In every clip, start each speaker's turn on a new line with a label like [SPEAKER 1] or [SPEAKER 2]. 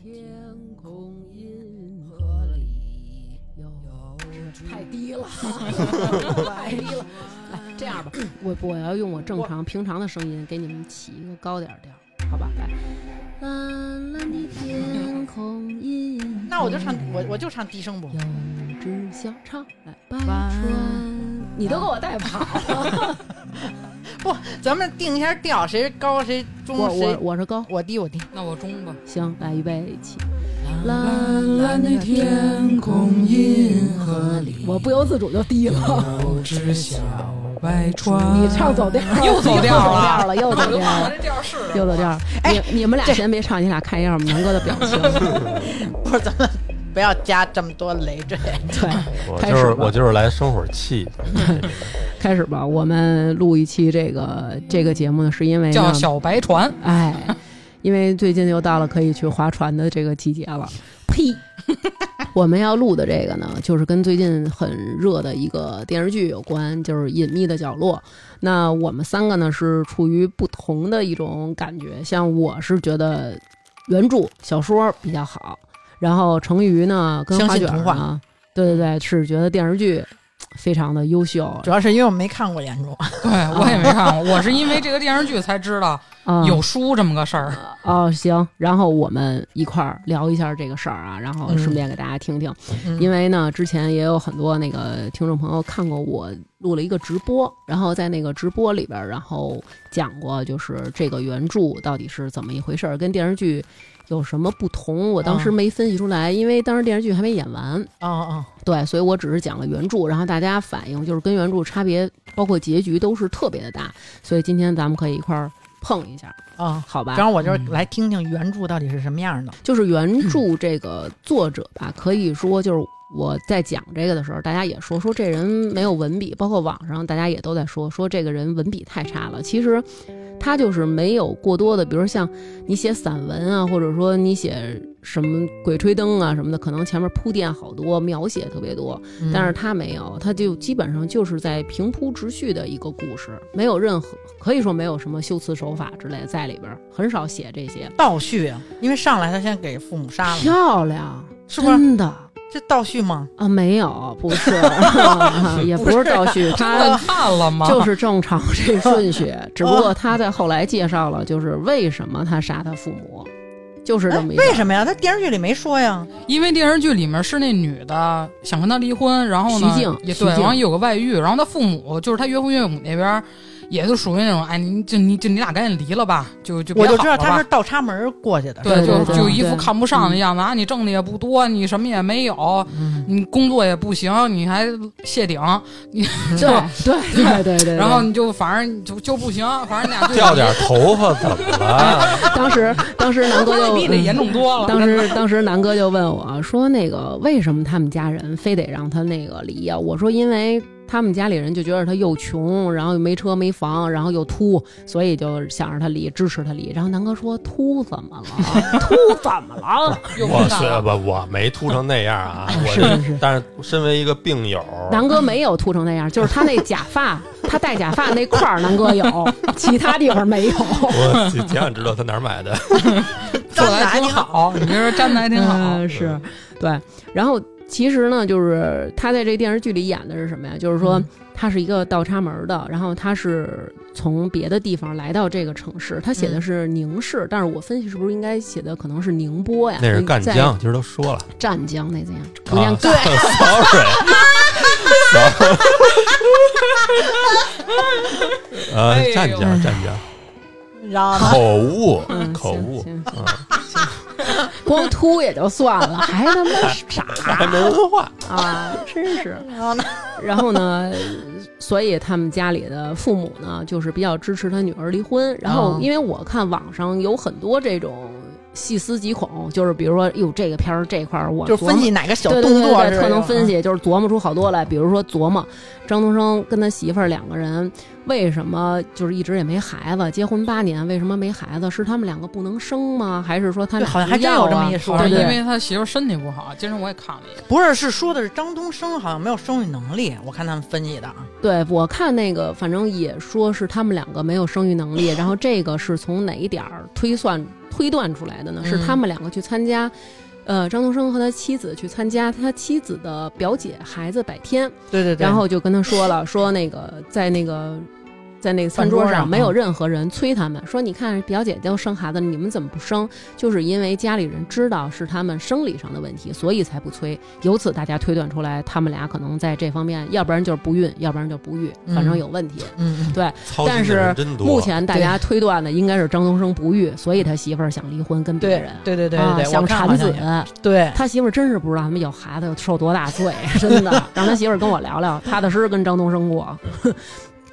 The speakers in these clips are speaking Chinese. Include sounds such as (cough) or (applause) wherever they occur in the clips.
[SPEAKER 1] 天空银河里有
[SPEAKER 2] 太低了，太低了。来，这样吧，
[SPEAKER 1] 我我要用我正常平常的声音给你们起一个高点儿调，好吧？来，蓝蓝的天空银河
[SPEAKER 2] 那我就唱，我我就唱低声部
[SPEAKER 1] 有。只小唱来百
[SPEAKER 2] 晚
[SPEAKER 1] 川，你都给我带跑了。
[SPEAKER 2] 不，咱们定一下调，谁高谁中
[SPEAKER 1] 我
[SPEAKER 2] 谁
[SPEAKER 1] 我我是高，
[SPEAKER 2] 我低 (laughs) 我低。
[SPEAKER 3] 那我中吧。
[SPEAKER 1] 行，来预备起。
[SPEAKER 4] 蓝蓝的天空，银河里，
[SPEAKER 1] 我不由自主就低了，
[SPEAKER 4] 有只小白船。
[SPEAKER 1] 你唱走调，
[SPEAKER 3] 又走调了
[SPEAKER 1] 又走调了，又走调
[SPEAKER 3] 我
[SPEAKER 1] 了。
[SPEAKER 3] 这调是
[SPEAKER 1] 又走调了，
[SPEAKER 2] 哎
[SPEAKER 1] 你你们俩先别唱，你俩看一下我们南哥的表情。
[SPEAKER 2] 不是，咱们不要加这么多累赘。
[SPEAKER 1] 对，
[SPEAKER 5] 我
[SPEAKER 1] 开
[SPEAKER 5] 就
[SPEAKER 1] 始
[SPEAKER 5] 是
[SPEAKER 1] 吧
[SPEAKER 5] 我就是来生会儿气的。
[SPEAKER 1] 开始吧，我们录一期这个这个节目呢，是因为呢
[SPEAKER 3] 叫小白船，
[SPEAKER 1] 哎，
[SPEAKER 3] (laughs)
[SPEAKER 1] 因为最近又到了可以去划船的这个季节了。呸！ (laughs) 我们要录的这个呢，就是跟最近很热的一个电视剧有关，就是《隐秘的角落》。那我们三个呢是处于不同的一种感觉，像我是觉得原著小说比较好，然后成瑜呢跟
[SPEAKER 2] 相
[SPEAKER 1] 花
[SPEAKER 2] 信
[SPEAKER 1] 卷
[SPEAKER 2] 童
[SPEAKER 1] 儿
[SPEAKER 2] 话
[SPEAKER 1] 呢，对对对，是觉得电视剧非常的优秀。
[SPEAKER 2] (laughs) 主要是因为我没看过原著，
[SPEAKER 3] 对我也没看过，我是因为这个电视剧才知道
[SPEAKER 1] 啊
[SPEAKER 3] 有书这么个事儿。
[SPEAKER 1] 哦，行，然后我们一块儿聊一下这个事儿啊，然后顺便给大家听听，
[SPEAKER 2] 嗯
[SPEAKER 1] 因为呢，之前也有很多那个听众朋友看过我录了一个直播，然后在那个直播里边儿，然后讲过就是这个原著到底是怎么一回事儿，跟电视剧有什么不同，我当时
[SPEAKER 2] 嗯
[SPEAKER 1] 没分析出来，因为当时电视剧还没演完，
[SPEAKER 2] 哦哦，
[SPEAKER 1] 对，所以我只是讲了原著，然后大家反映就是跟原著差别，包括结局都是特别的大，所以今天咱们可以一块儿碰一下，
[SPEAKER 2] 哦，
[SPEAKER 1] 好吧？
[SPEAKER 2] 然后我就是来听听原著到底是什么样的。
[SPEAKER 1] 就是原著这个作者吧，可以说就是我在讲这个的时候，大家也说说这人没有文笔，包括网上大家也都在说说这个人文笔太差了。其实他就是没有过多的，比如像你写散文啊，或者说你写什么《鬼吹灯》啊什么的，可能前面铺垫好多，描写特别多，
[SPEAKER 2] 嗯
[SPEAKER 1] 但是他没有，他就基本上就是在平铺直叙的一个故事，没有任何可以说没有什么修辞手法之类在里边儿，很少写这些。
[SPEAKER 2] 倒叙啊，因为上来他先给父母杀了嘛，
[SPEAKER 1] 漂亮，
[SPEAKER 2] 是不是？
[SPEAKER 1] 真的
[SPEAKER 2] 这倒叙吗？
[SPEAKER 1] 啊，没有，不是，啊也不是倒叙，
[SPEAKER 3] 那
[SPEAKER 1] 他
[SPEAKER 3] 看了吗？
[SPEAKER 1] 就是正常这顺序，只不过他在后来介绍了，就是为什么他杀他父母，就是这么一个
[SPEAKER 2] 为什么呀？他电视剧里没说呀。
[SPEAKER 3] 因为电视剧里面是那女的想跟他离婚，然后呢
[SPEAKER 1] 徐静
[SPEAKER 3] 也
[SPEAKER 1] 徐
[SPEAKER 3] 对，
[SPEAKER 1] 静
[SPEAKER 3] 然后有个外遇，然后他父母就是他岳父岳母那边。也就属于那种，哎，你就你就你俩赶紧离了吧，就就别
[SPEAKER 2] 我就
[SPEAKER 3] 好
[SPEAKER 2] 知道
[SPEAKER 3] 了吧
[SPEAKER 2] 他是倒插门儿过去的，
[SPEAKER 3] 对，
[SPEAKER 1] 对
[SPEAKER 3] 就
[SPEAKER 1] 对
[SPEAKER 3] 就
[SPEAKER 1] 对
[SPEAKER 3] 一副
[SPEAKER 1] 对
[SPEAKER 3] 看不上的样子啊！你挣的也不多，你什么也没有，
[SPEAKER 2] 嗯
[SPEAKER 3] 你工作也不行，你还谢顶，
[SPEAKER 1] (laughs) 对对对对对。
[SPEAKER 3] 然后你就反正就就不行，反正你俩就 (laughs)
[SPEAKER 5] 掉点头发怎么
[SPEAKER 1] (laughs)
[SPEAKER 5] 了？
[SPEAKER 1] 当时当时南哥
[SPEAKER 3] 那
[SPEAKER 1] 就
[SPEAKER 3] 比 (laughs) 你严重多
[SPEAKER 1] (laughs)
[SPEAKER 3] 了。
[SPEAKER 1] 当时当时南哥就问我说：“那个为什么他们家人非得让他那个离呀、我说：“因为他们家里人就觉得他又穷，然后又没车没房，然后又秃，所以就想让他离，支持他离。”然后南哥说：“秃怎么了？ (laughs) 秃怎么了
[SPEAKER 3] 又
[SPEAKER 5] 我
[SPEAKER 3] 混蛋
[SPEAKER 5] 是
[SPEAKER 3] 了
[SPEAKER 5] 不我没秃成那样啊？我
[SPEAKER 1] (laughs) 是是是
[SPEAKER 5] 但是身为一个病友，？”
[SPEAKER 1] 南哥没有秃成那样，就是他那假发，他戴假发那块儿，南哥有，其他地方没有。
[SPEAKER 5] 我挺想知道他哪儿买的。
[SPEAKER 3] 做的还挺好，你这粘的还挺好。
[SPEAKER 1] 嗯，是对。然后其实呢，就是他在这电视剧里演的是什么呀？就是说
[SPEAKER 2] 嗯
[SPEAKER 1] 他是一个倒插门儿的，然后他是从别的地方来到这个城市，他写的
[SPEAKER 2] 嗯
[SPEAKER 1] 是宁市，但是我分析是不是应该写的可能是宁波呀？
[SPEAKER 5] 那是赣
[SPEAKER 1] 在
[SPEAKER 5] 江，今儿都说了
[SPEAKER 1] 湛江那怎样？不
[SPEAKER 5] 啊
[SPEAKER 1] 像
[SPEAKER 5] (laughs) 对，sorry，呃，
[SPEAKER 1] 哎
[SPEAKER 5] 湛江，湛江，
[SPEAKER 2] 然后呢，
[SPEAKER 5] 口误
[SPEAKER 1] 嗯，
[SPEAKER 5] 口误，
[SPEAKER 1] 行
[SPEAKER 5] 嗯，
[SPEAKER 1] (laughs) 光秃也就算了，还他
[SPEAKER 5] (laughs)
[SPEAKER 1] 妈傻
[SPEAKER 5] 还没文化，
[SPEAKER 1] 啊！真是。
[SPEAKER 2] 然后呢？
[SPEAKER 1] 然后呢，所以他们家里的父母呢，就是比较支持他女儿离婚。然后
[SPEAKER 2] 哦，
[SPEAKER 1] 因为我看网上有很多这种细思极恐，就是比如说，哟，这个片儿这块儿
[SPEAKER 2] (laughs)
[SPEAKER 1] 我
[SPEAKER 2] 就是
[SPEAKER 1] 琢
[SPEAKER 2] 分
[SPEAKER 1] 磨
[SPEAKER 2] 析哪个小
[SPEAKER 1] 对
[SPEAKER 2] 动
[SPEAKER 1] 对对
[SPEAKER 2] 作
[SPEAKER 1] 对
[SPEAKER 2] 是吧
[SPEAKER 1] 特能分。
[SPEAKER 2] 嗯
[SPEAKER 1] 析，就是琢磨出好多来。比如说琢磨张东升跟他媳妇儿两个人为什么就是一直也没孩子，结婚八年为什么没孩子？是他们两个不能生吗？还是说他
[SPEAKER 2] 对
[SPEAKER 1] 俩
[SPEAKER 2] 好像还
[SPEAKER 1] 不
[SPEAKER 2] 真
[SPEAKER 1] 要
[SPEAKER 2] 有这
[SPEAKER 1] 啊
[SPEAKER 2] 么一说
[SPEAKER 3] 好像
[SPEAKER 1] 对对
[SPEAKER 3] 因为他媳妇身体不好，今天我也看了一眼，
[SPEAKER 2] 不是，是说的是张东升好像没有生育能力，我看他们分析的啊。
[SPEAKER 1] 对，我看那个，反正也说是他们两个没有生育能力，然后这个是从哪一点儿推算推断出来的呢？
[SPEAKER 3] 嗯
[SPEAKER 1] 是他们两个去参加，呃，张东升和他妻子去参加他妻子的表姐孩子百天，
[SPEAKER 6] 对对对，
[SPEAKER 1] 然后就跟他说
[SPEAKER 6] (laughs)
[SPEAKER 1] 了，说那个在那个。在那个餐
[SPEAKER 3] 饭
[SPEAKER 1] 桌
[SPEAKER 3] 桌上
[SPEAKER 1] 上，没
[SPEAKER 3] 嗯
[SPEAKER 1] 有任何人催他们说：“你看，表姐都生孩子了，你们怎么不生？就是因为家里人知道是他们生理上的问题，所以才不催。由此大家推断出来，他们俩可能在这方面，要不然就是不孕，要不然就不育，反正
[SPEAKER 3] 嗯
[SPEAKER 1] 有问题。
[SPEAKER 6] 嗯，
[SPEAKER 5] 操心的人真多。
[SPEAKER 1] 目前大家推断的应该是张东升不育，所以他媳妇儿想离婚跟别
[SPEAKER 6] 对
[SPEAKER 1] 人。
[SPEAKER 6] 对对对
[SPEAKER 1] 啊
[SPEAKER 6] 对对，
[SPEAKER 1] 想
[SPEAKER 6] 我看
[SPEAKER 1] 产
[SPEAKER 6] 好像
[SPEAKER 1] 子
[SPEAKER 6] 有，对，
[SPEAKER 1] 他媳妇儿真是不知道他们有孩子受多大罪，真
[SPEAKER 6] (laughs)
[SPEAKER 1] 的。让他媳妇儿跟我聊聊，踏踏实实跟张东升过。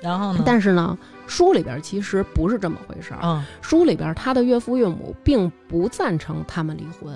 [SPEAKER 6] 然后呢？
[SPEAKER 1] 但是呢，书里边其实不是这么回事儿。
[SPEAKER 6] 嗯，
[SPEAKER 1] 书里边他的岳父岳母并不赞成他们离婚，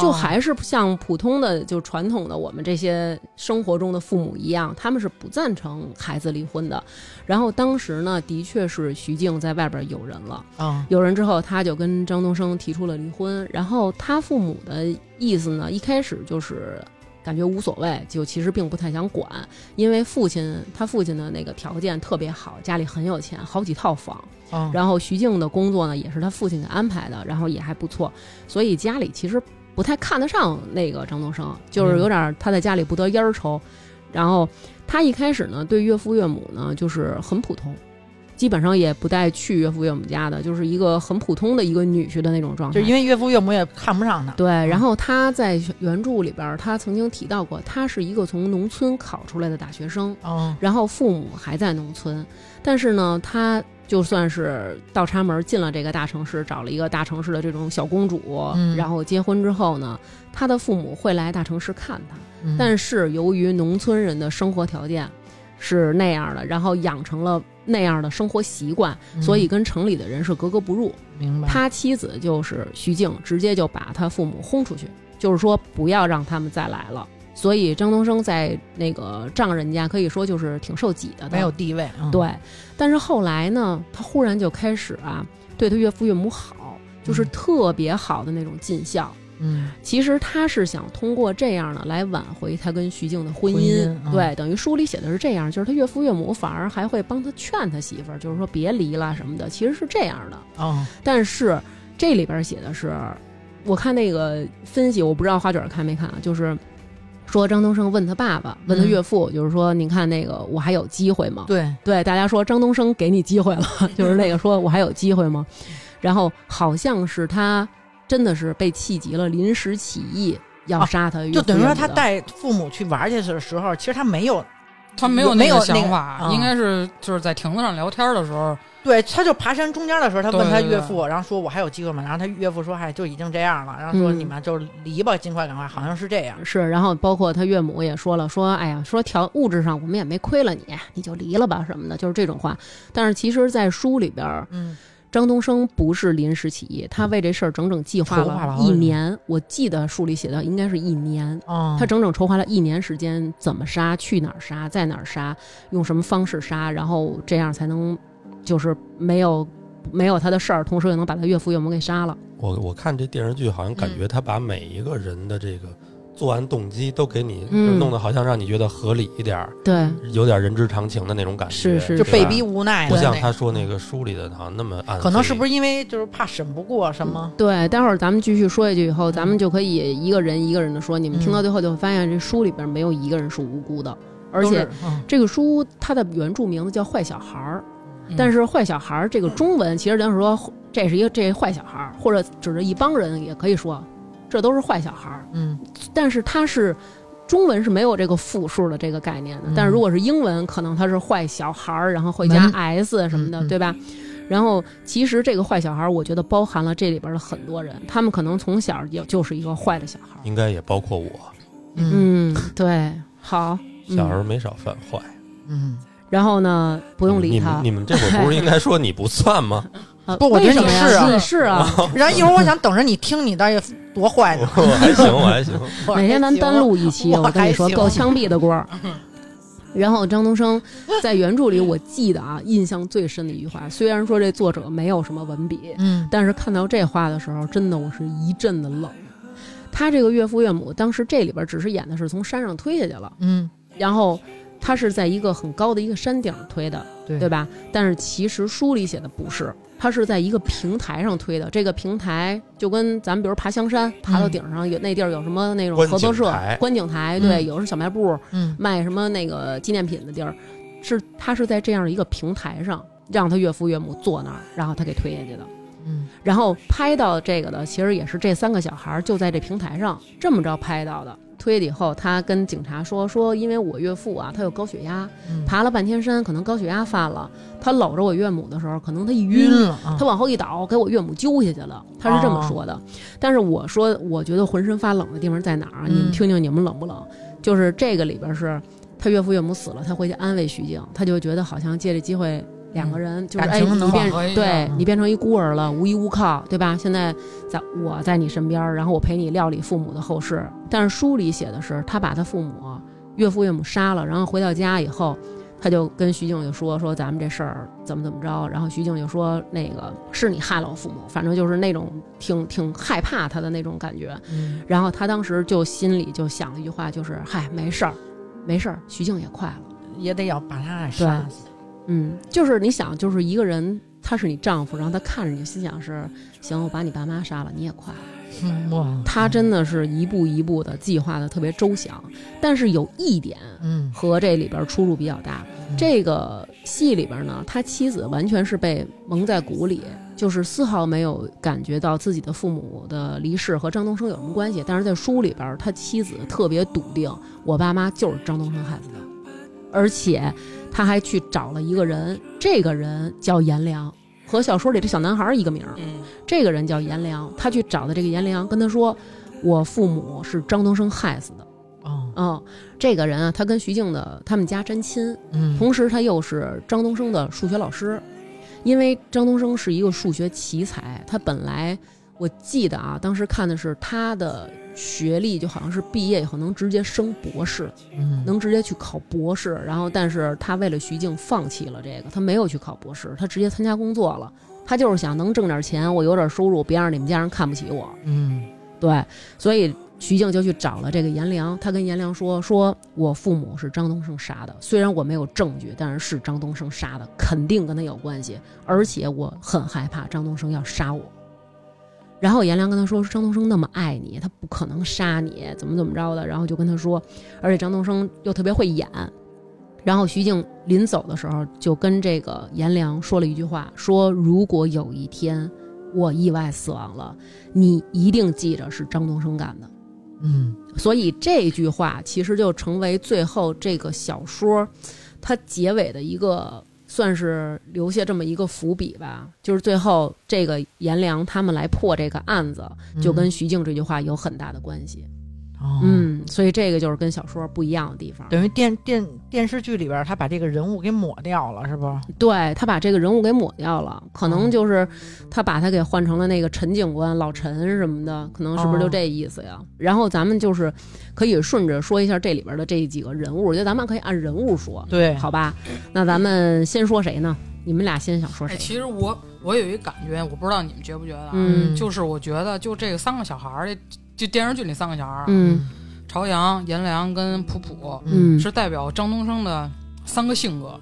[SPEAKER 1] 就
[SPEAKER 6] 哦
[SPEAKER 1] 还是像普通的就传统的我们这些生活中的父母一样，他们是不赞成孩子离婚的。然后当时呢，的确是徐静在外边有人了。
[SPEAKER 6] 嗯
[SPEAKER 1] 有人之后，他就跟张东升提出了离婚。然后他父母的意思呢，一开始就是感觉无所谓，就其实并不太想管，因为父亲他父亲的那个条件特别好，家里很有钱，好几套房。
[SPEAKER 6] 嗯，
[SPEAKER 1] 然后徐静的工作呢，也是他父亲给安排的，然后也还不错，所以家里其实不太看得上那个张东升，就是有点儿他在家里不得烟儿抽。然后他一开始呢，对岳父岳母呢就是很普通，基本上也不带去岳父岳母家的，就是一个很普通的一个女婿的那种状态。
[SPEAKER 6] 就是因为岳父岳母也看不上他，
[SPEAKER 1] 对，然后他在原著里边儿，他曾经提到过，他是一个从农村考出来的大学生，
[SPEAKER 6] 嗯
[SPEAKER 1] 然后父母还在农村，但是呢，他就算是倒插门进了这个大城市，找了一个大城市的这种小公主，
[SPEAKER 6] 嗯
[SPEAKER 1] 然后结婚之后呢，他的父母会来大城市看他，
[SPEAKER 6] 嗯
[SPEAKER 1] 但是由于农村人的生活条件是那样的，然后养成了那样的生活习惯，
[SPEAKER 6] 嗯
[SPEAKER 1] 所以跟城里的人是格格不入。
[SPEAKER 6] 明白
[SPEAKER 1] 他妻子就是徐静，直接就把他父母轰出去，就是说不要让他们再来了。所以张东升在那个丈人家可以说就是挺受挤的，
[SPEAKER 6] 没有地位，嗯
[SPEAKER 1] 对。但是后来呢，他忽然就开始啊，对他岳父岳母好，就是
[SPEAKER 6] 嗯
[SPEAKER 1] 特别好的那种尽孝。
[SPEAKER 6] 嗯
[SPEAKER 1] 其实他是想通过这样呢来挽回他跟徐静的婚姻，
[SPEAKER 6] 婚姻嗯
[SPEAKER 1] 对，等于书里写的是这样，就是他岳父岳母反而还会帮他劝他媳妇儿，就是说别离了什么的，其实是这样的。
[SPEAKER 6] 哦
[SPEAKER 1] 但是这里边写的是，我看那个分析，我不知道花卷看没看啊，就是说张东升问他爸爸，问他
[SPEAKER 6] 嗯
[SPEAKER 1] 岳父，就是说，你看那个我还有机会吗？
[SPEAKER 6] 对，
[SPEAKER 1] 对，大家说张东升给你机会了，就是那个说我还有机会吗？然后好像是他真的是被气急了，临时起意要
[SPEAKER 6] 啊
[SPEAKER 1] 杀他岳父岳母的、
[SPEAKER 6] 就等于说他带父母去玩去的时候，其实他没有，
[SPEAKER 3] 他没有那
[SPEAKER 6] 没
[SPEAKER 3] 个
[SPEAKER 6] 有那个
[SPEAKER 3] 想法，
[SPEAKER 6] 嗯
[SPEAKER 3] 应该是就是在亭子上聊天的时候，
[SPEAKER 6] 对，他就爬山中间的时候，他问他
[SPEAKER 3] 对对对
[SPEAKER 6] 岳父，然后说我还有机会吗？然后他岳父说，哎，就已经这样了，然后说
[SPEAKER 1] 嗯
[SPEAKER 6] 你们就离吧，尽快赶快，好像是这样，
[SPEAKER 1] 是，然后包括他岳母也说了，说哎呀，说条物质上我们也没亏了你，你就离了吧什么的，就是这种话。但是其实，在书里边儿，
[SPEAKER 6] 嗯，
[SPEAKER 1] 张东升不是临时起意，他为这事儿整整计划
[SPEAKER 6] 筹划了
[SPEAKER 1] 了
[SPEAKER 6] 好
[SPEAKER 1] 一
[SPEAKER 6] 久
[SPEAKER 1] 年。我记得书里写的应该是一年，
[SPEAKER 6] 哦，
[SPEAKER 1] 他整整筹划了一年时间，怎么杀，去哪儿杀，在哪儿杀，用什么方式杀，然后这样才能就是没有没有他的事儿，同时又能把他岳父岳母给杀了。
[SPEAKER 5] 我我看这电视剧，好像
[SPEAKER 6] 嗯
[SPEAKER 5] 感觉他把每一个人的这个作案动机都给你
[SPEAKER 1] 嗯
[SPEAKER 5] 弄得好像让你觉得合理一点儿，
[SPEAKER 1] 对，
[SPEAKER 5] 有点人之常情的那种感觉，
[SPEAKER 1] 是是
[SPEAKER 6] 就被
[SPEAKER 5] 吧
[SPEAKER 6] 逼无奈的
[SPEAKER 5] 不
[SPEAKER 6] 那
[SPEAKER 5] 像
[SPEAKER 6] 种，
[SPEAKER 5] 他说那个书里的好像那么暗黑，
[SPEAKER 6] 可能是不是因为就是怕审不过什么？
[SPEAKER 1] 对，待会儿咱们继续说下去以后，咱们
[SPEAKER 6] 嗯
[SPEAKER 1] 就可以一个人一个人的说。你们听到
[SPEAKER 6] 嗯
[SPEAKER 1] 最后就会发现，这书里边没有一个人是无辜的，而且
[SPEAKER 6] 都是嗯
[SPEAKER 1] 这个书它的原著名字叫《坏小孩儿》，但
[SPEAKER 6] 嗯
[SPEAKER 3] 是
[SPEAKER 1] 是“坏小孩儿”这个中文其实咱说这是一个这是坏小孩儿，或者指着一帮人也可以说，这都是坏小孩儿。
[SPEAKER 6] 嗯
[SPEAKER 1] 但是它是中文是没有这个复数的这个概念的，
[SPEAKER 6] 嗯
[SPEAKER 1] 但是如果是英文，可能它是坏小孩儿，然后会加
[SPEAKER 6] 门
[SPEAKER 1] s 什么的，
[SPEAKER 6] 嗯嗯
[SPEAKER 1] 对吧？然后其实这个坏小孩儿，我觉得包含了这里边的很多人，他们可能从小也就是一个坏的小孩儿。
[SPEAKER 5] 应该也包括我，
[SPEAKER 6] 嗯
[SPEAKER 1] 嗯，对，好，嗯
[SPEAKER 5] 小时候没少犯坏，
[SPEAKER 6] 嗯，
[SPEAKER 1] 然后呢，不
[SPEAKER 5] 不
[SPEAKER 1] 用理
[SPEAKER 5] 你
[SPEAKER 1] 他
[SPEAKER 5] 们。你们这会儿不是应该说你不算吗？
[SPEAKER 6] (laughs)
[SPEAKER 1] 呃
[SPEAKER 6] 不我觉
[SPEAKER 1] 为什
[SPEAKER 6] 得
[SPEAKER 1] 么呀
[SPEAKER 6] 你是啊
[SPEAKER 1] 你是啊，
[SPEAKER 6] 然后一会儿我想等着你听你的多坏 (laughs)
[SPEAKER 5] 我
[SPEAKER 6] 呢，
[SPEAKER 5] 还行，我还行，
[SPEAKER 1] 哪天咱单录一期，
[SPEAKER 6] 我
[SPEAKER 1] 我跟你
[SPEAKER 6] 还
[SPEAKER 1] 说
[SPEAKER 6] 行
[SPEAKER 1] 够枪毙的锅儿。然后张东升在原著里，我记得啊，印象最深的一句话，虽然说这作者没有什么文笔，
[SPEAKER 6] 嗯
[SPEAKER 1] 但是看到这话的时候，真的我是一阵的冷。他这个岳父岳母当时这里边只是演的是从山上推下去了，
[SPEAKER 6] 嗯，
[SPEAKER 1] 然后他是在一个很高的一个山顶推的，
[SPEAKER 6] 对
[SPEAKER 1] 对吧？但是其实书里写的不是，它是在一个平台上推的。这个平台就跟咱们比如爬香山，爬到
[SPEAKER 3] 嗯
[SPEAKER 1] 顶上有那地儿有什么那种
[SPEAKER 5] 观
[SPEAKER 1] 合作
[SPEAKER 5] 景
[SPEAKER 1] 社
[SPEAKER 5] 台、
[SPEAKER 1] 观景台，对，
[SPEAKER 3] 嗯
[SPEAKER 1] 有是小卖部，
[SPEAKER 6] 嗯，
[SPEAKER 1] 卖什么那个纪念品的地儿，是他是在这样一个平台上让他岳父岳母坐那儿，然后他给推下去的。
[SPEAKER 6] 嗯，
[SPEAKER 1] 然后拍到这个的，其实也是这三个小孩儿就在这平台上这么着拍到的。推了以后，他跟警察说说，因为我岳父啊，他有高血压，
[SPEAKER 6] 嗯
[SPEAKER 1] 爬了半天山，可能高血压犯了。他搂着我岳母的时候，可能他一
[SPEAKER 6] 晕
[SPEAKER 1] 晕
[SPEAKER 6] 了啊
[SPEAKER 1] 他，往后一倒，给我岳母揪下去了。他是这么说的。但是我说，我觉得浑身发冷的地方在哪儿啊？
[SPEAKER 6] 嗯
[SPEAKER 1] 你们听听，你们冷不冷？就是这个里边是，他岳父岳母死了，他回去安慰徐静，他就觉得好像借这机会。两个人就是
[SPEAKER 6] 感
[SPEAKER 1] 哎，
[SPEAKER 6] 情
[SPEAKER 1] 你
[SPEAKER 6] 能
[SPEAKER 1] 变
[SPEAKER 3] 缓和一下
[SPEAKER 1] 对
[SPEAKER 6] 嗯
[SPEAKER 1] 你变成一孤儿了，无依无靠，对吧？现在在我在你身边儿，然后我陪你料理父母的后事。但是书里写的是，他把他父母岳父岳母杀了，然后回到家以后，他就跟徐静就说说咱们这事儿怎么怎么着，然后徐静就说那个是你害了我父母，反正就是那种挺挺害怕他的那种感觉。
[SPEAKER 6] 嗯
[SPEAKER 1] 然后他当时就心里就想了一句话，就是嗨，没事儿，没事儿，徐静也快了。
[SPEAKER 6] 也得要把他给杀死。
[SPEAKER 1] 嗯，就是你想，就是一个人他是你丈夫，然后他看着你，心想是行，我把你爸妈杀了，你也快了。
[SPEAKER 6] 嗯哇，
[SPEAKER 1] 他真的是一步一步的计划的特别周详，但是有一点
[SPEAKER 6] 嗯
[SPEAKER 1] 和这里边出入比较大。这个戏里边呢，他妻子完全是被蒙在鼓里，就是丝毫没有感觉到自己的父母的离世和张东升有什么关系。但是在书里边，他妻子特别笃定，我爸妈就是张东升害死的，而且他还去找了一个人，这个人叫颜良，和小说里这小男孩一个名儿。
[SPEAKER 3] 嗯
[SPEAKER 1] 这个人叫颜良，他去找的这个颜良，跟他说，我父母是张东升害死的。
[SPEAKER 6] 哦
[SPEAKER 1] 嗯，这个人啊，他跟徐静的他们家沾亲，
[SPEAKER 6] 嗯
[SPEAKER 1] 同时他又是张东升的数学老师，因为张东升是一个数学奇才，他本来我记得啊，当时看的是他的学历就好像是毕业以后能直接升博士，
[SPEAKER 6] 嗯
[SPEAKER 1] 能直接去考博士，然后但是他为了徐静放弃了这个，他没有去考博士，他直接参加工作了。他就是想能挣点钱，我有点收入，别让你们家人看不起我。
[SPEAKER 6] 嗯
[SPEAKER 1] 对，所以徐静就去找了这个颜良，他跟颜良说：“说我父母是张东升杀的，虽然我没有证据，但是是张东升杀的，肯定跟他有关系，而且我很害怕张东升要杀我。”然后颜良跟他说：“张东升那么爱你，他不可能杀你，怎么怎么着的。”然后就跟他说，而且张东升又特别会演。然后徐静临走的时候就跟这个颜良说了一句话：“说如果有一天我意外死亡了，你一定记着是张东升干的。
[SPEAKER 6] 嗯
[SPEAKER 1] 所以这句话其实就成为最后这个小说它结尾的一个，算是留下这么一个伏笔吧。就是最后这个颜良他们来破这个案子，就跟徐静这句话有很大的关系。
[SPEAKER 6] 哦
[SPEAKER 1] 嗯，所以这个就是跟小说不一样的地方。
[SPEAKER 6] 等于电电电视剧里边儿他把这个人物给抹掉了，是不？
[SPEAKER 1] 对他把这个人物给抹掉了，可能就是他把他给换成了那个陈警官、老陈什么的，可能是不是就这意思呀？然后咱们就是可以顺着说一下这里边的这几个人物，我觉得咱们可以按人物说，
[SPEAKER 6] 对，
[SPEAKER 1] 好吧？那咱们先说谁呢？你们俩先想说
[SPEAKER 3] 哎，
[SPEAKER 1] 谁？
[SPEAKER 3] 其实我我有一感觉，我不知道你们觉不觉得啊，
[SPEAKER 1] 嗯
[SPEAKER 3] 就是我觉得就这个三个小孩儿，这就电视剧里三个小孩儿啊，
[SPEAKER 1] 嗯
[SPEAKER 3] 朝阳、颜良跟普普，
[SPEAKER 1] 嗯
[SPEAKER 3] 是代表张东升的三个性格。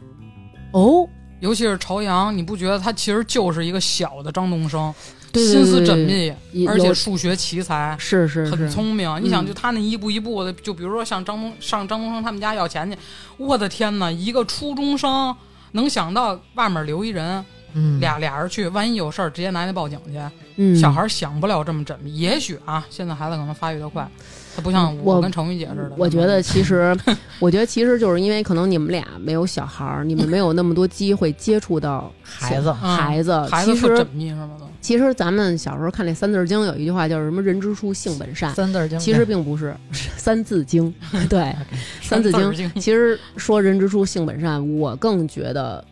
[SPEAKER 1] 哦，
[SPEAKER 3] 尤其是朝阳，你不觉得他其实就是一个小的张东升，
[SPEAKER 1] 对
[SPEAKER 3] 心思缜，
[SPEAKER 1] 对对
[SPEAKER 3] 密，
[SPEAKER 1] 对有
[SPEAKER 3] 而且数学奇才，
[SPEAKER 1] 是是是
[SPEAKER 3] 很聪明。你
[SPEAKER 1] 嗯
[SPEAKER 3] 想，就他那一步一步的，就比如说像张东上张东升他们家要钱去，我的天哪，一个初中生能想到外面留一人，
[SPEAKER 6] 嗯
[SPEAKER 3] 俩俩人去，万一有事儿直接拿去报警去。
[SPEAKER 1] 嗯
[SPEAKER 3] 小孩想不了这么缜密，也许啊，现在孩子可能发育的快，他不像
[SPEAKER 1] 我
[SPEAKER 3] 我跟程宇姐似的。嗯
[SPEAKER 1] 我觉得
[SPEAKER 3] (laughs)
[SPEAKER 1] 其实，我觉得其实就是因为可能你们俩没有小孩儿，你们没有那么多机会接触到
[SPEAKER 6] 孩子
[SPEAKER 3] 嗯
[SPEAKER 1] 孩子。
[SPEAKER 3] 孩
[SPEAKER 1] 其
[SPEAKER 3] 子特
[SPEAKER 1] 实
[SPEAKER 3] 缜密是吗？都
[SPEAKER 1] 其实咱们小时候看那《三字经》，有一句话叫什么“人之初，性本善
[SPEAKER 6] 三字儿经”，
[SPEAKER 1] 其实并不是，是《三字经》对，《三字经》
[SPEAKER 3] 三字经
[SPEAKER 1] 其实说“人之初，性本善”，我更觉得。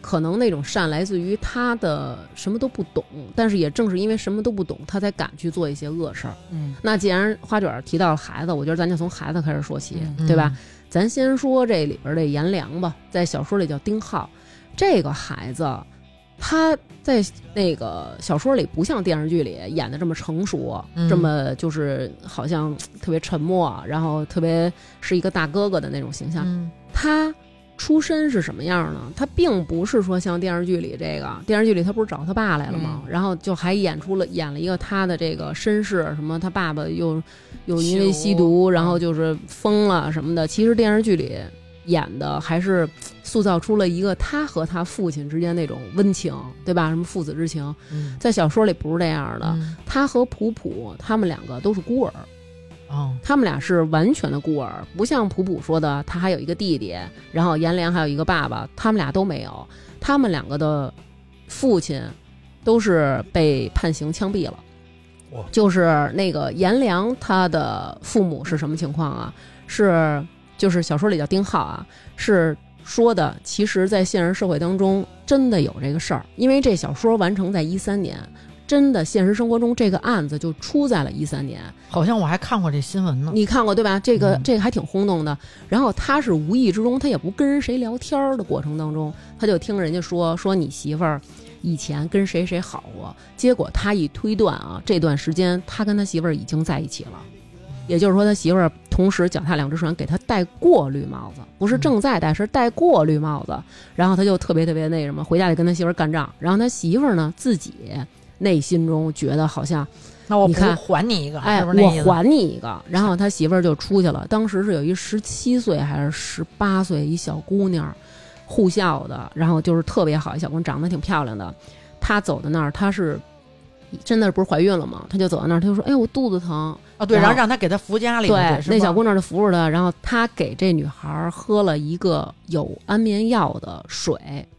[SPEAKER 1] 可能那种善来自于他的什么都不懂，但是也正是因为什么都不懂，他才敢去做一些恶事儿。
[SPEAKER 3] 嗯，
[SPEAKER 1] 那既然花卷儿提到了孩子，我觉得咱就从孩子开始说起，
[SPEAKER 3] 嗯
[SPEAKER 1] 对吧？？咱先说这里边儿这颜良吧，在小说里叫丁浩，这个孩子，他在那个小说里不像电视剧里演的这么成熟，
[SPEAKER 6] 嗯
[SPEAKER 1] 这么就是好像特别沉默，然后特别是一个大哥哥的那种形象。
[SPEAKER 6] 嗯
[SPEAKER 1] 他出身是什么样呢？他并不是说像电视剧里这个，电视剧里他不是找他爸来了吗？然后就还演出了演了一个他的这个身世，什么他爸爸又又因为吸
[SPEAKER 3] 吸
[SPEAKER 1] 毒，嗯
[SPEAKER 3] 毒
[SPEAKER 1] 然后就是疯了什么的。其实电视剧里演的还是嘖塑造出了一个他和他父亲之间那种温情，对吧？什么父子之情，
[SPEAKER 6] 嗯
[SPEAKER 1] 在小说里不是这样的。
[SPEAKER 6] 嗯
[SPEAKER 1] 他和普普他们两个都是孤儿，
[SPEAKER 6] 哦，
[SPEAKER 1] 他们俩是完全的孤儿，不像普普说的，他还有一个弟弟，然后颜良还有一个爸爸，他们俩都没有。他们两个的父亲都是被判刑枪毙了
[SPEAKER 5] 哇。
[SPEAKER 1] 就是那个颜良，他的父母是什么情况啊？是就是小说里叫丁浩啊，是说的，其实，在现实社会当中真的有这个事儿，因为这小说完成在一三年，真的现实生活中这个案子就出在了一三年。
[SPEAKER 6] 好像我还看过这新闻呢。
[SPEAKER 1] 你看过对吧？这个
[SPEAKER 6] 嗯
[SPEAKER 1] 这个还挺轰动的。然后他是无意之中，他也不跟谁聊天儿的过程当中，他就听人家说说你媳妇儿以前跟谁谁好过，结果他一推断啊，这段时间他跟他媳妇儿已经在一起了。
[SPEAKER 6] 嗯
[SPEAKER 1] 也就是说，他媳妇儿同时脚踏两只船，给他戴过绿帽子，不是正在戴，是戴过绿帽子。然后他就特别特别那什么，回家就跟他媳妇儿干仗。然后他媳妇儿呢，自己内心中觉得好像
[SPEAKER 6] 那我
[SPEAKER 1] 你
[SPEAKER 6] 不
[SPEAKER 1] 看
[SPEAKER 6] 还你一个，
[SPEAKER 1] 哎，
[SPEAKER 6] 是不是那意
[SPEAKER 1] 我
[SPEAKER 6] 思？
[SPEAKER 1] 还你一个。然后他媳妇儿就出去了，当时是有一十七岁还是十八岁一小姑娘，护校的，然后就是特别好，一小姑娘长得挺漂亮的。她走到那儿，她是真的不是怀孕了吗？她就走到那儿，她就说：“哎，我肚子疼。
[SPEAKER 6] 啊，对，
[SPEAKER 1] 然
[SPEAKER 6] 然
[SPEAKER 1] 后
[SPEAKER 6] 后让他给他扶家里去，
[SPEAKER 1] 对，
[SPEAKER 6] 是
[SPEAKER 1] 那
[SPEAKER 6] 吧
[SPEAKER 1] 小姑娘就扶着她，然后她给这女孩儿喝了一个有安眠药的水，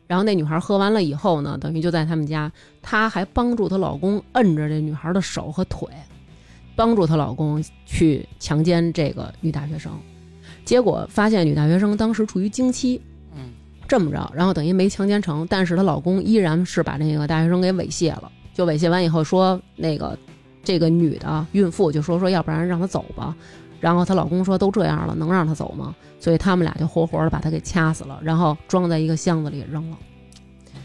[SPEAKER 1] 然后那女孩儿喝完了以后呢，等于就在他们家，她还帮助她老公摁着这女孩儿的手和腿，帮助她老公去强奸这个女大学生，结果发现女大学生当时处于经期，
[SPEAKER 3] 嗯，
[SPEAKER 1] 这么着，然后等于没强奸成，但是她老公依然是把那个大学生给猥亵了，就猥亵完以后说那个这个女的孕妇就说说要不然让她走吧，然后她老公说都这样了能让她走吗？所以他们俩就活活的把她给掐死了，然后装在一个箱子里扔了。
[SPEAKER 3] 嗯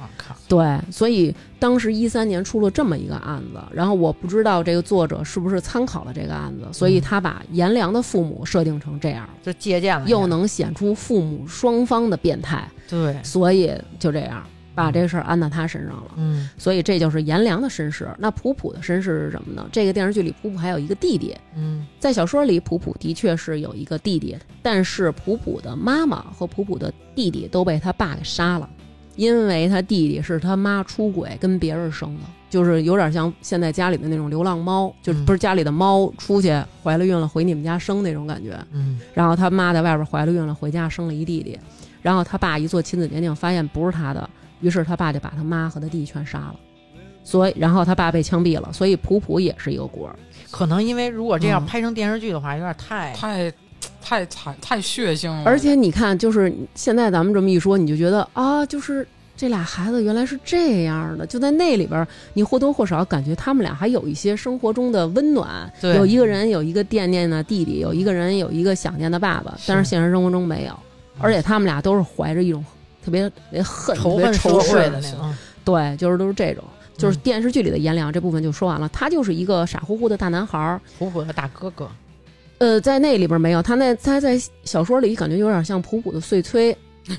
[SPEAKER 6] 我靠，
[SPEAKER 1] 对，所以当时一三年出了这么一个案子，然后我不知道这个作者是不是参考了这个案子，所以他把颜良的父母设定成这样了，
[SPEAKER 6] 就借鉴了一下，
[SPEAKER 1] 又能显出父母双方的变态，
[SPEAKER 6] 对，
[SPEAKER 1] 所以就这样把这事儿安到他身上了。
[SPEAKER 6] 嗯
[SPEAKER 1] 所以这就是颜良的身世。那普普的身世是什么呢？这个电视剧里普普还有一个弟弟，
[SPEAKER 6] 嗯
[SPEAKER 1] 在小说里普普的确是有一个弟弟，但是普普的妈妈和普普的弟弟都被他爸给杀了，因为他弟弟是他妈出轨跟别人生的，就是有点像现在家里的那种流浪猫，就是
[SPEAKER 6] 嗯
[SPEAKER 1] 不是家里的猫出去怀了孕了回你们家生那种感觉。
[SPEAKER 6] 嗯，
[SPEAKER 1] 然后他妈在外边怀了孕了，回家生了一弟弟，然后他爸一做亲子鉴定发现不是他的，于是他爸就把他妈和他弟全杀了，所以然后他爸被枪毙了，所以普普也是一个孤儿。
[SPEAKER 6] 可能因为如果这样
[SPEAKER 1] 嗯
[SPEAKER 6] 拍成电视剧的话，有点太
[SPEAKER 3] 太太惨太血腥了，
[SPEAKER 1] 而且你看，就是现在咱们这么一说，你就觉得啊，就是这俩孩子原来是这样的，就在那里边儿，你或多或少感觉他们俩还有一些生活中的温暖，
[SPEAKER 6] 对
[SPEAKER 1] 有一个人有一个惦念的弟弟，有一个人有一个想念的爸爸，但是
[SPEAKER 6] 是
[SPEAKER 1] 现实生活中没有，而且他们俩都是怀着一种特别特别恨、
[SPEAKER 6] 嗯仇
[SPEAKER 1] 特别
[SPEAKER 6] 恨
[SPEAKER 1] 仇
[SPEAKER 6] 社
[SPEAKER 1] 视
[SPEAKER 6] 会的那种，
[SPEAKER 1] 对，就是都是这种。就是
[SPEAKER 6] 嗯
[SPEAKER 1] 电视剧里的颜良这部分就说完了，他就是一个傻乎乎的大男孩儿，
[SPEAKER 6] 普普的大哥哥，
[SPEAKER 1] 呃，在那里边没有，他那他在小说里感觉有点像普普的碎催，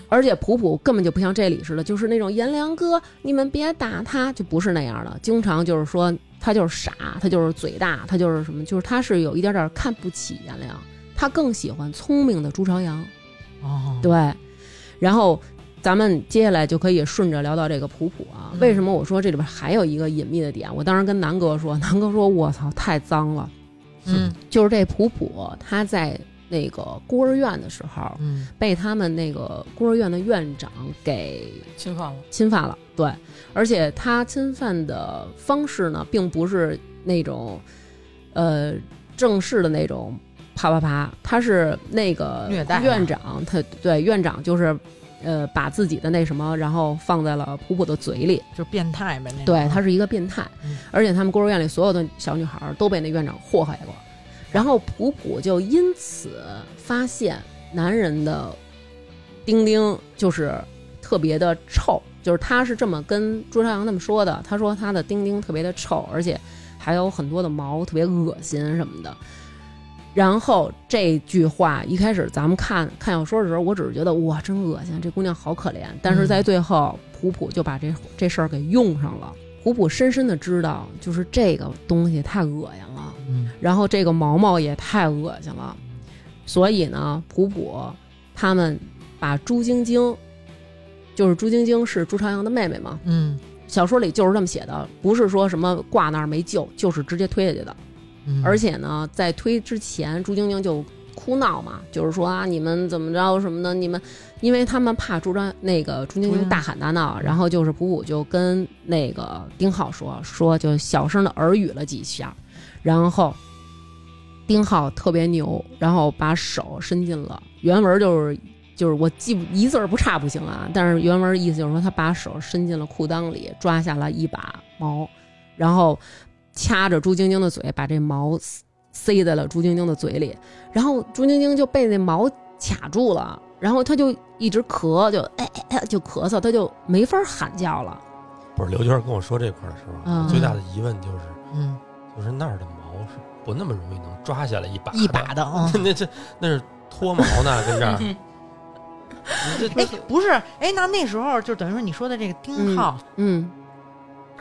[SPEAKER 1] 而且普普根本就不像这里似的，就是那种颜良哥，你们别打他，就不是那样的。经常就是说他就是傻，他就是嘴大，他就是什么，就是他是有一点点看不起颜良，他更喜欢聪明的朱朝阳。
[SPEAKER 6] 哦，
[SPEAKER 1] 对，然后咱们接下来就可以顺着聊到这个普普啊。为什么我说这里边还有一个隐秘的点？我当时跟南哥说，南哥说我操太脏了。
[SPEAKER 6] 嗯
[SPEAKER 1] 就是这普普，他在那个孤儿院的时候，
[SPEAKER 6] 嗯
[SPEAKER 1] 被他们那个孤儿院的院长给
[SPEAKER 3] 侵犯了，
[SPEAKER 1] 侵犯了。对，而且他侵犯的方式呢，并不是那种，呃，正式的那种啪啪啪，他是那个
[SPEAKER 6] 虐待啊
[SPEAKER 1] 院长，他对院长就是，呃，把自己的那什么，然后放在了普普的嘴里。
[SPEAKER 6] 就变态呗，那种
[SPEAKER 1] 对，他是一个变态
[SPEAKER 6] 嗯，
[SPEAKER 1] 而且他们孤儿院里所有的小女孩儿都被那院长祸害过，然后普普就因此发现男人的丁丁就是特别的臭，就是他是这么跟朱朝阳他们说的，他说他的丁丁特别的臭，而且还有很多的毛，特别恶心什么的。然后这句话一开始咱们看 (laughs) 看小说的时候，我只是觉得哇，真恶心，这姑娘好可怜。但是在最后，普普就把这这事儿给用上了。普普深深的知道，就是这个东西太恶心了，
[SPEAKER 6] 嗯
[SPEAKER 1] 然后这个毛毛也太恶心了，所以呢，普普他们把朱晶晶，就是朱晶晶是朱朝阳的妹妹嘛，
[SPEAKER 6] 嗯
[SPEAKER 1] 小说里就是这么写的，不是说什么挂那儿没救，就是直接推下去的。
[SPEAKER 6] 嗯，
[SPEAKER 1] 而
[SPEAKER 6] 且
[SPEAKER 1] 且呢，在推之前，朱晶晶就哭闹嘛，就是说啊，你们怎么着什么的，你们，因为他们怕朱张那个朱晶
[SPEAKER 6] 朱晶
[SPEAKER 1] 晶
[SPEAKER 6] 晶
[SPEAKER 1] 大喊大闹，然后就是普普就跟那个丁浩说，说就小声的耳语了几下，然后丁浩特别牛，然后把手伸进了，原文就是。就是我记不一字儿不差不行啊，但是原文意思就是说他把手伸进了裤裆里，抓下了一把毛，然后掐着朱晶晶的嘴，把这毛塞塞在了朱晶晶的嘴里，然后朱晶晶就被那毛卡住了，然后她就一直咳，就哎哎哎就咳嗽，她就没法喊叫了。
[SPEAKER 5] 不是刘娟跟我说这块儿的时候啊，
[SPEAKER 1] 嗯
[SPEAKER 5] 我最大的疑问就是，
[SPEAKER 6] 嗯
[SPEAKER 5] 就是那儿的毛是不那么容易能抓下来一把
[SPEAKER 6] 一把
[SPEAKER 5] 的，
[SPEAKER 6] 的啊
[SPEAKER 5] (laughs) ，那这那是脱毛呢，跟这儿，你
[SPEAKER 6] 哎
[SPEAKER 5] 这
[SPEAKER 6] 不是哎，那那时候就等于说你说的这个丁浩，
[SPEAKER 1] 嗯，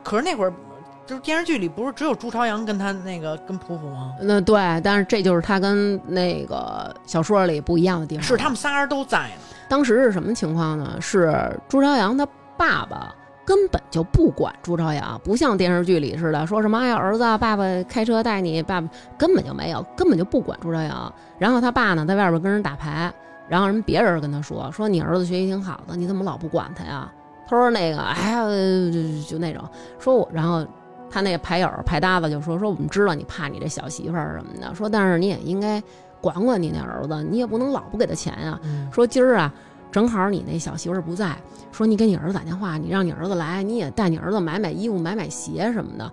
[SPEAKER 6] 可是那会儿就是电视剧里不是只有朱朝阳跟他那个跟普普吗？
[SPEAKER 1] 那对，但是这就是她跟那个小说里不一样的地方。
[SPEAKER 6] 是他们仨人都在呢，
[SPEAKER 1] 当时是什么情况呢？是朱朝阳他爸爸根本就不管朱朝阳，不像电视剧里似的说什么“哎呀，儿子，爸爸开车带你”，爸爸根本就没有，根本就不管朱朝阳。然后他爸呢，在外边跟人打牌，然后人别人跟他说：“说你儿子学习挺好的，你怎么老不管他呀？”他说：“那个，哎呀，呃就就那种说我。”然后他那牌友牌搭子就说：“说我们知道你怕你这小媳妇儿什么的，说但是你也应该管管你那儿子，你也不能老不给他钱呀、
[SPEAKER 6] 嗯
[SPEAKER 1] 说今儿啊，正好你那小媳妇儿不在，说你给你儿子打电话，你让你儿子来，你也带你儿子买买衣服、买买鞋什么的。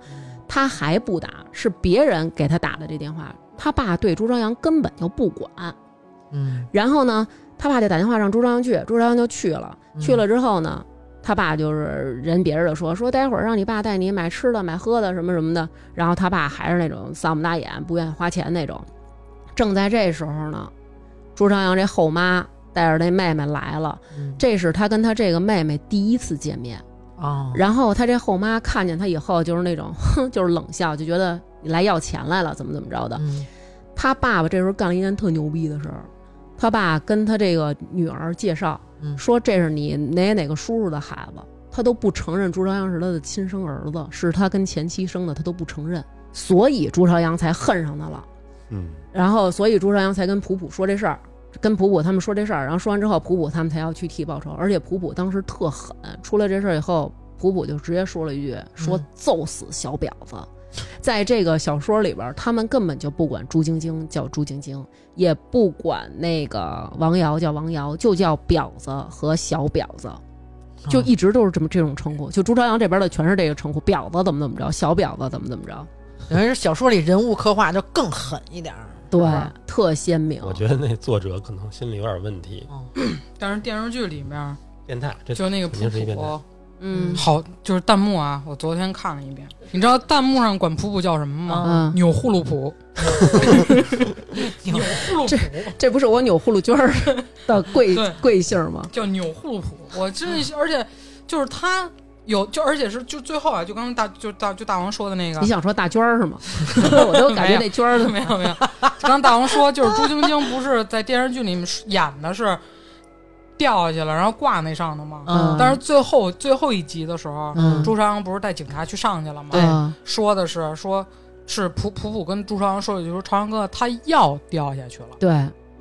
[SPEAKER 1] 他还不打，是别人给他打的这电话。他爸对朱朝阳根本就不管。
[SPEAKER 6] 嗯
[SPEAKER 1] 然后呢，他爸就打电话让朱朝阳去，朱朝阳就去了。
[SPEAKER 6] 嗯
[SPEAKER 1] 去了之后呢，他爸就是人别人就说说待会儿让你爸带你买吃的、买喝的什么什么的。然后他爸还是那种丧不打眼、不愿意花钱那种。正在这时候呢，朱朝阳这后妈带着那妹妹来了，
[SPEAKER 6] 嗯
[SPEAKER 1] 这是他跟他这个妹妹第一次见面。
[SPEAKER 6] 啊
[SPEAKER 1] 然后他这后妈看见他以后，就是那种哼，就是冷笑，就觉得你来要钱来了，怎么怎么着的。
[SPEAKER 6] 嗯
[SPEAKER 1] 他爸爸这时候干了一件特牛逼的事儿，他爸跟他这个女儿介绍，
[SPEAKER 6] 嗯
[SPEAKER 1] 说这是你哪哪个叔叔的孩子，他都不承认朱朝阳是他的亲生儿子，是他跟前妻生的，他都不承认，所以朱朝阳才恨上他了。
[SPEAKER 5] 嗯，
[SPEAKER 1] 然后所以朱朝阳才跟普普说这事儿，跟普普他们说这事儿，然后说完之后，普普他们才要去替报仇，而且普普当时特狠，出了这事儿以后，普普就直接说了一句，说
[SPEAKER 6] 嗯
[SPEAKER 1] 揍死小婊子。在这个小说里边儿，他们根本就不管朱晶晶叫朱晶晶，也不管那个王瑶叫王瑶，就叫婊子和小婊子，就一直都是这么这种称呼。就朱朝阳这边的全是这个称呼，婊子怎么怎么着，小婊子怎么怎么着，
[SPEAKER 6] 等于是小说里人物刻画就更狠一点儿，
[SPEAKER 1] 对
[SPEAKER 6] 是吧，
[SPEAKER 1] 特鲜明。
[SPEAKER 5] 我觉得那作者可能心里有点问题，
[SPEAKER 6] 哦 (laughs)
[SPEAKER 3] 但是电视剧里面
[SPEAKER 5] 变态，这 (laughs) 哎
[SPEAKER 3] 就那个普
[SPEAKER 5] 肯定是一变态。
[SPEAKER 3] 普，
[SPEAKER 1] 嗯
[SPEAKER 3] 好，就是弹幕啊，我昨天看了一遍，你知道弹幕上管普普叫什么吗？
[SPEAKER 1] 嗯，
[SPEAKER 3] 钮祜禄普，
[SPEAKER 6] 钮
[SPEAKER 3] 祜禄普
[SPEAKER 1] 这不是我扭葫芦娟儿 (laughs) 的贵
[SPEAKER 3] 对
[SPEAKER 1] 贵姓吗？
[SPEAKER 3] 叫钮祜禄普，我真是，而且就是他有，就而且是就最后啊，就刚才大就大就大王说的那个
[SPEAKER 1] 你，想说大娟
[SPEAKER 3] (laughs)
[SPEAKER 1] 儿是吗？我都感觉那娟儿怎么
[SPEAKER 3] 没有没有，刚刚大王说就是朱晶晶不是在电视剧里面演的是掉下去了，然后挂那上头吗？
[SPEAKER 1] 嗯
[SPEAKER 3] 但是最后最后一集的时候，
[SPEAKER 1] 嗯
[SPEAKER 3] 朱朝阳不是带警察去上去了吗？
[SPEAKER 6] 对
[SPEAKER 1] 啊
[SPEAKER 3] 说的是说是普普普跟朱朝阳说了一句说朝阳哥他要掉下去了，
[SPEAKER 1] 对，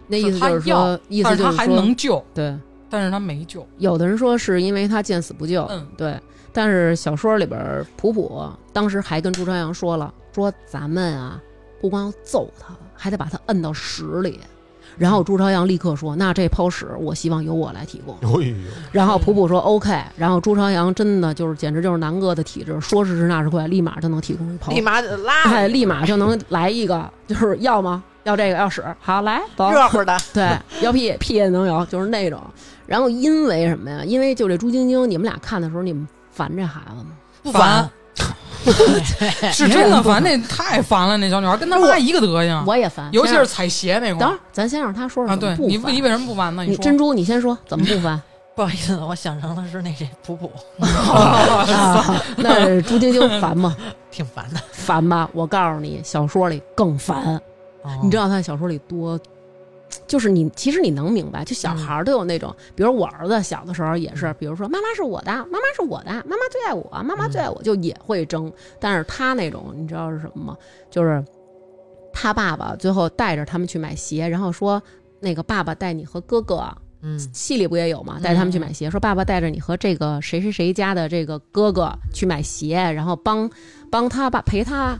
[SPEAKER 1] 那意思就是
[SPEAKER 3] 是他要
[SPEAKER 1] 说，意思
[SPEAKER 3] 但是
[SPEAKER 1] 就
[SPEAKER 3] 他
[SPEAKER 1] 是
[SPEAKER 3] 还
[SPEAKER 1] 说
[SPEAKER 3] 能救，
[SPEAKER 1] 对。
[SPEAKER 3] 但是他没救。
[SPEAKER 1] 有的人说是因为他见死不救，
[SPEAKER 3] 嗯
[SPEAKER 1] 对。但是小说里边儿，普普当时还跟朱朝阳说了，说咱们啊，不光要揍他，还得把他摁到屎里。然后朱朝阳立刻说：“那这泡屎，我希望由我来提供。”
[SPEAKER 5] 哎呦，
[SPEAKER 1] 然后普普
[SPEAKER 3] 嗯
[SPEAKER 1] 说 OK，然后朱朝阳真的就是简直就是南哥的体质，说时迟那时快，立马就能提供一泡
[SPEAKER 6] 立，马
[SPEAKER 1] 哎，
[SPEAKER 6] 拉
[SPEAKER 1] 立马就能来一个， (laughs) 就是要吗？要这个要屎，好来走，
[SPEAKER 6] 热乎的，
[SPEAKER 1] (laughs) 对，要屁屁也能有，就是那种。然后因
[SPEAKER 6] (laughs)
[SPEAKER 1] 为什么呀？因为就这朱晶晶，你们俩看的时候，你们烦这孩子吗？
[SPEAKER 3] 不
[SPEAKER 6] 烦
[SPEAKER 3] 烦，
[SPEAKER 1] 哎
[SPEAKER 3] 是真的烦，那太烦了。那小女孩跟她妈一个德行，
[SPEAKER 1] 我也烦。
[SPEAKER 3] 啊尤其是踩鞋那块
[SPEAKER 1] 等会
[SPEAKER 3] 儿
[SPEAKER 1] 儿咱先让他说说
[SPEAKER 3] 啊。
[SPEAKER 1] 怎
[SPEAKER 3] 对
[SPEAKER 1] 么不
[SPEAKER 3] 你，
[SPEAKER 1] 烦
[SPEAKER 3] 你为什么不烦呢？
[SPEAKER 1] 你
[SPEAKER 3] 说 (laughs)
[SPEAKER 1] 珍珠，你先说怎么不烦？
[SPEAKER 6] (laughs) 不好意思，我想成了是那谁普普， (laughs)
[SPEAKER 1] 啊，那朱晶晶烦吗？
[SPEAKER 6] 挺烦的。
[SPEAKER 1] 烦吧？我告诉你，小说里更烦。你知
[SPEAKER 6] 道
[SPEAKER 1] 道他在小说里多，就是你其实你能明白，就小孩儿都有那种，比如我儿子小的时候也是，比如说妈妈是我的，妈妈是我的，妈妈最爱我，妈妈最爱我，就也会争。但是他那种，你知道是什么吗？就是他爸爸最后带着他们去买鞋，然后说那个爸爸带你和哥哥。
[SPEAKER 6] 嗯
[SPEAKER 1] 戏里不也有吗？带他们去买鞋，说爸爸带着你和这个谁谁谁家的这个哥哥去买鞋，然后帮帮他爸陪他，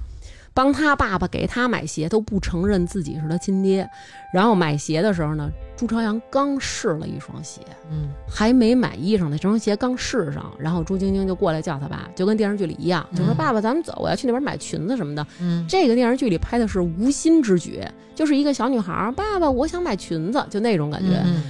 [SPEAKER 1] 帮他爸爸给他买鞋，都不承认自己是他亲爹。然后买鞋的时候呢，朱朝阳刚试了一双鞋，
[SPEAKER 6] 嗯
[SPEAKER 1] 还没买衣裳呢，这双鞋刚试上，然后朱晶晶就过来叫他爸，就跟电视剧里一样，就说
[SPEAKER 6] 嗯
[SPEAKER 1] 爸爸，咱们走，我要去那边买裙子什么的。
[SPEAKER 6] 嗯，
[SPEAKER 1] 这个电视剧里拍的是无心之举，就是一个小女孩儿，爸爸，我想买裙子，就那种感觉。
[SPEAKER 6] 嗯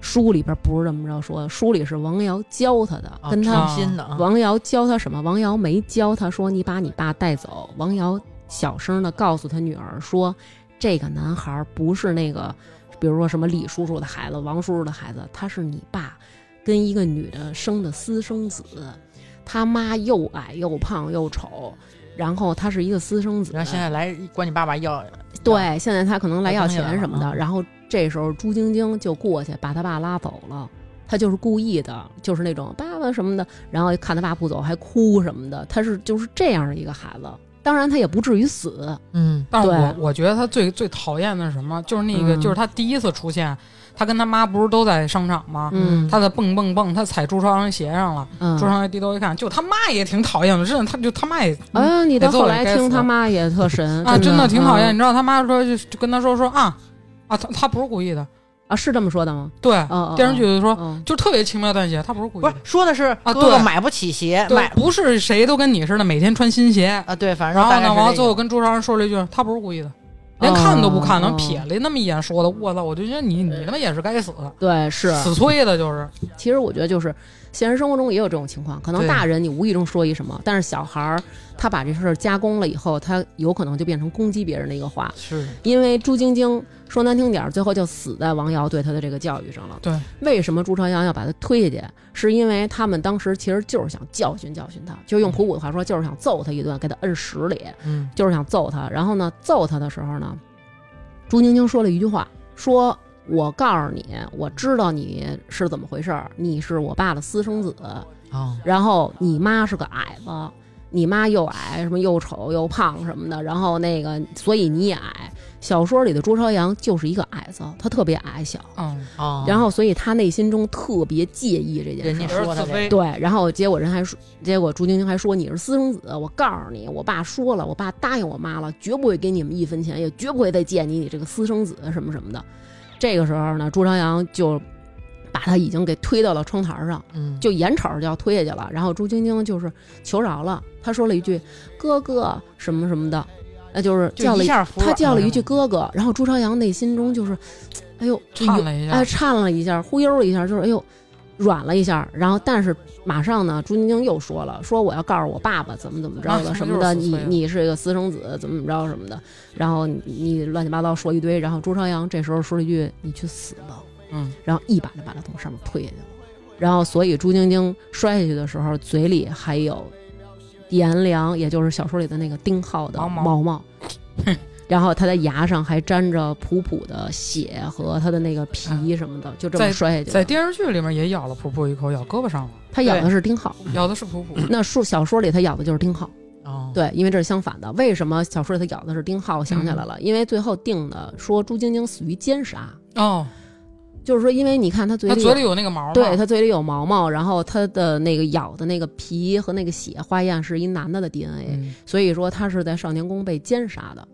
[SPEAKER 1] 书里边不是这么着说的，书里是王瑶教他的，
[SPEAKER 6] 啊
[SPEAKER 1] 跟他、
[SPEAKER 6] 诚心的啊，
[SPEAKER 1] 王瑶教他什么？王瑶没教他说你把你爸带走。王瑶小声的告诉他女儿说，这个男孩不是那个，比如说什么李叔叔的孩子、王叔叔的孩子，他是你爸跟一个女的生的私生子，他妈又矮又胖又丑。然后他是一个私生子，
[SPEAKER 6] 然后现在来管你爸爸要，
[SPEAKER 3] 啊
[SPEAKER 1] 对，现在他可能来
[SPEAKER 6] 要
[SPEAKER 1] 要
[SPEAKER 6] 东西来
[SPEAKER 1] 钱
[SPEAKER 6] 了
[SPEAKER 1] 什么的。
[SPEAKER 6] 啊
[SPEAKER 1] 然后这时候朱晶晶就过去把他爸拉走了，他就是故意的，就是那种爸爸什么的。然后看他爸不走还哭什么的，他是就是这样的一个孩子。当然他也不至于死，
[SPEAKER 3] 啊 (laughs)
[SPEAKER 6] 嗯
[SPEAKER 3] 但是我
[SPEAKER 1] 对
[SPEAKER 3] 我觉得他最最讨厌的是什么？就是那个，
[SPEAKER 1] 嗯
[SPEAKER 3] 就是他第一次出现，他跟他妈不是都在商场吗？
[SPEAKER 1] 嗯
[SPEAKER 3] 他在蹦蹦蹦，他踩朱朝阳鞋上了。
[SPEAKER 1] 嗯
[SPEAKER 3] 朱。朝阳一低头一看，就他妈也挺讨厌的，真的，他就他妈也
[SPEAKER 1] 哎呀，你
[SPEAKER 3] 嗯
[SPEAKER 1] 到
[SPEAKER 3] 得揍
[SPEAKER 1] 后
[SPEAKER 3] 了
[SPEAKER 1] 来
[SPEAKER 3] 该
[SPEAKER 1] 听
[SPEAKER 3] 死
[SPEAKER 1] 他妈也特神
[SPEAKER 3] 啊，真的挺讨厌。
[SPEAKER 1] 嗯
[SPEAKER 3] 你知道他妈说就就跟他说说啊啊，他他不是故意的，
[SPEAKER 1] 啊！是这么说的吗？
[SPEAKER 3] 对，
[SPEAKER 1] 嗯嗯
[SPEAKER 3] 啊电视剧就说
[SPEAKER 1] 嗯，
[SPEAKER 3] 就特别轻描淡写，他不是故意
[SPEAKER 6] 不
[SPEAKER 3] 的
[SPEAKER 6] 是，说的是
[SPEAKER 3] 啊
[SPEAKER 6] 哥哥
[SPEAKER 3] 对
[SPEAKER 6] 买不起鞋，
[SPEAKER 3] 对
[SPEAKER 6] 买，
[SPEAKER 3] 不是谁都跟你似的每天穿新鞋。
[SPEAKER 6] 啊对，反正
[SPEAKER 3] 然后
[SPEAKER 6] 大概
[SPEAKER 3] 呢，
[SPEAKER 6] 是
[SPEAKER 3] 完了
[SPEAKER 6] 这
[SPEAKER 3] 最后
[SPEAKER 6] 个嗯
[SPEAKER 3] 跟朱朝阳说了一句，他不是故意的。连看都不看，能
[SPEAKER 1] 哦
[SPEAKER 3] 瞥了那么一眼，说的，我操！我就觉得你你他妈也是该死的，
[SPEAKER 1] 对，是。
[SPEAKER 3] 死催的，就是
[SPEAKER 1] 其实我觉得就是现实生活中也有这种情况，可能
[SPEAKER 3] 对
[SPEAKER 1] 大人你无意中说一什么，但是小孩儿他把这事儿加工了以后，他有可能就变成攻击别人的一个话。
[SPEAKER 6] 是
[SPEAKER 1] 因为朱晶晶说难听点儿，最后就死在王瑶对她的这个教育上了。
[SPEAKER 3] 对，
[SPEAKER 1] 为什么朱朝阳要把她推下去？是因为他们当时其实就是想教训教训她，就
[SPEAKER 3] 嗯
[SPEAKER 1] 用普普的话说，就是想揍她一顿，给她摁十里，
[SPEAKER 6] 嗯
[SPEAKER 1] 就是想揍她。然后呢，揍她的时候呢，朱晶晶说了一句话，说。我告诉你，我知道你是怎么回事儿，你是我爸的私生子，
[SPEAKER 3] 嗯
[SPEAKER 6] 哦
[SPEAKER 1] 然后你妈是个矮子，你妈又矮，什么又丑又胖什么的，然后那个，所以你也矮。小说里的朱朝阳就是一个矮子，他特别矮小，
[SPEAKER 3] 嗯，
[SPEAKER 6] 哦，
[SPEAKER 1] 然后所以他内心中特别介意这件
[SPEAKER 6] 人
[SPEAKER 1] 事
[SPEAKER 6] 家
[SPEAKER 1] 儿。
[SPEAKER 3] 有
[SPEAKER 6] 说
[SPEAKER 3] 点
[SPEAKER 6] 的
[SPEAKER 3] 自
[SPEAKER 6] 这
[SPEAKER 3] 卑。
[SPEAKER 1] 对，然后结果人还说，结果朱晶晶还说你是私生子，我告诉你，我爸说了，我爸答应我妈了，绝不会给你们一分钱，也绝不会再见你，你这个私生子啊什么什么的。这个时候呢，朱朝阳就把他已经给推到了窗台上，
[SPEAKER 6] 嗯
[SPEAKER 1] 就眼瞅着就要推下去了。然后朱晶晶就是求饶了，她说了一句“哥哥”什么什么的，那就是
[SPEAKER 6] 就
[SPEAKER 1] 叫了
[SPEAKER 6] 一
[SPEAKER 1] 一
[SPEAKER 6] 下服，
[SPEAKER 1] 她叫了一句“
[SPEAKER 6] 嗯
[SPEAKER 1] 哥哥”，然后朱朝阳内心中就是，哎呦，这
[SPEAKER 3] 看了一下
[SPEAKER 6] 啊
[SPEAKER 1] 哎，，颤了一下，忽悠了一下，就是哎呦，软了一下。然后但是马上呢，朱晶晶又说了，说我要告诉我爸爸怎么怎么着的、
[SPEAKER 3] 啊
[SPEAKER 1] 什么的，
[SPEAKER 3] 就是
[SPEAKER 1] 你
[SPEAKER 3] 撕碎了
[SPEAKER 1] 你是一个私生子，怎么怎么着什么的。然后你你乱七八糟说一堆，然后朱朝阳这时候说了一句：“你去死吧。”
[SPEAKER 3] 嗯，
[SPEAKER 1] 然后一把就把他从上面推下去了。然后，所以朱晶晶摔下去的时候，嘴里还有颜良，也就是小说里的那个丁浩的
[SPEAKER 3] 毛毛
[SPEAKER 1] 毛毛，然后他的牙上还沾着普普的血和他的那个皮什么的，就这
[SPEAKER 3] 嗯
[SPEAKER 1] 么
[SPEAKER 3] 在
[SPEAKER 1] 摔下去
[SPEAKER 3] 在
[SPEAKER 1] 了。
[SPEAKER 3] 电视剧里面也咬了噗噗一口，咬胳膊上了，
[SPEAKER 1] 他咬的是丁浩，
[SPEAKER 6] 嗯
[SPEAKER 3] 咬的是噗噗。
[SPEAKER 1] 那书小说里他咬的就是丁浩。
[SPEAKER 6] 哦
[SPEAKER 1] 对，因为这是相反的。为什么小说里他咬的是丁浩？我想起来了，
[SPEAKER 3] 嗯
[SPEAKER 1] 因为最后定的说朱晶晶死于奸杀，
[SPEAKER 3] 哦，
[SPEAKER 1] 就是说，因为你看他嘴
[SPEAKER 3] 他
[SPEAKER 1] 里
[SPEAKER 3] 嘴里有那个毛嘛，
[SPEAKER 1] 对，他嘴里有毛毛，然后他的那个咬的那个皮和那个血化验是一男的的 DNA，、
[SPEAKER 3] 嗯
[SPEAKER 1] 所以说他是在少年宫被奸杀的，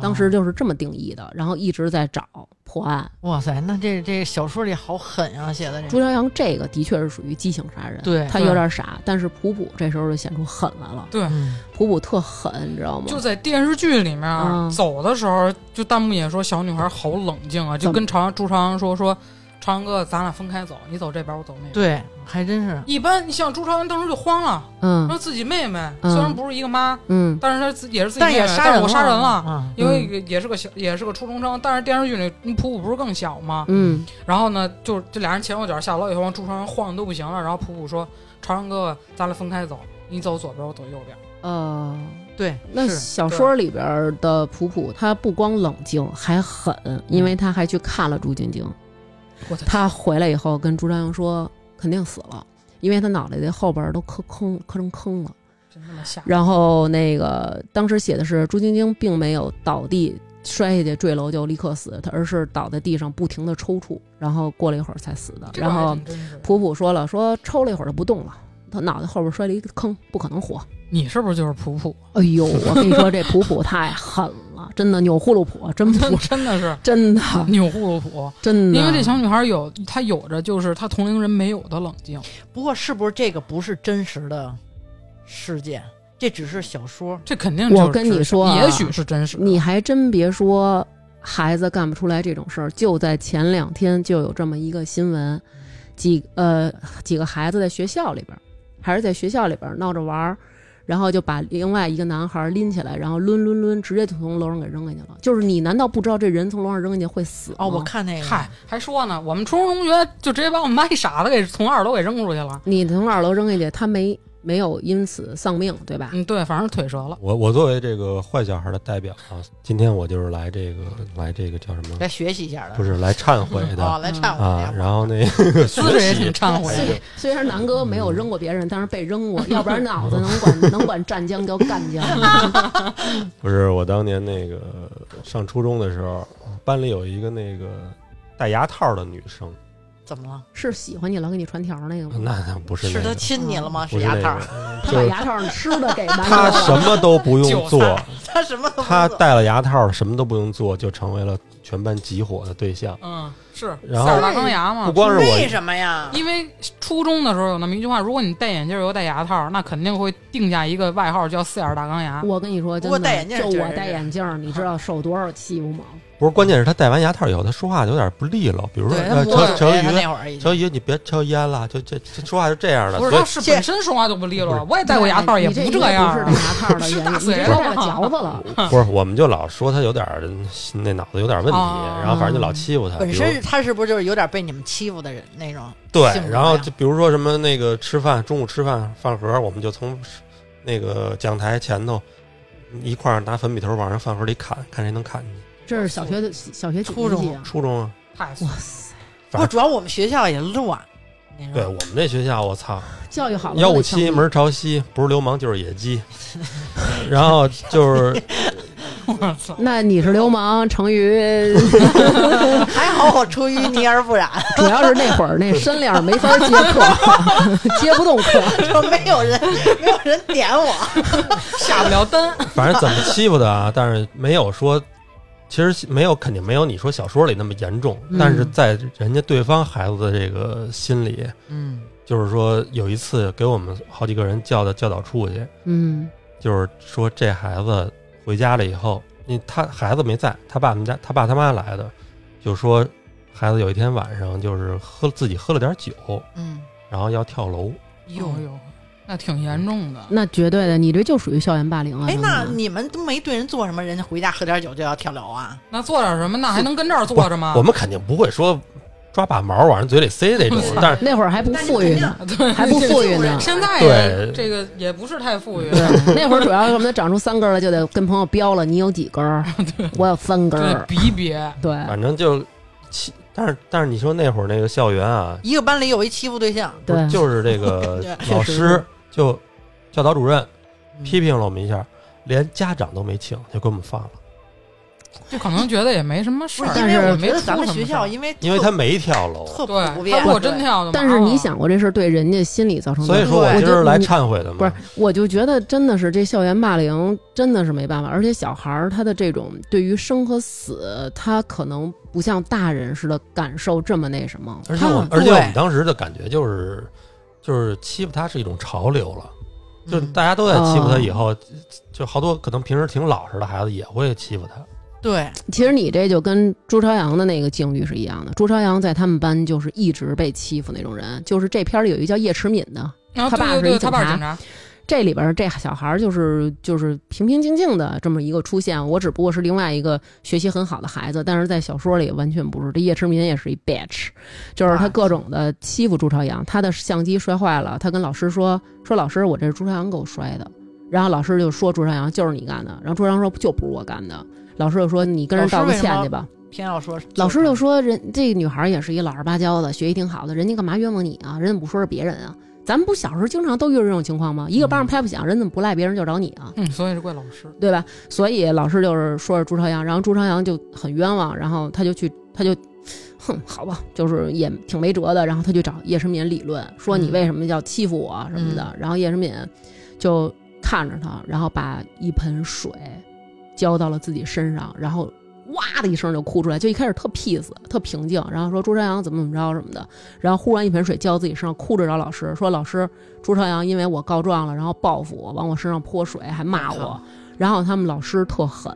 [SPEAKER 1] 当
[SPEAKER 3] 哦
[SPEAKER 1] 时就是这么定义的，然后一直在找破案。
[SPEAKER 6] 哇塞，那这这小说里好狠啊，写的这
[SPEAKER 1] 朱朝阳这个的确是属于激情杀人，
[SPEAKER 6] 对
[SPEAKER 1] 他有点傻，但是普普这时候就显出狠来了，
[SPEAKER 3] 对，
[SPEAKER 6] 嗯
[SPEAKER 1] 普普特狠，你知道吗？
[SPEAKER 3] 就在电视剧里面、
[SPEAKER 1] 嗯
[SPEAKER 3] 走的时候，就弹幕也说小女孩好冷静啊，就
[SPEAKER 1] 怎么
[SPEAKER 3] 跟朝阳朱朝阳说说。朝阳哥，咱俩分开走，你走这边，我走那边。
[SPEAKER 6] 对，还真是。
[SPEAKER 3] 一般你像朱朝阳当时就慌了，
[SPEAKER 1] 嗯
[SPEAKER 3] 说自己妹妹
[SPEAKER 1] 嗯
[SPEAKER 3] 虽然不是一个妈，
[SPEAKER 1] 嗯
[SPEAKER 3] 但是她自也是自己
[SPEAKER 6] 但
[SPEAKER 3] 妹
[SPEAKER 6] 也
[SPEAKER 3] 妹，
[SPEAKER 6] 杀
[SPEAKER 3] 啊但
[SPEAKER 6] 人
[SPEAKER 3] 是
[SPEAKER 6] 了，
[SPEAKER 3] 我杀人了。
[SPEAKER 6] 啊，
[SPEAKER 3] 因为也是个小，也是个初中生，但是电视剧里嗯普普不是更小吗？
[SPEAKER 1] 嗯
[SPEAKER 3] 然后呢，就是这俩人前后脚下楼以后，让朱朝阳晃得都不行了。然后普普说：“朝阳哥哥，咱俩分开走，你走左边，我走右边。
[SPEAKER 1] 呃，
[SPEAKER 6] 嗯对，
[SPEAKER 1] 那
[SPEAKER 6] 是
[SPEAKER 1] 小说里边的普普，他不光冷静，还狠，因为他还去看了朱晶晶。”
[SPEAKER 3] 我的天，
[SPEAKER 1] 他回来以后跟朱朝阳说，肯定死了，因为他脑袋在后边都磕坑磕成坑了。
[SPEAKER 3] 真他妈吓人！
[SPEAKER 1] 然后那个当时写的是朱晶晶并没有倒地摔下去坠楼就立刻死，她而是倒在地上不停的抽搐，然后过了一会儿才死的。
[SPEAKER 3] 这个
[SPEAKER 1] 然
[SPEAKER 3] 还
[SPEAKER 1] 后
[SPEAKER 3] 挺真实的
[SPEAKER 1] 普普说了，说抽了一会儿就不动了，他脑袋后边摔了一个坑，不可能活。
[SPEAKER 3] (laughs) 你是不是就是普
[SPEAKER 1] (laughs)
[SPEAKER 3] (laughs) 普？
[SPEAKER 1] 哎呦，我跟你说，这普普太狠了，真的钮祜禄普，真
[SPEAKER 3] 真
[SPEAKER 1] 不
[SPEAKER 3] (laughs) 真的是
[SPEAKER 1] 真的
[SPEAKER 3] 钮祜禄普，
[SPEAKER 1] 真的，
[SPEAKER 3] 因为这小女孩有她有着就是她同龄人没有的冷静。
[SPEAKER 6] 不过是不是这个不是真实的事件？这只是小说。
[SPEAKER 3] 这肯定就是
[SPEAKER 1] 我跟你说啊
[SPEAKER 3] 也许是真实的。
[SPEAKER 1] 你还真别说，孩子干不出来这种事儿。就在前两天，就有这么一个新闻，几呃几个孩子在学校里边儿，还是在学校里边儿闹着玩儿，然后就把另外一个男孩拎起来，然后抡抡抡，直接就从楼上给扔下去了。就是你难道不知道这人从楼上扔下去会死吗？
[SPEAKER 6] 哦，我看那个，
[SPEAKER 3] 嗯嗨，还说呢，我们初中同学就直接把我们班一傻子给从二楼给扔出去了。
[SPEAKER 1] 你从二楼扔下去，他没没有因此丧命，对吧？
[SPEAKER 3] 嗯，对，反正腿折了。
[SPEAKER 5] 我我作为这个坏小孩的代表啊，今天我就是来这个来这个叫什么？
[SPEAKER 6] 来学习一下的，
[SPEAKER 5] 不是来忏悔的
[SPEAKER 6] 哦，来
[SPEAKER 3] 嗯
[SPEAKER 6] 忏悔
[SPEAKER 5] 啊
[SPEAKER 6] 一。下。
[SPEAKER 5] 然后那个
[SPEAKER 3] 姿势也
[SPEAKER 5] 学习
[SPEAKER 3] 挺忏悔
[SPEAKER 1] 虽
[SPEAKER 3] 的。
[SPEAKER 1] 虽然南哥没有扔过别人，但是被扔
[SPEAKER 6] (laughs)
[SPEAKER 1] 过，要不然脑子能管能管湛江叫干将。
[SPEAKER 5] 不是我当年那个上初中的时候，班里有一个那个戴牙套的女生，
[SPEAKER 6] 怎么了？
[SPEAKER 1] 是喜欢你了，给你传条那个吗？
[SPEAKER 5] 那那不是
[SPEAKER 6] 是
[SPEAKER 5] 那
[SPEAKER 6] 他
[SPEAKER 5] 个，嗯
[SPEAKER 6] 亲你了吗？
[SPEAKER 5] 不
[SPEAKER 6] 是
[SPEAKER 5] 是
[SPEAKER 6] 牙
[SPEAKER 5] 哦那
[SPEAKER 6] 套，
[SPEAKER 5] 个，
[SPEAKER 1] 他 (laughs)
[SPEAKER 5] 就
[SPEAKER 1] 把
[SPEAKER 5] 是
[SPEAKER 1] 牙套上吃的给男
[SPEAKER 5] 他什
[SPEAKER 1] 的，
[SPEAKER 5] 么都不用
[SPEAKER 3] 就
[SPEAKER 5] 做，
[SPEAKER 6] 他什么都不
[SPEAKER 5] 他
[SPEAKER 6] 做
[SPEAKER 5] 戴了牙套，什么都不用做，就成为了全班集火的对象。
[SPEAKER 3] 嗯，是
[SPEAKER 5] 然后
[SPEAKER 3] 塞尔大钢牙嘛
[SPEAKER 5] 不。光是
[SPEAKER 6] 啊为
[SPEAKER 5] 我，
[SPEAKER 6] 什么呀？
[SPEAKER 3] 因为初中的时候有那么一句话，如果你戴眼镜又戴牙套，那肯定会定下一个外号叫“塞尔大钢牙
[SPEAKER 1] 我跟你说，真
[SPEAKER 6] 我
[SPEAKER 1] 的，
[SPEAKER 6] 戴眼镜儿
[SPEAKER 1] 就
[SPEAKER 6] 就是
[SPEAKER 1] 我戴眼镜儿，你知道受多少欺负吗？
[SPEAKER 5] 不是关键是他戴完牙套以后，他说话有点不利落，比如说
[SPEAKER 6] 对他
[SPEAKER 5] 呃乔
[SPEAKER 6] 摸着
[SPEAKER 5] 乔
[SPEAKER 6] 人家
[SPEAKER 5] 宇，
[SPEAKER 6] 哎那会儿已经
[SPEAKER 5] 乔宇你别抽烟了，就这这说话就这样”。的，
[SPEAKER 3] 不是，
[SPEAKER 5] 所以
[SPEAKER 3] 他是本身说话就不利落了。我也戴过牙套，
[SPEAKER 1] 你
[SPEAKER 3] 也
[SPEAKER 1] 这
[SPEAKER 3] 不
[SPEAKER 1] 这
[SPEAKER 3] 样
[SPEAKER 1] 不是
[SPEAKER 3] 啊
[SPEAKER 1] 戴。牙套的
[SPEAKER 3] 是
[SPEAKER 1] 原
[SPEAKER 3] 大
[SPEAKER 1] 因，你
[SPEAKER 3] 嘴
[SPEAKER 1] 这
[SPEAKER 3] 了
[SPEAKER 1] 戴了
[SPEAKER 3] 吧
[SPEAKER 1] 嚼子了。
[SPEAKER 5] (laughs) 不是，我们就老说他有点儿那脑子有点问题，
[SPEAKER 3] 哦
[SPEAKER 5] 然后反正就老欺负他。
[SPEAKER 6] 本
[SPEAKER 5] 比
[SPEAKER 6] 身
[SPEAKER 5] 如
[SPEAKER 6] 他是不是就是有点被你们欺负的人那种？性格
[SPEAKER 5] 对，
[SPEAKER 6] 呀
[SPEAKER 5] 然后就比如说什么那个吃饭，中午吃饭饭盒，我们就从那个讲台前头一块儿拿粉笔头往人饭盒里砍，看谁能砍进去。
[SPEAKER 1] 这是小学的小学几
[SPEAKER 6] 初
[SPEAKER 1] 年
[SPEAKER 6] 中
[SPEAKER 1] 级啊？
[SPEAKER 5] 初中啊，
[SPEAKER 3] 太
[SPEAKER 1] 哇塞，
[SPEAKER 6] 不过主要我们学校也乱，你知
[SPEAKER 5] 对
[SPEAKER 6] 道
[SPEAKER 5] 我
[SPEAKER 6] 吗
[SPEAKER 5] 们那学校，我操，
[SPEAKER 1] 教育好了
[SPEAKER 5] 幺
[SPEAKER 1] 都
[SPEAKER 5] 五
[SPEAKER 1] 得枪
[SPEAKER 5] 七
[SPEAKER 1] 毙
[SPEAKER 5] 门朝西，不是流氓就是野鸡， (laughs) 然后就是
[SPEAKER 3] 我操！
[SPEAKER 1] 那你是流氓，成于 (laughs)
[SPEAKER 6] 还好我出淤泥而不染， (laughs)
[SPEAKER 1] 主要是那会儿那身量没法接客， (laughs) 接不动客。
[SPEAKER 6] 就没有人没有人点我。
[SPEAKER 3] 下不了 (laughs) 单。
[SPEAKER 5] 反正怎么欺负的啊，但是没有说，其实没有，肯定没有你说小说里那么严重，
[SPEAKER 1] 嗯
[SPEAKER 5] 但是在人家对方孩子的这个心里，
[SPEAKER 6] 嗯，
[SPEAKER 5] 就是说有一次给我们好几个人叫到教导处去，
[SPEAKER 1] 嗯
[SPEAKER 5] 就是说这孩子回家了以后，你他孩子没在，他爸他们家他爸他妈来的，就说孩子有一天晚上就是喝自己喝了点酒，
[SPEAKER 6] 嗯，
[SPEAKER 5] 然后要跳楼，
[SPEAKER 3] 哟哟，那挺严重的，。
[SPEAKER 1] 那绝对的，你这就属于校园霸凌啊！
[SPEAKER 6] 哎，
[SPEAKER 1] 真的
[SPEAKER 6] 那你们都没对人做什么，人家回家喝点酒就要跳楼啊？
[SPEAKER 3] 那做点什么？那还能跟这儿坐着吗？
[SPEAKER 5] 我们肯定不会说抓把毛往人嘴里塞那种，
[SPEAKER 6] 嗯
[SPEAKER 5] 但是。
[SPEAKER 1] 那会儿还不富裕呢，
[SPEAKER 3] 对
[SPEAKER 1] 还不富裕呢。
[SPEAKER 3] 现在也
[SPEAKER 5] 对
[SPEAKER 3] 这个也不是太富裕，
[SPEAKER 1] 对，那会儿主要是什么，长出三根儿了，就得跟朋友标了，你有几根儿？我有三根
[SPEAKER 3] 对，
[SPEAKER 1] 儿。
[SPEAKER 3] 比一比，
[SPEAKER 1] 对，
[SPEAKER 5] 反正就欺，但是但是你说那会儿那个校园啊，
[SPEAKER 6] 一个班里有一欺负对象，
[SPEAKER 5] 不是
[SPEAKER 1] 对
[SPEAKER 5] 就是这
[SPEAKER 6] (laughs)
[SPEAKER 5] 个
[SPEAKER 6] 对
[SPEAKER 5] 老
[SPEAKER 1] 确实
[SPEAKER 5] 师
[SPEAKER 1] 是
[SPEAKER 5] 就教导主任
[SPEAKER 6] 嗯
[SPEAKER 5] 批评了我们一下，连家长都没请就给我们放了，
[SPEAKER 3] 就可能觉得也没什么事
[SPEAKER 6] 不
[SPEAKER 3] 儿。
[SPEAKER 6] 是因为
[SPEAKER 1] 但是
[SPEAKER 6] 我
[SPEAKER 3] 没
[SPEAKER 6] 觉得
[SPEAKER 3] 出
[SPEAKER 6] 咱们
[SPEAKER 3] 什么
[SPEAKER 6] 学
[SPEAKER 3] 事
[SPEAKER 6] 校
[SPEAKER 3] 儿
[SPEAKER 6] 因为
[SPEAKER 5] 因为
[SPEAKER 6] 特
[SPEAKER 5] 他嗯没跳楼，
[SPEAKER 6] 特普
[SPEAKER 3] 对，
[SPEAKER 6] 遍，
[SPEAKER 3] 他如果真跳的，
[SPEAKER 1] 但是你，想过这事儿对人家心理造成多
[SPEAKER 5] 所
[SPEAKER 1] 大影响？我
[SPEAKER 5] 以说我今儿
[SPEAKER 1] 就
[SPEAKER 5] 来
[SPEAKER 1] 你
[SPEAKER 5] 忏悔的
[SPEAKER 1] 不是
[SPEAKER 5] 嘛。，
[SPEAKER 1] 我就觉得真的是这校园霸凌真的是没办法，而且小孩儿他的这种对于生和死，他可能不像大人似的感受这么那什么。
[SPEAKER 5] 而且我
[SPEAKER 1] 他
[SPEAKER 5] 而且
[SPEAKER 6] 对
[SPEAKER 5] 我们当时的感觉就是，就是欺负他是一种潮流了，就是
[SPEAKER 6] 嗯
[SPEAKER 5] 大家都在欺负他，以后就好多可能平时挺老实的孩子也会欺负他。
[SPEAKER 6] 对，
[SPEAKER 1] 其实你这就跟朱朝阳的那个境遇是一样的。朱朝阳在他们班就是一直被欺负那种人，就是这片儿里有一个叫叶迟敏的，
[SPEAKER 3] 然后
[SPEAKER 1] 他爸
[SPEAKER 3] 对
[SPEAKER 1] 是
[SPEAKER 3] 对
[SPEAKER 1] 一
[SPEAKER 3] 对，他爸是
[SPEAKER 1] 警
[SPEAKER 3] 警察，
[SPEAKER 1] 这里边儿这小孩儿就是就是平平静静的这么一个出现，我只不过是另外一个学习很好的孩子，但是在小说里完全不是。这叶迟民也是一 bitch，就是他各种的欺负朱朝阳，他的相机摔坏了，他跟老师说说老师，我这是朱朝阳给我摔的，然后老师就说朱朝阳就是你干的，然后朱朝阳说就不是我干的，老师就说你跟人道个歉去吧。
[SPEAKER 6] 偏要说
[SPEAKER 1] 老师就说人这个女孩也是一老实巴交的，学习挺好的，人家干嘛冤枉你啊？人怎么不说是别人啊？咱们不小时候经常都遇到这种情况吗？一个巴掌拍不响，人怎么不赖别人就找你啊？
[SPEAKER 3] 嗯，所以是怪老师。 (laughs)
[SPEAKER 1] 对吧？所以老师就是说是朱朝阳，然后朱朝阳就很冤枉，然后他就去，他就，哼，好吧，就是也挺没辙的，然后他就找叶诗敏理论，说你
[SPEAKER 6] 嗯
[SPEAKER 1] 为什么要欺负我啊什么的，然后叶诗敏就看着他，然后把一盆水浇到了自己身上，然后。哇的一声就哭出来，就一开始特 peace，特平静，然后说朱朝阳怎么怎么着什么的，然后忽然一盆水浇自己身上，哭着找老师说：“老师，朱朝阳因为我告状了，然后报复我，往我身上泼水，还骂我。”然后他们老师特狠，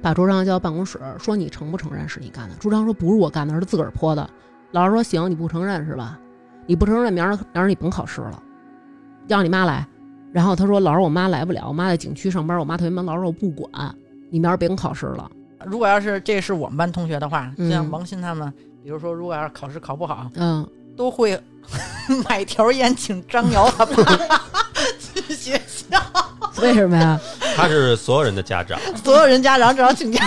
[SPEAKER 1] 把朱朝阳叫到办公室，说你承不承认是你干的？朱朝阳说不是我干的，是自个儿泼的。老师说行，你不承认是吧？你不承认，明儿明儿你甭考试了，让你妈来。然后他说老师，我妈来不了，我妈在景区上班，我妈特别忙。老师说我不管，你明儿甭考试了。
[SPEAKER 6] 如果要是这是我们班同学的话，
[SPEAKER 1] 嗯
[SPEAKER 6] 像王鑫他们，比如说如果要是考试考不好，
[SPEAKER 1] 嗯，
[SPEAKER 6] 都会 (laughs) 买条烟请张瑶他爸去学校， (laughs)
[SPEAKER 1] 为什么呀？ (laughs)
[SPEAKER 5] 他是所有人的家长，
[SPEAKER 6] 所有人家长只要请假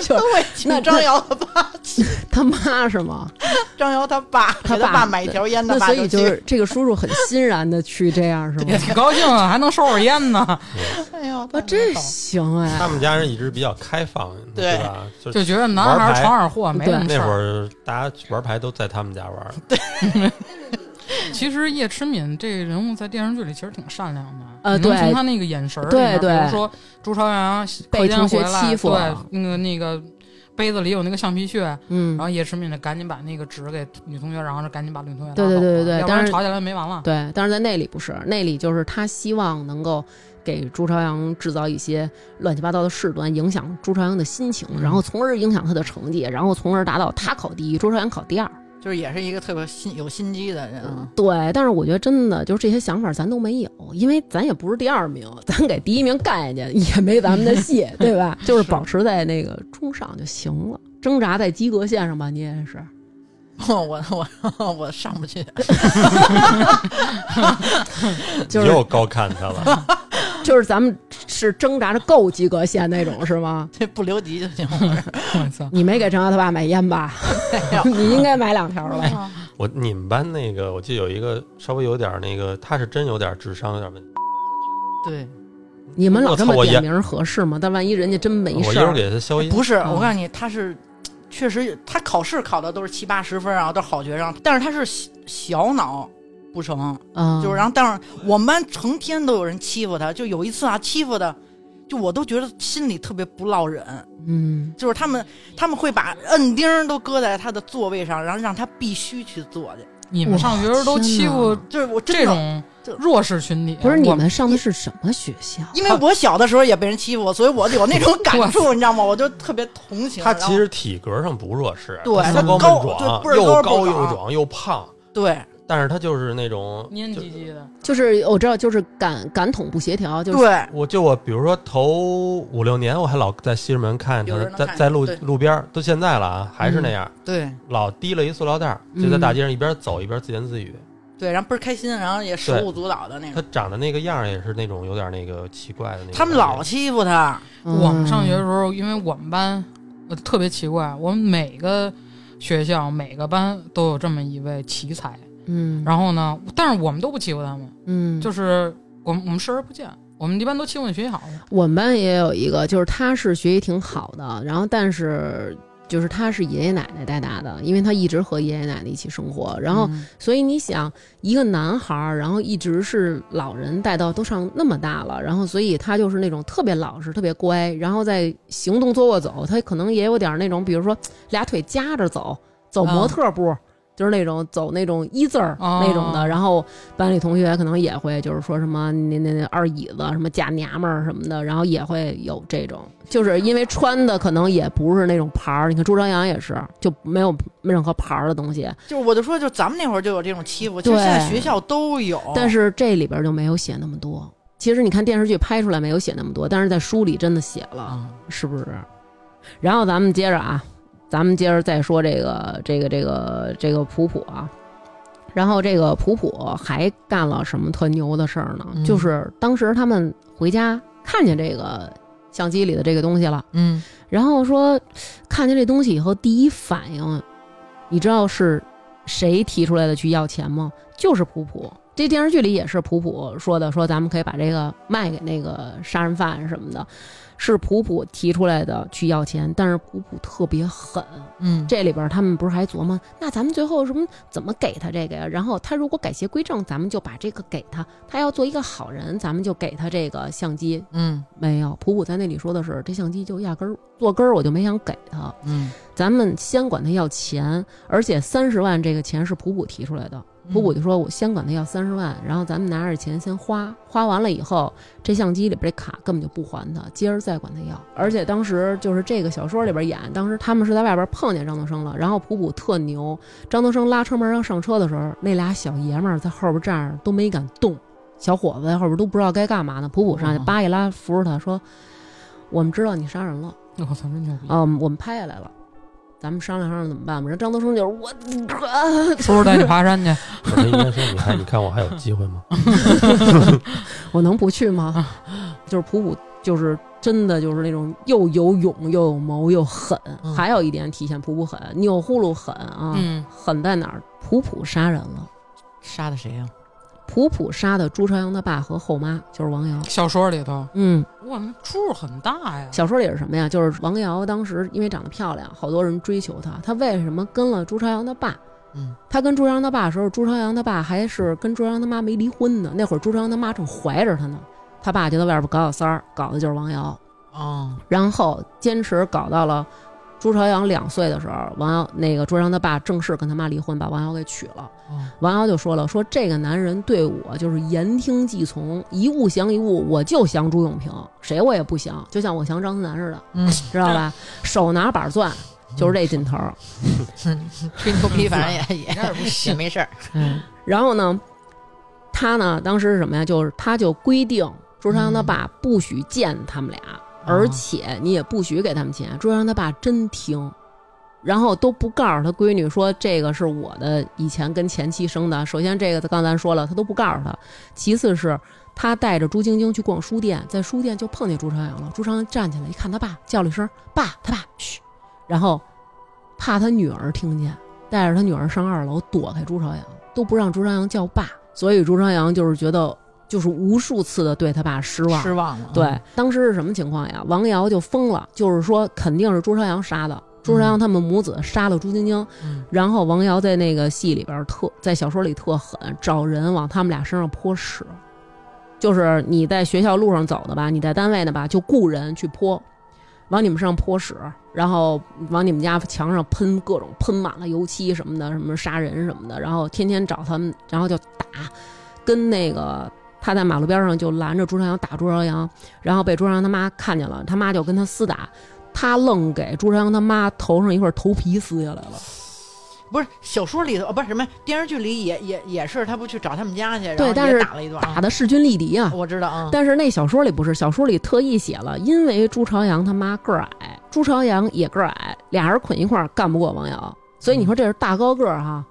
[SPEAKER 1] 就
[SPEAKER 6] 都
[SPEAKER 1] 是
[SPEAKER 6] 会请张瑶他爸，
[SPEAKER 1] 他妈是吗？
[SPEAKER 6] 张瑶他爸
[SPEAKER 1] 他
[SPEAKER 6] 给他
[SPEAKER 1] 爸
[SPEAKER 6] 爸买一条烟，
[SPEAKER 1] 那
[SPEAKER 6] 他爸
[SPEAKER 1] 所以
[SPEAKER 6] 就
[SPEAKER 1] 就
[SPEAKER 6] 去。
[SPEAKER 1] 是这个叔叔很欣然的去这样是
[SPEAKER 3] 也
[SPEAKER 1] 吗？
[SPEAKER 3] 挺高兴啊，还能收会儿烟呢， (laughs)
[SPEAKER 6] 哎呦，
[SPEAKER 1] 啊，
[SPEAKER 6] 太
[SPEAKER 1] 这
[SPEAKER 6] 好了
[SPEAKER 1] 行哎，
[SPEAKER 5] 他们家人一直比较开放，
[SPEAKER 6] 对
[SPEAKER 5] 吧？就
[SPEAKER 3] 就觉得男孩
[SPEAKER 5] 玩
[SPEAKER 3] 儿
[SPEAKER 5] 牌
[SPEAKER 3] 闯点祸没什么事
[SPEAKER 5] 那会
[SPEAKER 3] 儿。
[SPEAKER 5] 儿大家玩牌都在他们家玩，
[SPEAKER 3] 其实叶迟敏这个人物在电视剧里其实挺善良的，
[SPEAKER 1] 呃
[SPEAKER 3] 你能
[SPEAKER 1] 对
[SPEAKER 3] 从他那个眼神儿里
[SPEAKER 1] 对
[SPEAKER 3] 面
[SPEAKER 1] 对
[SPEAKER 3] 比如说朱朝阳
[SPEAKER 1] 被
[SPEAKER 3] 课间
[SPEAKER 1] 同学
[SPEAKER 3] 回来
[SPEAKER 1] 欺负
[SPEAKER 3] 对
[SPEAKER 1] 了，
[SPEAKER 3] 那个那个杯子里有那个橡皮屑，
[SPEAKER 1] 嗯
[SPEAKER 3] 然，后叶迟敏就赶紧把那个纸给女同学，然后就赶紧把女同学拉
[SPEAKER 1] 对对
[SPEAKER 3] 走
[SPEAKER 1] 对
[SPEAKER 3] 了
[SPEAKER 1] 对对
[SPEAKER 3] 要不
[SPEAKER 1] 当
[SPEAKER 3] 然
[SPEAKER 1] 然
[SPEAKER 3] 吵起来没完了。
[SPEAKER 1] 对，但是在那里不是，那里就是他希望能够给朱朝阳制造一些乱七八糟的事端，影响朱朝阳的心情，然后从而影响他的成绩，然后从而达到他考第一，朱朝阳考第二。
[SPEAKER 6] 就是也是一个特别心有心机的人啊，
[SPEAKER 1] 对，但是我觉得真的就是这些想法咱都没有，因为咱也不是第二名，咱给第一名干下去也没咱们的戏，对吧？就是
[SPEAKER 3] 是
[SPEAKER 1] 保持在那个中上就行了，挣扎在及格线上吧，你也是。嗯
[SPEAKER 6] (laughs) 我我我上不去， (laughs)
[SPEAKER 1] 就是
[SPEAKER 5] 又高看他了。
[SPEAKER 1] 就是咱们是挣扎着够及格线那种是吗？
[SPEAKER 6] 这不留级就行。 (laughs)
[SPEAKER 3] (laughs) 我操！
[SPEAKER 1] 你没给张瑶他爸买烟吧？ (laughs) 你应该买两条了。
[SPEAKER 5] 我你们班那个，我记得有一个稍微有点那个，他是真有点智商，有点问题。
[SPEAKER 6] 对，
[SPEAKER 1] 你们老
[SPEAKER 5] 我
[SPEAKER 1] 这
[SPEAKER 5] 操
[SPEAKER 1] 么
[SPEAKER 5] 我
[SPEAKER 1] 点
[SPEAKER 5] 烟，
[SPEAKER 1] 名合适吗？但万一人家真没
[SPEAKER 5] 我一
[SPEAKER 1] 事
[SPEAKER 5] 会儿
[SPEAKER 1] 儿，
[SPEAKER 5] 给他消音。
[SPEAKER 6] 不是，
[SPEAKER 1] 嗯
[SPEAKER 6] 我告诉你，他是确实他考试考的都是七八十分啊，都是好学生，但是他是小小脑不成，
[SPEAKER 1] 嗯，
[SPEAKER 6] 就是然后但是我们班成天都有人欺负他，就有一次啊欺负的，就我都觉得心里特别不落忍，
[SPEAKER 1] 嗯，
[SPEAKER 6] 就是他们他们会把摁钉儿都搁在他的座位上，然后让他必须去坐去，
[SPEAKER 3] 你们上学时候都欺负
[SPEAKER 1] 哇
[SPEAKER 6] 就是我真
[SPEAKER 3] 这
[SPEAKER 6] 的。
[SPEAKER 3] 种
[SPEAKER 6] 这
[SPEAKER 3] 弱势群体，
[SPEAKER 1] 不是
[SPEAKER 3] 我
[SPEAKER 1] 你们上的是什么学校？
[SPEAKER 6] 因为我小的时候也被人欺负，所以我有那种感触，你知道吗？我就特别同情。
[SPEAKER 5] 他
[SPEAKER 6] 然后
[SPEAKER 5] 其实体格上不弱势，
[SPEAKER 6] 对
[SPEAKER 5] 他高
[SPEAKER 6] 他高
[SPEAKER 5] 闷壮，
[SPEAKER 6] 对倍儿
[SPEAKER 5] 又
[SPEAKER 6] 高
[SPEAKER 5] 高
[SPEAKER 6] 倍儿
[SPEAKER 5] 又
[SPEAKER 6] 壮
[SPEAKER 5] 壮又胖，
[SPEAKER 6] 对
[SPEAKER 5] 但是他就是那种
[SPEAKER 3] 蔫
[SPEAKER 5] 就
[SPEAKER 3] 唧唧的，
[SPEAKER 1] 就是我知道，就是感感统不协调，就是
[SPEAKER 6] 对，
[SPEAKER 5] 我就我比如说头五六年，我还老在西直门看
[SPEAKER 6] 有
[SPEAKER 5] 他
[SPEAKER 6] 人，能
[SPEAKER 5] 在
[SPEAKER 6] 看
[SPEAKER 5] 在路
[SPEAKER 6] 对
[SPEAKER 5] 路边儿，到现在了啊，还是那样，
[SPEAKER 6] 对
[SPEAKER 5] 老提了一塑料袋儿，就在大
[SPEAKER 7] 嗯
[SPEAKER 5] 街上一边走一边自言自语。
[SPEAKER 6] 对，然后倍儿开心，然后也手舞足蹈的那
[SPEAKER 5] 他
[SPEAKER 6] 种。
[SPEAKER 5] 长得那个样儿也是那种有点那个奇怪的那种。
[SPEAKER 6] 他们老欺负他，
[SPEAKER 1] 嗯
[SPEAKER 3] 我们上学的时候，因为我们班呃特别奇怪，我们每个学校每个班都有这么一位奇才，
[SPEAKER 1] 嗯，
[SPEAKER 3] 然后呢，但是我们都不欺负他们，
[SPEAKER 1] 嗯，
[SPEAKER 3] 就是我们我们视而不见，我们一般都欺负你学习好的。
[SPEAKER 1] 我们班也有一个，就是他是学习挺好的，然后但是就是他是爷爷奶奶带大的，因为他一直和爷爷奶奶一起生活，然后
[SPEAKER 3] 嗯
[SPEAKER 1] 所以你想，一个男孩儿，然后一直是老人带到都上那么大了，然后所以他就是那种特别老实、特别乖，然后在行 (laughs) 动坐卧走，他可能也有点那种，比如说俩腿夹着走，走模特步。就是那种走那种一字儿
[SPEAKER 3] 哦
[SPEAKER 1] 那种的，然后班里同学可能也会就是说什么那那那二椅子什么假娘们儿什么的，然后也会有这种，就是因为穿的可能也不是那种牌儿，你看朱朝阳也是就没有任何牌儿的东西，
[SPEAKER 6] 就是我就说，就咱们那会儿就有这种欺负，其实
[SPEAKER 1] 对
[SPEAKER 6] 现在学校都有，
[SPEAKER 1] 但是这里边就没有写那么多。其实你看电视剧拍出来没有写那么多，但是在书里真的写了。
[SPEAKER 3] 啊，
[SPEAKER 1] 是不是？然后咱们接着啊，咱们接着再说这个这个这个这个普普啊。然后这个普普还干了什么特牛的事儿呢？
[SPEAKER 4] 嗯
[SPEAKER 1] 就是当时他们回家看见这个相机里的这个东西了，
[SPEAKER 4] 嗯，
[SPEAKER 1] 然后说看见这东西以后，第一反应，你知道是谁提出来的去要钱吗？就是普普。这电视剧里也是普普说的，说咱们可以把这个卖给那个杀人犯什么的，是普普提出来的去要钱，但是普普特别狠。
[SPEAKER 4] 嗯，
[SPEAKER 1] 这里边他们不是还琢磨，那咱们最后什么怎么给他这个呀？然后他如果改邪归正，咱们就把这个给他；他要做一个好人，咱们就给他这个相机，
[SPEAKER 4] 嗯
[SPEAKER 1] 没有，普普在那里说的是，这相机就压根儿坐根儿，我就没想给他。
[SPEAKER 4] 嗯，
[SPEAKER 1] 咱们先管他要钱，而且三十万这个钱是普普提出来的。
[SPEAKER 3] 嗯
[SPEAKER 1] 普普就说：“我先管他要三十万，然后咱们拿着钱先花，花完了以后，这相机里边这卡根本就不还他，接着再管他要。而且当时就是这个小说里边演，当时他们是在外边碰见张德生了，然后普普特牛，张德生拉车门要上车的时候，那俩小爷们儿在后边站着都没敢动，小伙子在后边都不知道该干嘛呢。普普上去
[SPEAKER 4] 哦
[SPEAKER 1] 扒一拉，扶着他说：‘我们知道你杀人了。’
[SPEAKER 3] 我操，真牛逼！
[SPEAKER 1] 嗯，我们拍下来了，咱们商量商量怎么办吧。然后张德生就是我，
[SPEAKER 3] 叔叔带你爬山去，
[SPEAKER 5] 他应该说：“你看，你看我还有机会吗
[SPEAKER 1] (laughs) 我能不去吗？就是普普，就是真的就是那种又有勇又有谋又狠。
[SPEAKER 4] 嗯
[SPEAKER 1] 还有一点体现普普狠，钮祜禄狠啊，
[SPEAKER 3] 嗯，
[SPEAKER 1] 狠在哪儿？普普杀人了，
[SPEAKER 4] 杀的谁呀？
[SPEAKER 1] 普普杀的朱朝阳的爸和后妈，就是王瑶。
[SPEAKER 3] 小说里头，
[SPEAKER 1] 嗯，
[SPEAKER 3] 哇，那出入很大呀，
[SPEAKER 1] 小说里是什么呀？就是王瑶当时因为长得漂亮，好多人追求她。她为什么跟了朱朝阳的爸？
[SPEAKER 4] 嗯，
[SPEAKER 1] 她跟朱朝阳他爸的时候，朱朝阳他爸还是跟朱朝阳他妈没离婚呢。那会儿朱朝阳他妈正怀着她呢，他爸就在外边搞小三儿，搞的就是王瑶。
[SPEAKER 4] 哦，
[SPEAKER 1] 然后坚持搞到了朱朝阳两岁的时候，王瑶那个朱朝阳他爸正式跟他妈离婚，把王瑶给娶了。
[SPEAKER 4] 哦
[SPEAKER 1] 王瑶就说了，说这个男人对我就是言听计从，一物降一物，我就降朱永平，谁我也不降，就像我降张思楠似的，
[SPEAKER 4] 嗯
[SPEAKER 1] 知道吧？手拿板钻，就是这劲头儿。
[SPEAKER 4] 吹牛逼，反正也
[SPEAKER 6] (laughs)
[SPEAKER 3] 一点也不
[SPEAKER 4] 也
[SPEAKER 3] 信。
[SPEAKER 4] 没事儿。
[SPEAKER 1] (laughs) 然后呢，他呢当时是什么呀？就是他就规定朱朝阳他爸不许见他们俩，而且你也不许给他们钱。朱朝阳他爸真听，然后都不告诉他闺女说这个是我的以前跟前妻生的。首先这个刚才咱说了，他都不告诉他。其次是他带着朱晶晶去逛书店，在书店就碰见朱朝阳了。朱朝阳站起来一看他爸，叫了一声“爸”，他爸嘘，然后怕他女儿听见，带着他女儿上二楼躲开朱朝阳，都不让朱朝阳叫爸。所以朱朝阳就是觉得，就是无数次的对他爸失望。
[SPEAKER 4] 失望了。
[SPEAKER 1] 对，当时是什么情况呀？王瑶就疯了，就是说肯定是朱朝阳杀的。朱朝阳他们母子杀了朱晶晶，
[SPEAKER 4] 嗯
[SPEAKER 1] 然后王瑶在那个戏里边儿特，在小说里特狠，找人往他们俩身上泼屎，就是你在学校路上走的吧，你在单位的吧，就雇人去泼，往你们身上泼屎，然后往你们家墙上喷各种喷满了油漆什么的，什么杀人什么的，然后天天找他们，然后就打，跟那个他在马路边上就拦着朱朝阳打朱朝阳，然后被朱朝阳他妈看见了，他妈就跟他厮打。他愣给朱朝阳他妈头上一块头皮撕下来了，
[SPEAKER 6] 不是小说里头，哦，不是什么电视剧里也也也是，他不去找他们家去，然
[SPEAKER 1] 对
[SPEAKER 6] 后
[SPEAKER 1] 但
[SPEAKER 6] 也
[SPEAKER 1] 是
[SPEAKER 6] 打了一段啊，
[SPEAKER 1] 打的势均力敌啊！
[SPEAKER 6] 我知道啊，
[SPEAKER 1] 但是那小说里不是，小说里特意写了，因为朱朝阳他妈个儿矮，朱朝阳也个儿矮，俩人捆一块儿干不过王瑶，所以你说这是大高个儿、哈，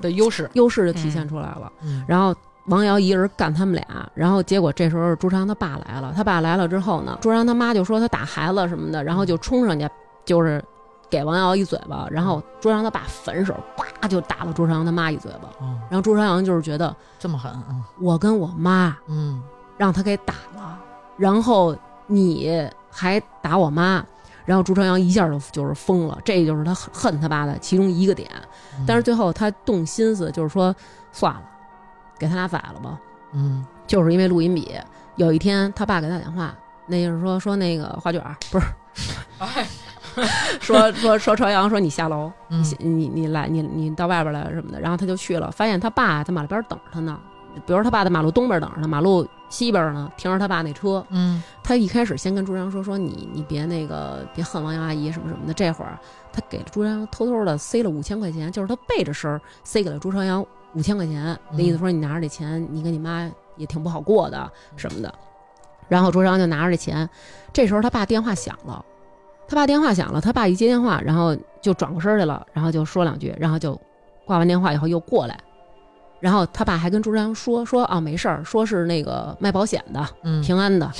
[SPEAKER 6] 的优势，
[SPEAKER 1] 优势就体现出来了。
[SPEAKER 4] 嗯
[SPEAKER 1] 然后王瑶一人干他们俩，然后结果这时候朱朝阳他爸来了，他爸来了之后呢，朱朝阳他妈就说他打孩子什么的，然后就冲上去就是给王瑶一嘴巴，然后朱朝阳他爸反手叭就打了朱朝阳他妈一嘴巴，
[SPEAKER 4] 哦，
[SPEAKER 1] 然后朱朝阳就是觉得
[SPEAKER 4] 这么狠啊！
[SPEAKER 1] 我跟我妈
[SPEAKER 4] 嗯
[SPEAKER 1] 让他给打了，然后你还打我妈，然后朱朝阳一下就就是疯了，这就是他恨恨他爸的其中一个点。
[SPEAKER 4] 嗯，
[SPEAKER 1] 但是最后他动心思，就是说算了，给他俩宰了吧，
[SPEAKER 4] 嗯
[SPEAKER 1] 就是因为录音笔。有一天他爸给他打电话，那就是说说那个花卷儿不是
[SPEAKER 3] 哎，
[SPEAKER 1] (laughs) 说说说朝阳说你下楼，
[SPEAKER 7] 嗯
[SPEAKER 1] 你你你来你你到外边来什么的，然后他就去了，发现他爸在马路边等着他呢，比如他爸在马路东边等着他，马路西边呢停着他爸那车，
[SPEAKER 7] 嗯
[SPEAKER 1] 他一开始先跟朱朝阳说说你你别那个别恨王阳阿姨什么什么的，这会儿他给了朱朝阳偷偷的塞了五千块钱，就是他背着身儿塞给了朱朝阳五千块钱，那意思说你拿着这钱，你跟你妈也挺不好过的什么的。然后朱朝阳就拿着这钱，这时候他爸电话响了，他爸电话响了，他爸一接电话，然后就转过身儿去了，然后就说两句，然后就挂完电话以后又过来。然后他爸还跟朱朝阳说说啊没事儿，说是那个卖保险的，
[SPEAKER 7] 嗯，
[SPEAKER 1] 平安
[SPEAKER 7] (laughs)
[SPEAKER 1] 的，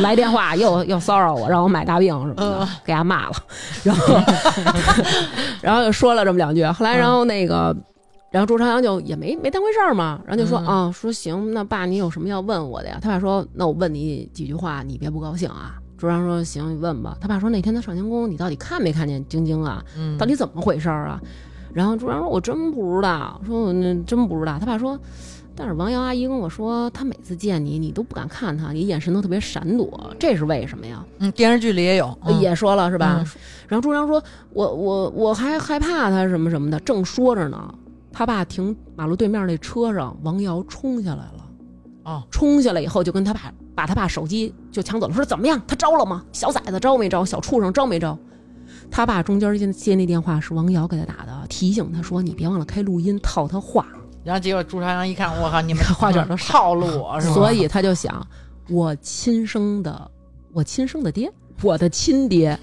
[SPEAKER 1] 来电话又又骚扰我，让我买大病什么的
[SPEAKER 7] 嗯，
[SPEAKER 1] 给他骂了， (laughs) 然后然后又说了这么两句，后来然后那个。然后朱朝阳就也没没当回事儿嘛，然后就说
[SPEAKER 7] 嗯
[SPEAKER 1] 啊、说行，那爸你有什么要问我的呀？他爸说，那我问你几句话，你别不高兴啊。朱朝阳说行，你问吧。他爸说那天他上行宫，你到底看没看见晶晶啊？
[SPEAKER 7] 嗯
[SPEAKER 1] 到底怎么回事儿啊？然后朱然说：“我真不知道。”说：“我那真不知道。”他爸说：“但是王瑶阿姨跟我说，她每次见你，你都不敢看她，你眼神都特别闪躲，这是为什么呀？”
[SPEAKER 7] 嗯电视剧里也有，嗯
[SPEAKER 1] 也说了是吧？
[SPEAKER 7] 嗯
[SPEAKER 1] 然后朱然说：“我我我还害怕她什么什么的。”正说着呢，他爸停马路对面那车上，王瑶冲下来了。
[SPEAKER 7] 哦，
[SPEAKER 1] 冲下来以后就跟他爸把他爸手机就抢走了，说怎么样？他招了吗？小崽子招没招？小畜生招没招？他爸中间接接那电话是王瑶给他打的，提醒他说你别忘了开录音套他话，
[SPEAKER 7] 然后结果朱朝阳一看，我靠，你
[SPEAKER 6] (laughs)
[SPEAKER 7] 们
[SPEAKER 1] 画卷都傻
[SPEAKER 7] 套路我是吧？
[SPEAKER 1] 所以他就想我亲生的我亲生的爹，我的
[SPEAKER 7] (laughs)
[SPEAKER 1] 亲爹，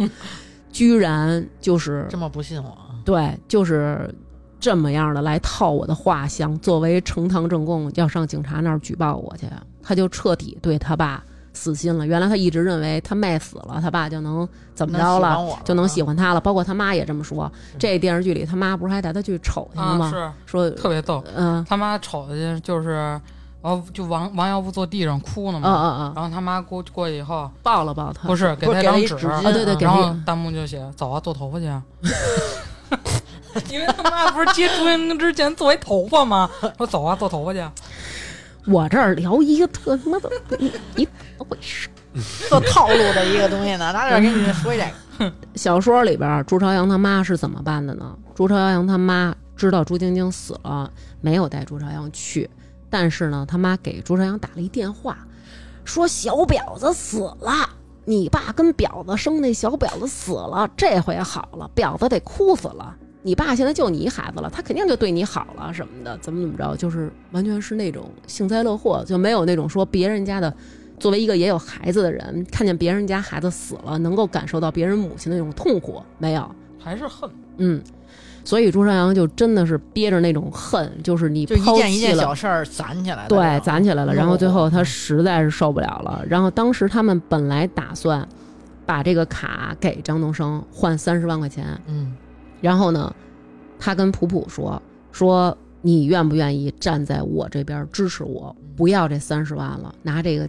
[SPEAKER 1] 居然就是
[SPEAKER 7] 这么不信我，
[SPEAKER 1] 对，就是这么样的来套我的话，想作为呈堂证供要上警察那儿举报我去。他就彻底对他爸死心了。原来他一直认为他妹死了，他爸就能怎么着
[SPEAKER 7] 能喜
[SPEAKER 1] 了，嗯
[SPEAKER 7] 欢我了
[SPEAKER 1] 就能喜欢他了。包括他妈也这么说。这电视剧里他妈不是还带他去瞅去了
[SPEAKER 3] 啊，
[SPEAKER 1] 吗？
[SPEAKER 3] 是
[SPEAKER 1] 说，
[SPEAKER 3] 特别逗。
[SPEAKER 1] 嗯，
[SPEAKER 3] 他妈瞅去就是，哦，就王王瑶不坐地上哭呢
[SPEAKER 1] 嗯
[SPEAKER 3] 嘛，
[SPEAKER 1] 嗯嗯，
[SPEAKER 3] 然后他妈过过去以后，
[SPEAKER 1] 抱了抱他，
[SPEAKER 3] 不
[SPEAKER 1] 嗯是，
[SPEAKER 3] 是给
[SPEAKER 7] 不
[SPEAKER 3] 他
[SPEAKER 7] 是给
[SPEAKER 3] 一
[SPEAKER 7] 了
[SPEAKER 3] 张
[SPEAKER 7] 一
[SPEAKER 3] 纸
[SPEAKER 7] 纸，巾，
[SPEAKER 1] 啊对对
[SPEAKER 7] 嗯
[SPEAKER 1] 给
[SPEAKER 3] 然
[SPEAKER 1] 了一
[SPEAKER 3] 后弹幕就写走啊，做头发去啊。因为他妈不是接朱茵之前作为头发吗？说走啊，做头发去啊。
[SPEAKER 1] 我这儿聊一个特他妈的一怎么回事？
[SPEAKER 7] 做套路的一个东西呢，哪点跟你说这
[SPEAKER 1] (laughs)
[SPEAKER 7] 个？
[SPEAKER 1] 小说里边，朱朝阳他妈是怎么办的呢？朱朝阳他妈知道朱晶晶死了，没有带朱朝阳去，但是呢，他妈给朱朝阳打了一电话，说小婊子死了，你爸跟婊子生那小婊子死了，这回好了，婊子得哭死了。你爸现在就你一孩子了，他肯定就对你好了什么的，怎么怎么着，就是完全是那种幸灾乐祸，就没有那种说别人家的作为一个也有孩子的人，看见别人家孩子死了，能够感受到别人母亲的那种痛苦，没有，
[SPEAKER 3] 还是恨，
[SPEAKER 1] 嗯，所以朱朝阳就真的是憋着那种恨，就是你
[SPEAKER 7] 就一
[SPEAKER 1] 抛
[SPEAKER 7] 件一
[SPEAKER 1] 弃
[SPEAKER 7] 件
[SPEAKER 1] 了
[SPEAKER 7] 小，事儿攒起来的这种，
[SPEAKER 1] 对，攒起来了，然后最后他
[SPEAKER 7] 嗯
[SPEAKER 1] 实在是受不了了，然后当时他们本来打算把这个卡给张东升换三十万块钱，
[SPEAKER 7] 嗯
[SPEAKER 1] 然后呢，他跟普普说说你愿不愿意站在我这边支持我，
[SPEAKER 7] 嗯
[SPEAKER 1] 不要这三十万了，拿这个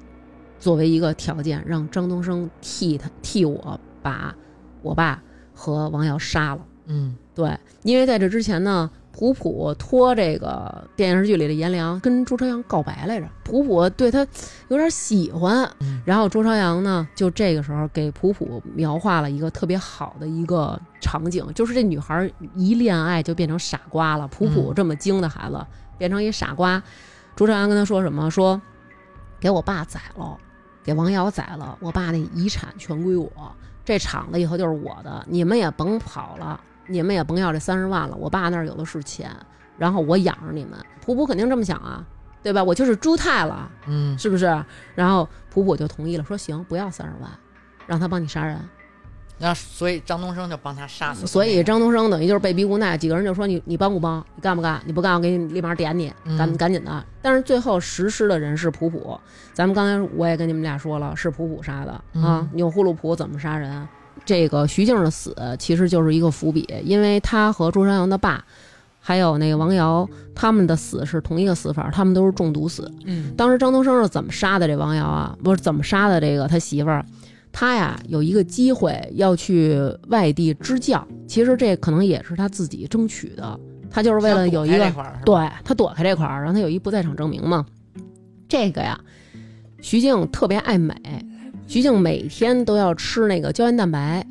[SPEAKER 1] 作为一个条件，让张东升替他替我把我爸和王瑶杀了。
[SPEAKER 7] 嗯
[SPEAKER 1] 对，因为在这之前呢，普普托这个电视剧里的颜良跟朱朝阳告白来着，普普对他有点喜欢
[SPEAKER 7] 嗯，
[SPEAKER 1] 然后朱朝阳呢，就这个时候给普普描画了一个特别好的一个场景，就是这女孩一恋爱就变成傻瓜了，普普
[SPEAKER 7] 嗯
[SPEAKER 1] 这么精的孩子变成一傻瓜，朱朝阳跟他说什么？说给我爸宰了，给王瑶宰了，我爸那遗产全归我。这厂子以后就是我的，你们也甭跑了，你们也甭要这三十万了，我爸那儿有的是钱，然后我养着你们。普普肯定这么想啊，对吧？我就是猪态了，
[SPEAKER 7] 嗯
[SPEAKER 1] 是不是？然后普普就同意了，说行，不要三十万，让他帮你杀人。
[SPEAKER 7] 然后所以张东升就帮他杀死了那个，
[SPEAKER 1] 所以张东升等于就是被逼无奈，几个人就说你你帮不帮？你干不干？你不干，我给你立马点你，
[SPEAKER 7] 嗯
[SPEAKER 1] 赶、赶紧的。但是最后实施的人是普普，咱们刚才我也跟你们俩说了，是普普杀的、啊
[SPEAKER 7] 嗯。
[SPEAKER 1] 钮祜禄普怎么杀人？这个徐静的死其实就是一个伏笔，因为他和朱朝阳的爸，还有那个王瑶，他们的死是同一个死法，他们都是中毒死。
[SPEAKER 3] 嗯，
[SPEAKER 1] 当时张东升是怎么杀的这王瑶啊？不是怎么杀的这个他媳妇儿？他呀有一个机会要去外地支教，其实这可能也是他自己争取的，他就是为了有一
[SPEAKER 7] 想躲开这
[SPEAKER 1] 个
[SPEAKER 7] 块儿是吧
[SPEAKER 1] 对他躲开这块儿，让他有一不在场证明嘛。这个呀，徐静特别爱美，徐静每天都要吃那个胶原蛋白，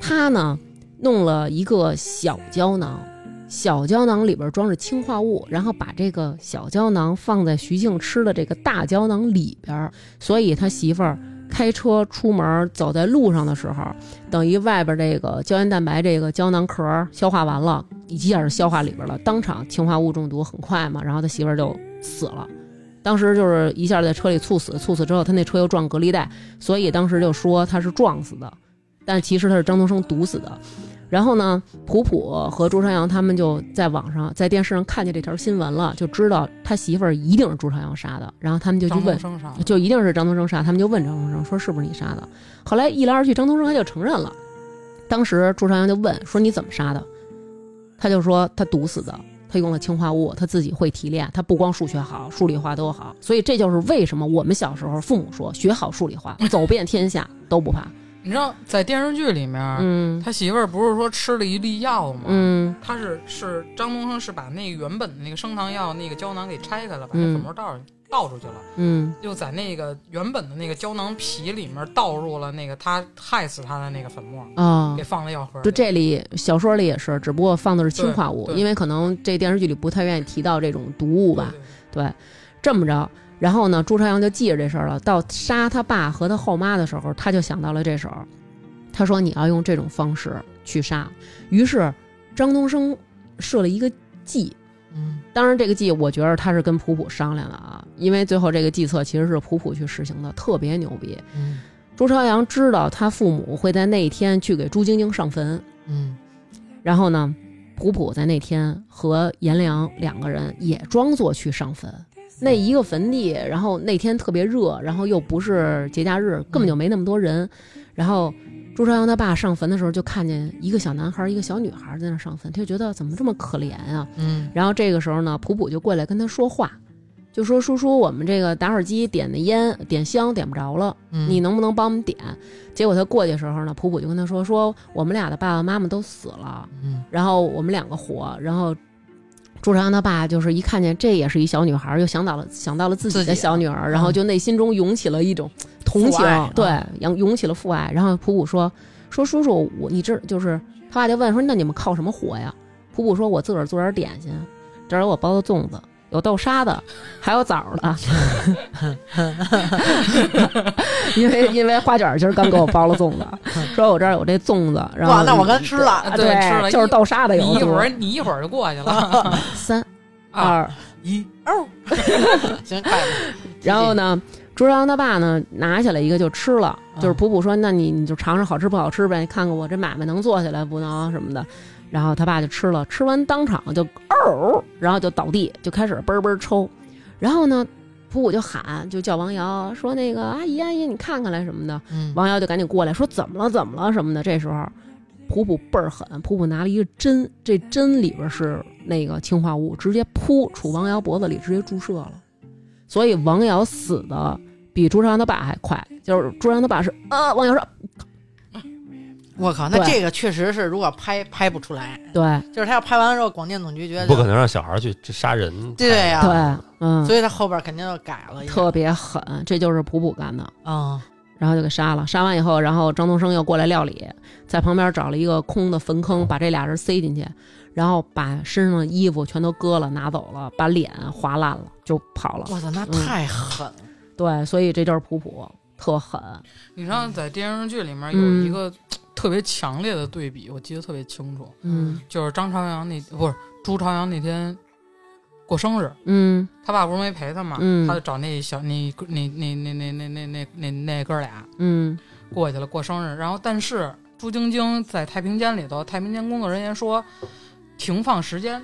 [SPEAKER 1] 他呢弄了一个小胶囊，小胶囊里边装着氰化物，然后把这个小胶囊放在徐静吃的这个大胶囊里边儿，所以他媳妇儿开车出门走在路上的时候，等于外边这个胶原蛋白这个胶囊壳儿消化完了，一下就消化里边了，当场氰化物中毒，很快嘛，然后他媳妇儿就死了。当时就是一下在车里猝死，猝死之后他那车又撞隔离带，所以当时就说他是撞死的，但其实他是张东升毒死的。然后呢，普普和朱朝阳他们就在网上、在电视上看见这条新闻了，就知道他媳妇儿一定是朱朝阳杀的。然后他们就去
[SPEAKER 3] 张东，
[SPEAKER 1] 问
[SPEAKER 3] 升啥？
[SPEAKER 1] 啊就一定是张东升杀，他们就问张东升说是不是你杀的。后来一来二去，张东升他就承认了。当时朱朝阳就问说你怎么杀的？他就说他毒死的，他用了氰化物，他自己会提炼，他不光数学好，数理化都好，所以这就是为什么我们小时候父母说学好数理化，走遍天下都不怕。
[SPEAKER 3] 你知道在电视剧里面，
[SPEAKER 1] 嗯
[SPEAKER 3] 他媳妇儿不是说吃了一粒药吗？
[SPEAKER 1] 嗯
[SPEAKER 3] 他是是张东升是把那个原本的那个升糖药那个胶囊给拆开了，把那
[SPEAKER 1] 嗯
[SPEAKER 3] 粉末倒倒出去了，
[SPEAKER 1] 嗯
[SPEAKER 3] 又在那个原本的那个胶囊皮里面倒入了那个他害死他的那个粉末，
[SPEAKER 1] 啊
[SPEAKER 3] 给。放了药盒里。
[SPEAKER 1] 就这里小说里也是，只不过放的是氰化物
[SPEAKER 3] 对，对
[SPEAKER 1] 因为可能这电视剧里不太愿意提到这种毒物
[SPEAKER 3] 对
[SPEAKER 1] 吧。
[SPEAKER 3] 对
[SPEAKER 1] 对，这么着，然后呢，朱朝阳就记着这事儿了。到杀他爸和他后妈的时候，他就想到了这首，他说你要用这种方式去杀。于是张东升设了一个计，
[SPEAKER 3] 嗯，
[SPEAKER 1] 当然这个计我觉得他是跟普普商量的啊，因为最后这个计策其实是普普去实行的，特别牛逼。
[SPEAKER 3] 嗯
[SPEAKER 1] 朱朝阳知道他父母会在那一天去给朱晶晶上坟，
[SPEAKER 3] 嗯
[SPEAKER 1] 然后呢，普普在那天和颜良两个人也装作去上坟，那一个坟地，然后那天特别热，然后又不是节假日，根本就没那么多人。然后朱朝阳他爸上坟的时候，就看见一个小男孩儿、一个小女孩儿在那上坟，他就觉得怎么这么可怜啊？
[SPEAKER 3] 嗯
[SPEAKER 1] 然后这个时候呢，普普就过来跟他说话，就说：“叔叔，我们这个打火机点的烟、点香点不着了，
[SPEAKER 3] 嗯
[SPEAKER 1] 你能不能帮我们点？”结果他过去的时候呢，普普就跟他说：“说我们俩的爸爸妈妈都死了，
[SPEAKER 3] 嗯
[SPEAKER 1] 然后我们两个活，然后。”朱朝阳他爸就是一看见这也是一小女孩，又想到了想到了自己
[SPEAKER 3] 自己
[SPEAKER 1] 的
[SPEAKER 3] 啊
[SPEAKER 1] 小女儿，然后就内心中涌起了一种同
[SPEAKER 6] 嗯父
[SPEAKER 1] 情
[SPEAKER 6] 爱啊，
[SPEAKER 1] 对，涌涌起了父爱。然后普普说：“说叔叔，我你这就是他爸就问说，那你们靠什么活呀？”普普说：“我自个儿做点点心，这儿有我包的粽子，有豆沙的， (laughs) 还有枣儿
[SPEAKER 6] (laughs)
[SPEAKER 1] 的。 (laughs) 因为因为花卷儿今儿刚给我包了粽子，说我这儿有这粽子，然
[SPEAKER 6] 哇，
[SPEAKER 1] 后
[SPEAKER 6] 那我刚吃了，
[SPEAKER 1] 啊
[SPEAKER 3] 对吃了
[SPEAKER 1] 就是豆沙的有
[SPEAKER 3] 你一会
[SPEAKER 1] 多
[SPEAKER 3] 儿你一会儿就过去了，
[SPEAKER 1] 三
[SPEAKER 3] 啊
[SPEAKER 1] 二
[SPEAKER 3] 一
[SPEAKER 7] 行，快
[SPEAKER 1] (laughs)
[SPEAKER 7] 了。
[SPEAKER 1] 然后呢，朱朝阳他爸呢拿起来一个就吃
[SPEAKER 3] 啊
[SPEAKER 1] 了，就是普普说：“那你你就尝尝好吃不好吃呗，看看我这买卖能做起来不能什么的。”然后他爸就吃了，吃完当场就哦，然后就倒地，就开始嘣儿嘣儿抽。然后呢，普普就喊，就叫王瑶说：“那个阿姨阿姨，你看看来什么的。”
[SPEAKER 3] 嗯
[SPEAKER 1] 王瑶就赶紧过来说：“怎么了？怎么了？什么的。”这时候，普普倍儿狠，普普拿了一个针，这针里边是那个氰化物，直接噗杵王瑶脖子里，直接注射了。所以王瑶死的比朱朝阳他爸还快，就是朱朝阳他爸是呃，王瑶说
[SPEAKER 7] 我靠，那
[SPEAKER 1] 对
[SPEAKER 7] 这个确实是，如果拍拍不出来，
[SPEAKER 1] 对
[SPEAKER 6] 啊
[SPEAKER 7] 就是他要拍完之后，广电总局觉得
[SPEAKER 5] 不可能让小孩去这杀人。
[SPEAKER 7] 对啊呀、
[SPEAKER 1] 对，嗯，
[SPEAKER 7] 所以他后边肯定要改了一下。
[SPEAKER 1] 特别狠，这就是普普干的。
[SPEAKER 7] 嗯，
[SPEAKER 1] 然后就给杀了。杀完以后，然后张东升又过来料理，在旁边找了一个空的坟坑，把这俩人塞进去，然后把身上的衣服全都割了拿走了，把脸划烂了就跑了。
[SPEAKER 7] 我操，那
[SPEAKER 1] 嗯
[SPEAKER 7] 太狠了。
[SPEAKER 1] 对，所以这就是普普特狠。
[SPEAKER 3] 你知道在电视剧里面有
[SPEAKER 1] 嗯
[SPEAKER 3] 一个特别强烈的对比，我记得特别清楚，
[SPEAKER 1] 嗯
[SPEAKER 3] 就是张朝阳那不是朱朝阳那天过生日，
[SPEAKER 1] 嗯
[SPEAKER 3] 他爸不是没陪他嘛，
[SPEAKER 1] 嗯
[SPEAKER 3] 他就找那小那哥那那那那那那那那那哥俩
[SPEAKER 1] 嗯
[SPEAKER 3] 过去了过生日，然后但是朱晶晶在太平间里头，太平间工作人员说停放时间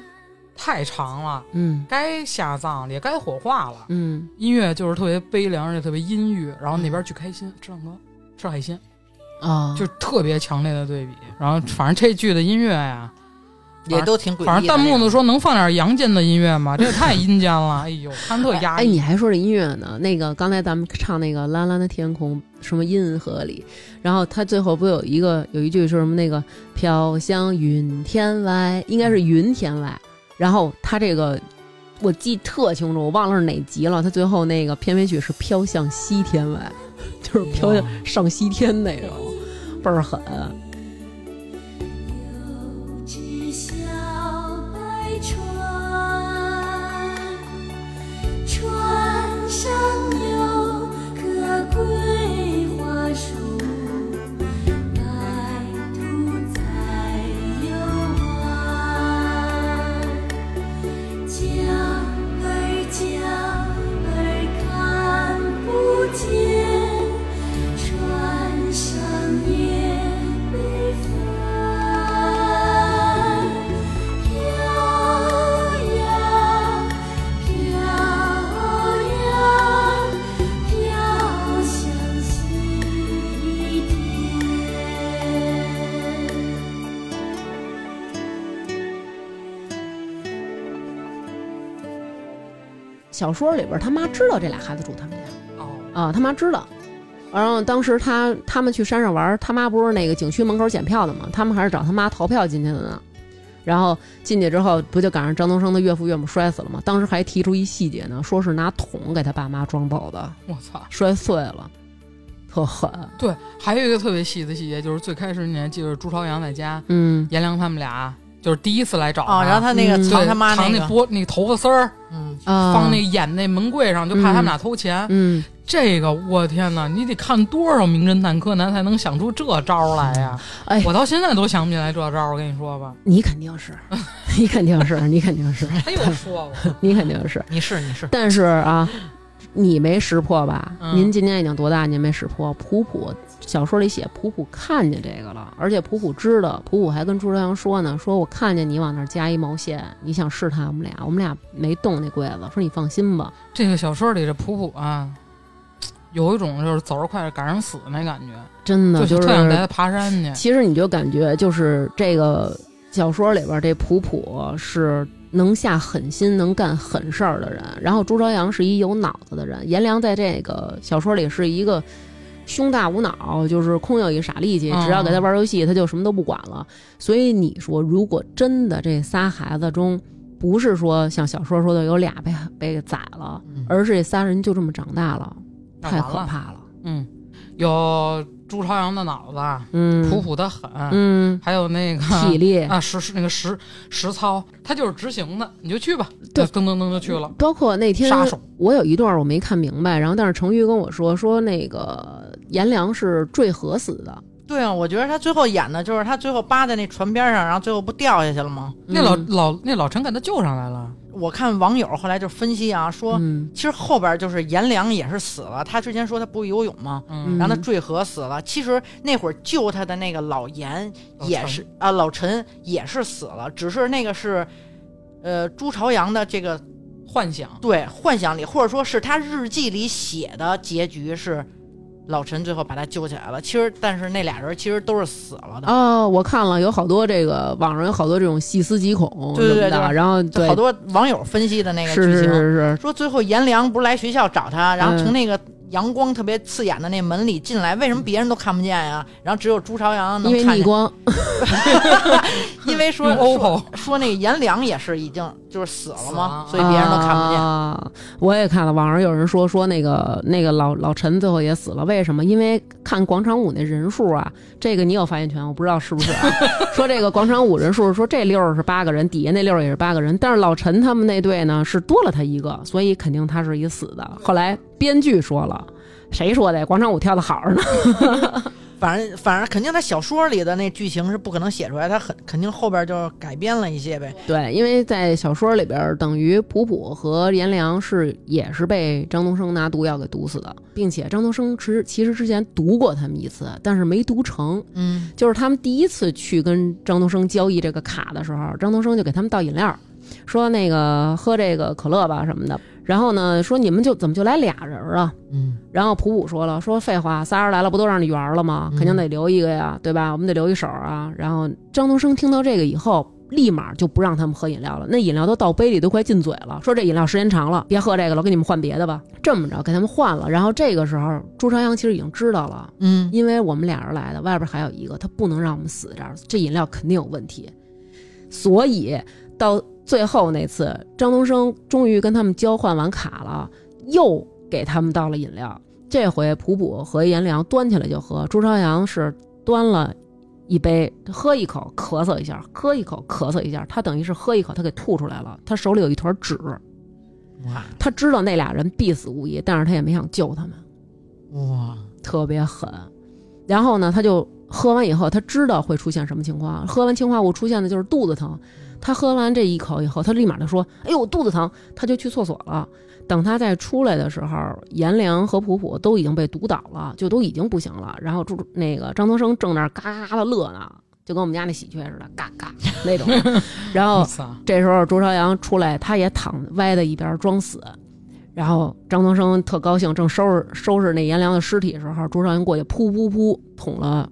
[SPEAKER 3] 太长了，
[SPEAKER 1] 嗯
[SPEAKER 3] 该下葬了也该火化了，
[SPEAKER 1] 嗯
[SPEAKER 3] 音乐就是特别悲凉，而且特别阴郁，然后那边巨开
[SPEAKER 6] 嗯
[SPEAKER 3] 心，吃蛋糕吃海鲜，
[SPEAKER 1] 啊，
[SPEAKER 3] 就是特别强烈的对比，然后反正这剧的音乐呀。
[SPEAKER 7] 也都挺诡异的。
[SPEAKER 3] 反正弹幕
[SPEAKER 7] 都
[SPEAKER 3] 都说能放点阳间的音乐
[SPEAKER 6] (laughs)
[SPEAKER 3] 吗？这也太阴间了，哎呦，看特压
[SPEAKER 1] 哎，
[SPEAKER 3] 抑。
[SPEAKER 1] 你还说这音乐呢？那个刚才咱们唱那个蓝蓝的天空，什么银河里，然后他最后不有一个有一句说什么那个飘向云天外，应该是云天外。然后他这个我记特清楚，我忘了是哪集了。他最后那个片尾曲是飘向西天外，就是飘向上西天那种，倍儿狠。小说里边他妈知道这俩孩子住他们家。
[SPEAKER 3] 哦，
[SPEAKER 1] 啊，他妈知道。然后当时他他们去山上玩儿，他妈不是那个景区门口检票的嘛，他们还是找他妈逃票进去的呢。然后进去之后，不就赶上张东升的岳父岳母摔死了吗？当时还提出一细节呢，说是拿桶给他爸妈装包的，
[SPEAKER 3] 我操！
[SPEAKER 1] 摔碎了，特狠。
[SPEAKER 3] 对，还有一个特别细的细节，就是最开始你还记得朱朝阳在家，
[SPEAKER 1] 嗯，
[SPEAKER 3] 颜良他们俩就是第一次来找
[SPEAKER 6] 啊，然后他那个
[SPEAKER 1] 嗯
[SPEAKER 3] 对
[SPEAKER 6] 藏他妈
[SPEAKER 3] 藏
[SPEAKER 6] 那
[SPEAKER 3] 那
[SPEAKER 6] 个，
[SPEAKER 3] 拨那头发丝儿，
[SPEAKER 6] 嗯，
[SPEAKER 1] 啊，
[SPEAKER 3] 放那眼那门柜上，就怕他们俩偷钱。
[SPEAKER 1] 嗯，
[SPEAKER 3] 这个我天哪，你得看多少《名侦探柯南》才能想出这招来呀？
[SPEAKER 1] 哎
[SPEAKER 3] 我到现在都想不起来这招，我跟你说吧。
[SPEAKER 1] 你肯定是， (laughs) 你肯定是，你肯定是，
[SPEAKER 3] 他又说我，
[SPEAKER 1] 你肯定是。
[SPEAKER 6] 你是你是，
[SPEAKER 1] 但是啊，你没识破吧？
[SPEAKER 3] 嗯
[SPEAKER 1] 您今年已经多大？您没识破？普普小说里写普普看见这个了，而且普普知道，普普还跟朱朝阳说呢，说我看见你往那儿加一毛线，你想试探我们俩，我们俩没动那柜子，说你放心吧。
[SPEAKER 3] 这个小说里这普普啊，有一种就是走着快赶上死那感觉，
[SPEAKER 1] 真的
[SPEAKER 3] 就
[SPEAKER 1] 就
[SPEAKER 3] 特想带他
[SPEAKER 1] 是，
[SPEAKER 3] 爬山去。
[SPEAKER 1] 其实你就感觉就是这个小说里边这普普是。能下狠心、能干狠事儿的人，然后朱朝阳是一有脑子的人。颜良在这个小说里是一个胸大无脑，就是空有一傻力气，
[SPEAKER 3] 嗯
[SPEAKER 1] 只要给他玩游戏，他就什么都不管了。所以你说，如果真的这仨孩子中，不是说像小说说的有俩被被给宰了，
[SPEAKER 3] 嗯
[SPEAKER 1] 而是这仨人就这么长大了，
[SPEAKER 3] 那
[SPEAKER 1] 太
[SPEAKER 3] 完
[SPEAKER 1] 可
[SPEAKER 3] 了
[SPEAKER 1] 怕了。
[SPEAKER 3] 嗯，有朱朝阳的脑子，
[SPEAKER 1] 嗯，
[SPEAKER 3] 普普的很，
[SPEAKER 1] 嗯， (laughs)
[SPEAKER 3] 还有那个
[SPEAKER 1] 体力，
[SPEAKER 3] 啊实实那个实实操，他就是执行的，你就去吧，呃
[SPEAKER 1] 对
[SPEAKER 3] 噔噔噔就去了。
[SPEAKER 1] 包括那天
[SPEAKER 3] 杀手
[SPEAKER 1] 我有一段我没看明白，然后但是程昱跟我说说那个颜良是坠河死的，
[SPEAKER 6] 对啊，我觉得他最后演的就是他最后扒在那船边上，然后最后不掉下去了吗？
[SPEAKER 3] 那老
[SPEAKER 1] 嗯
[SPEAKER 3] 老那老陈给他救上来了，
[SPEAKER 6] 我看网友后来就分析啊，说
[SPEAKER 1] 嗯
[SPEAKER 6] 其实后边就是颜良也是死了，他之前说他不会游泳吗？
[SPEAKER 3] 嗯，
[SPEAKER 6] 然后他坠河死了。其实那会儿救他的那个老严
[SPEAKER 3] 老
[SPEAKER 6] 也
[SPEAKER 3] 陈
[SPEAKER 6] 是啊，老陈也是死了，只是那个是，呃，朱朝阳的这个
[SPEAKER 3] 幻想，
[SPEAKER 6] 对幻想里，或者说是他日记里写的结局是老陈最后把他救起来了。其实，但是那俩人其实都是死了的，
[SPEAKER 1] 哦，我看了有好多这个网上有好多这种细思极恐
[SPEAKER 6] 对
[SPEAKER 1] 什
[SPEAKER 6] 对
[SPEAKER 1] 么的，
[SPEAKER 6] 对对
[SPEAKER 1] 然后
[SPEAKER 6] 就
[SPEAKER 1] 对
[SPEAKER 6] 好多网友分析的那个
[SPEAKER 1] 是
[SPEAKER 6] 剧
[SPEAKER 1] 是
[SPEAKER 6] 情。
[SPEAKER 1] 是是，
[SPEAKER 6] 说最后颜良不是来学校找他，然后
[SPEAKER 1] 嗯
[SPEAKER 6] 从那个阳光特别刺眼的那门里进来，为什么别人都看不见呀？然后只有朱朝阳能
[SPEAKER 1] 因为
[SPEAKER 6] 看
[SPEAKER 1] 逆
[SPEAKER 6] 见，
[SPEAKER 1] 光，
[SPEAKER 6] 因为说
[SPEAKER 3] 用 OPPO
[SPEAKER 6] 说说那个颜良也是已经就是死了嘛，
[SPEAKER 3] 死
[SPEAKER 6] 所以别人都看不见。
[SPEAKER 1] 啊、我也看了，网上有人说说那个那个老老陈最后也死了，为什么？因为看广场舞那人数啊，这个你有发言权，我不知道是不是、
[SPEAKER 6] (laughs)
[SPEAKER 1] 啊。说这个广场舞人数，说这六是八个人，底下那六也是八个人，但是老陈他们那队呢是多了他一个，所以肯定他是一死的。后来编剧说了。谁说的？广场舞跳的好着呢。
[SPEAKER 6] 反正反正肯定他小说里的那剧情是不可能写出来，他很肯定后边就改编了一些呗。
[SPEAKER 1] 对，因为在小说里边儿，等于普普和颜良是也是被张东升拿毒药给毒死的，并且张东升之其实之前毒过他们一次，但是没毒成。
[SPEAKER 6] 嗯，
[SPEAKER 1] 就是他们第一次去跟张东升交易这个卡的时候，张东升就给他们倒饮料，说那个喝这个可乐吧什么的。然后呢，说你们就怎么就来俩人儿啊？
[SPEAKER 6] 嗯。
[SPEAKER 1] 然后普普说了，说废话，仨人来了不都让你圆儿了吗？肯定得留一个呀，对吧？我们得留一手啊。然后张东升听到这个以后。立马就不让他们喝饮料了，那饮料都倒杯里都快进嘴了。说这饮料时间长了，别喝这个了，我给你们换别的吧。这么着给他们换了，然后这个时候朱朝阳其实已经知道了，
[SPEAKER 6] 嗯，
[SPEAKER 1] 因为我们俩人来的，外边还有一个，他不能让我们死这儿，这饮料肯定有问题。所以到最后那次，张东升终于跟他们交换完卡了，又给他们倒了饮料。这回普普和颜良端起来就喝，朱朝阳是端了一杯，喝一口咳嗽一下，喝一口咳嗽一下，他等于是喝一口，他给吐出来了，他手里有一团纸，
[SPEAKER 6] 嗯哇
[SPEAKER 1] 他知道那俩人必死无疑，但是他也没想救他们。
[SPEAKER 6] 哇，
[SPEAKER 1] 特别狠。然后呢，他就喝完以后，他知道会出现什么情况。喝完氰化物出现的就是肚子疼。他喝完这一口以后，他立马就说：“哎呦，我肚子疼！”他就去厕所了。等他再出来的时候，颜良和普普都已经被毒倒了，就都已经不行了。然后朱那个张东升正那儿嘎嘎的乐呢，就跟我们家那喜鹊似的，嘎嘎那种。然后
[SPEAKER 3] 我操，
[SPEAKER 1] 这时候朱朝阳出来，他也躺歪在一边装死。然后张东升特高兴，正收拾收拾那颜良的尸体的时候，朱朝阳过去噗噗噗捅了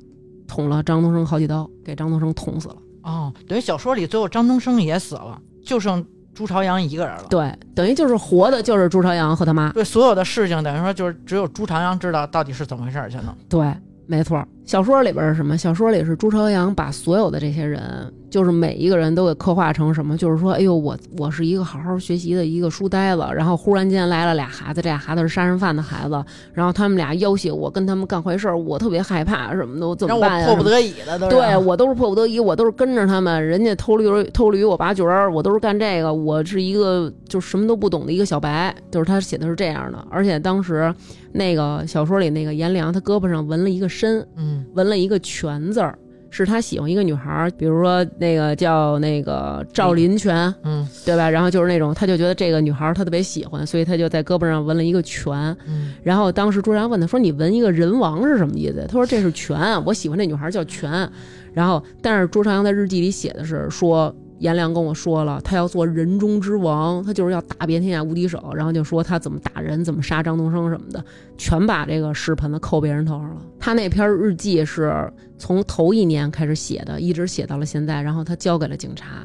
[SPEAKER 1] 捅了张东升好几刀，给张东升捅死了。
[SPEAKER 6] 哦，等于小说里最后张东升也死了，就剩
[SPEAKER 7] 朱朝阳一个人了。
[SPEAKER 1] 对，等于就是活的，就是朱朝阳和他妈。
[SPEAKER 7] 对所有的事情，等于说就是只有朱朝阳知道到底是怎么回事儿，才能
[SPEAKER 1] 对，没错儿。小说里边是什么？小说里是朱朝阳把所有的这些人，就是每一个人都给刻画成什么？就是说，哎呦，我我是一个好好学习的一个书呆子，然后忽然间来了俩孩子，这俩孩子是杀人犯的孩子，然后他们俩要挟我跟他们干坏事儿，我特别害怕什么的，我怎
[SPEAKER 7] 让
[SPEAKER 1] 么
[SPEAKER 7] 我
[SPEAKER 1] 办啊呀？
[SPEAKER 7] 迫不
[SPEAKER 1] 什么
[SPEAKER 7] 得已的都是。啊
[SPEAKER 6] 啊
[SPEAKER 1] 对我都是迫不得已，我都是跟着他们，人家偷驴偷驴，我拔角儿，我都是干这个，我是一个就是什么都不懂的一个小白，就是他写的是这样的，而且当时那个小说里那个颜良，他胳膊上纹了一个身，
[SPEAKER 7] 嗯，
[SPEAKER 1] 纹了一个全字儿。是他喜欢一个女孩儿，比如说那个叫那个赵林泉，
[SPEAKER 7] 嗯，
[SPEAKER 1] 对吧？然后就是那种，他就觉得这个女孩儿他特别喜欢，所以他就在胳膊上纹了一个全。
[SPEAKER 7] 嗯，
[SPEAKER 1] 然后当时朱朝阳问他说：“你纹一个人王是什么意思？”他说：“这是全，我喜欢这女孩儿叫全。”然后，但是朱朝阳在日记里写的是说，颜良跟我说了，他要做人中之王，他就是要打遍天下无敌手。然后就说他怎么打人，怎么杀张东升什么的，全把这个屎盆子扣别人头上了。他那篇日记是从头一年开始写的，一直写到了现在，然后他交给了警察。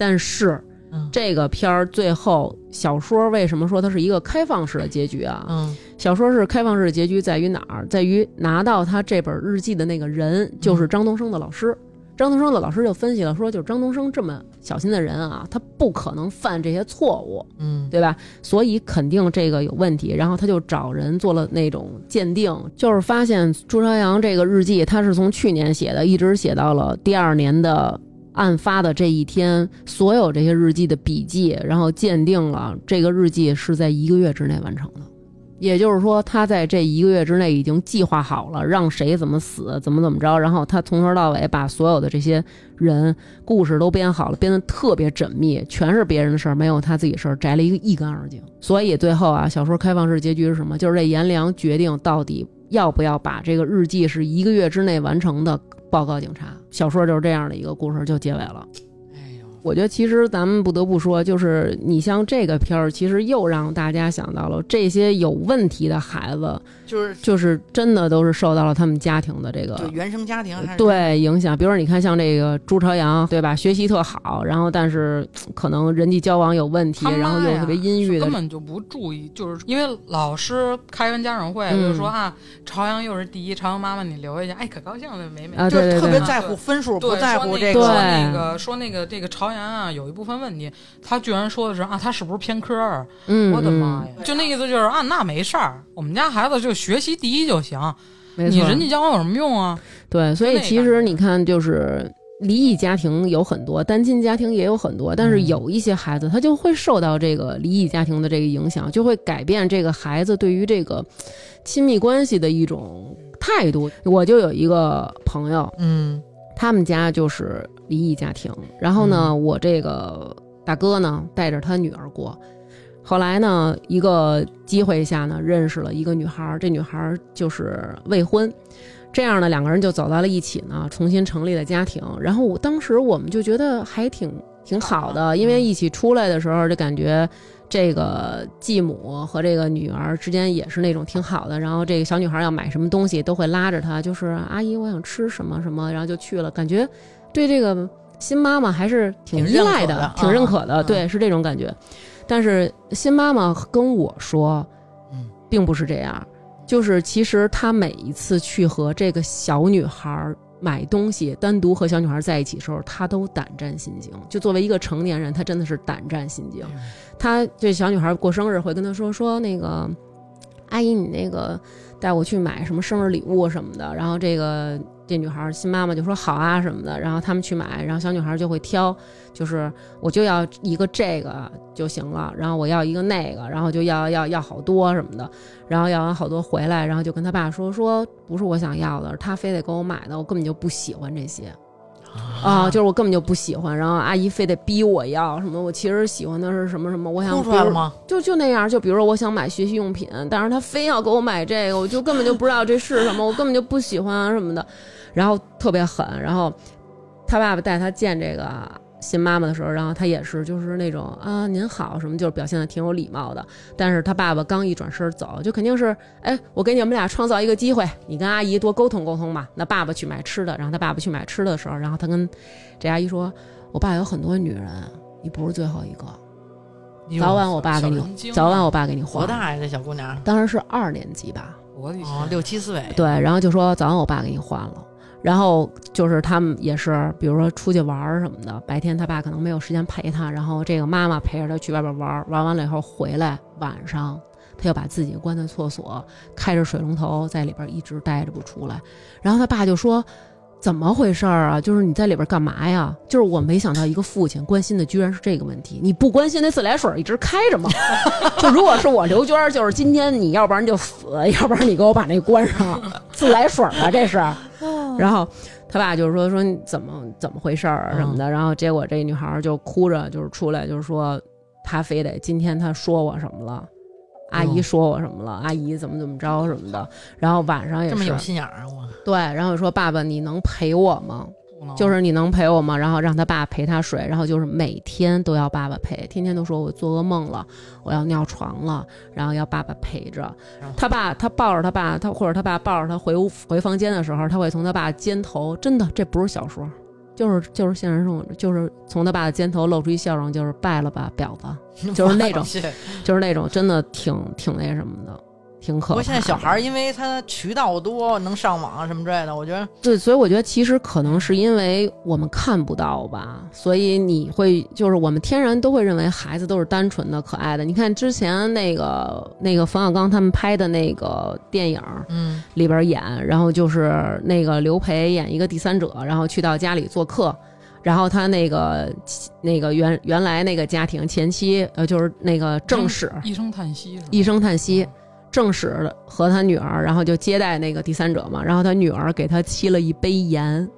[SPEAKER 1] 但是
[SPEAKER 7] 嗯
[SPEAKER 1] 这个片儿最后小说为什么说它是一个开放式的结局啊？
[SPEAKER 7] 嗯
[SPEAKER 1] 小说是开放式的结局在于哪儿？在于拿到他这本日记的那个人就是张东升的老师。张东升的老师就分析了，说就是张东升这么小心的人啊，他不可能犯这些错误，
[SPEAKER 7] 嗯
[SPEAKER 1] 对吧？所以肯定这个有问题。然后他就找人做了那种鉴定，就是发现朱朝阳这个日记，他是从去年写的，一直写到了第二年的案发的这一天，所有这些日记的笔记，然后鉴定了这个日记是在一个月之内完成的。也就是说，他在这一个月之内已经计划好了让谁怎么死，怎么怎么着，然后他从头到尾把所有的这些人故事都编好了，编得特别缜密，全是别人的事儿，没有他自己事儿，摘了一个一干二净。所以最后啊，小说开放式结局是什么？就是这颜良决定到底要不要把这个日记是一个月之内完成的报告警察。小说就是这样的一个故事就结尾了。
[SPEAKER 7] 哎呦，
[SPEAKER 1] 我觉得其实咱们不得不说，就是你像这个片儿，其实又让大家想到了这些有问题的孩子，
[SPEAKER 7] 就是
[SPEAKER 1] 就是真的都是受到了他们家庭的这个
[SPEAKER 3] 呃
[SPEAKER 7] 对原生家庭还是
[SPEAKER 1] 对影响，比如说你看像这个朱朝阳，对吧？学习特好，然后但是嘖可能人际交往有问题，
[SPEAKER 3] 他妈
[SPEAKER 1] 然后又
[SPEAKER 3] 呀
[SPEAKER 1] 特别阴郁
[SPEAKER 3] 是
[SPEAKER 1] 的
[SPEAKER 3] 根，本就不注意，就是因为老师开完家长会
[SPEAKER 1] 嗯
[SPEAKER 3] 就说啊，朝阳又是第一，朝阳妈妈你留一下，哎，可高兴了，美美。
[SPEAKER 1] 啊，
[SPEAKER 7] 就
[SPEAKER 1] 对
[SPEAKER 7] 是
[SPEAKER 1] 对
[SPEAKER 7] 特别
[SPEAKER 1] 对，
[SPEAKER 7] 在乎分数，
[SPEAKER 3] 对，
[SPEAKER 7] 不在乎这
[SPEAKER 1] 个
[SPEAKER 3] 说
[SPEAKER 1] 对
[SPEAKER 3] 那个说那个这个朝阳啊，有一部分问题，他居然说的是啊，他是不是偏科儿？
[SPEAKER 1] 嗯，
[SPEAKER 3] 我的妈
[SPEAKER 1] 呀，
[SPEAKER 3] 呀！就那意思就是啊，那没事儿，我们家孩子就学习第一就行，
[SPEAKER 1] 没
[SPEAKER 3] 你
[SPEAKER 1] 错，
[SPEAKER 3] 人际交往有什么用啊？
[SPEAKER 1] 对，所以
[SPEAKER 3] 那
[SPEAKER 1] 其
[SPEAKER 3] 感
[SPEAKER 1] 实
[SPEAKER 3] 觉
[SPEAKER 1] 你看，就是离异家庭有很多，单亲家庭也有很多，但
[SPEAKER 3] 嗯
[SPEAKER 1] 是有一些孩子他就会受到这个离异家庭的这个影响，就会改变这个孩子对于这个亲密关系的一种态度。我就有一个朋友，
[SPEAKER 7] 嗯
[SPEAKER 1] 他们家就是离异家庭。然后呢，
[SPEAKER 3] 嗯
[SPEAKER 1] 我这个大哥呢带着他女儿过。后来呢，一个机会下呢，认识了一个女孩儿，这女孩儿就是未婚。这样呢，两个人就走到了一起呢，重新成立了家庭。然后我当时我们就觉得还挺挺好的，因
[SPEAKER 7] 嗯
[SPEAKER 1] 为一起出来的时候就感觉这个继母和这个女儿之间也是那种挺好的，然后这个小女孩要买什么东西都会拉着她，就是阿姨我想吃什么什么，然后就去了，感觉对这个新妈妈还是挺
[SPEAKER 7] 挺
[SPEAKER 1] 依
[SPEAKER 7] 认可
[SPEAKER 1] 赖
[SPEAKER 7] 的
[SPEAKER 1] 挺认可
[SPEAKER 7] 啊
[SPEAKER 1] 的，对，是这种感觉。但是新妈妈跟我说
[SPEAKER 7] 嗯，
[SPEAKER 1] 并不是这样，就是其实她每一次去和这个小女孩儿买东西，单独和小女孩在一起的时候，她都胆战心惊。就作为一个成年人，她真的是胆战心
[SPEAKER 7] 哎
[SPEAKER 1] 惊。她这小女孩过生日会跟她说说那个阿姨，你那个带我去买什么生日礼物什么的。然后这个这女孩新妈妈就说好啊什么的，然后他们去买，然后小女孩就会挑，就是我就要一个这个就行了，然后我要一个那个，然后就要要要好多什么的，然后要完好多回来，然后就跟他爸说说不是我想要的，他非得给我买的，我根本就不喜欢这些。啊，就是我根本就不喜欢，然后阿姨非得逼我要什么，我其实喜欢的是什么什么，我想
[SPEAKER 7] 哭出来
[SPEAKER 1] 比
[SPEAKER 7] 了
[SPEAKER 1] 如
[SPEAKER 7] 吗？
[SPEAKER 1] 就就那样，就比如说我想买学习用品，但是他非要给我买这个，我就根本就不知道这是什么，我根本就不喜欢啊什么的，然后特别狠。然后他爸爸带他见这个新妈妈的时候，然后他也是就是那种啊您好什么，就是表现的挺有礼貌的。但是他爸爸刚一转身走，就肯定是哎，我给你们俩创造一个机会，你跟阿姨多沟通沟通嘛。那爸爸去买吃的，然后他爸爸去买吃的时候，然后他跟这阿姨说，我爸有很多女人，你不是最后一个。
[SPEAKER 3] 你
[SPEAKER 1] 早晚我爸给你
[SPEAKER 3] 小神经啊
[SPEAKER 1] 早晚我爸给你
[SPEAKER 7] 多
[SPEAKER 1] 画。
[SPEAKER 7] 大呀？这小姑娘
[SPEAKER 1] 当时是二年级吧，
[SPEAKER 3] 我的
[SPEAKER 7] 啊，
[SPEAKER 3] 天，
[SPEAKER 7] 六七岁，
[SPEAKER 1] 对，然后就说早上我爸给你换了。然后就是他们也是，比如说出去玩儿什么的，白天他爸可能没有时间陪他，然后这个妈妈陪着他去外边玩儿，玩完了以后回来，晚上他又把自己关在厕所，开着水龙头在里边一直待着不出来。然后他爸就说：“怎么回事儿啊？就是你在里边干嘛呀？就是我没想到一个父亲关心的居然是这个问题。你不关心那自来水一直开着吗？
[SPEAKER 7] (laughs)
[SPEAKER 1] 就如果是我刘娟儿，就是今天你要不然就死，要不然你给我把那
[SPEAKER 7] (laughs)
[SPEAKER 1] 关上，自来水儿啊，这是。
[SPEAKER 7] 哦
[SPEAKER 1] 然后他爸就是说说你怎么怎么回事儿啊什么
[SPEAKER 7] 哦
[SPEAKER 1] 的，然后结果这女孩儿就哭着就是出来，就是说她非得今天她说我什么了。阿
[SPEAKER 7] 哦
[SPEAKER 1] 姨说我什么了？阿姨怎么怎么着什么的，然后晚上也
[SPEAKER 7] 这
[SPEAKER 1] 是
[SPEAKER 7] 么有心眼儿啊！我
[SPEAKER 1] 对，然后说爸爸，你能陪我吗？
[SPEAKER 3] 不
[SPEAKER 7] 哦
[SPEAKER 3] 能
[SPEAKER 1] 就是你能陪我吗？然后让他爸陪他睡，然后就是每天都要爸爸陪，天天都说我做噩梦了，我要尿床了，然后要爸爸陪着。他爸他抱着他爸，他或者他爸抱着他回屋回房间的时候，他会从他爸肩头，真的这不是小说，就是就是现实生活，就是从他爸的肩头露出一笑容，就是拜了吧，婊子，就是那种
[SPEAKER 7] 是
[SPEAKER 1] 就是那种真的挺挺那什么的，挺
[SPEAKER 7] 不
[SPEAKER 1] 可怕
[SPEAKER 7] 过
[SPEAKER 1] 的。
[SPEAKER 7] 现在小孩儿因为他渠道多，能上网啊什么之类的，我觉得
[SPEAKER 1] 对，所以我觉得其实可能是因为我们看不到吧，所以你会就是我们天然都会认为孩子都是单纯的、可爱的。你看之前那个那个冯小刚他们拍的那个电影儿
[SPEAKER 7] (laughs) 嗯，
[SPEAKER 1] 里边演，然后就是那个刘培演一个第三者，然后去到家里做客。然后他那个那个原原来那个家庭前妻呃就是那个正室
[SPEAKER 3] 一声叹息是吧，
[SPEAKER 1] 一声叹息，正室和他女儿，然后就接待那个第三者嘛，然后他女儿给他沏了一杯盐，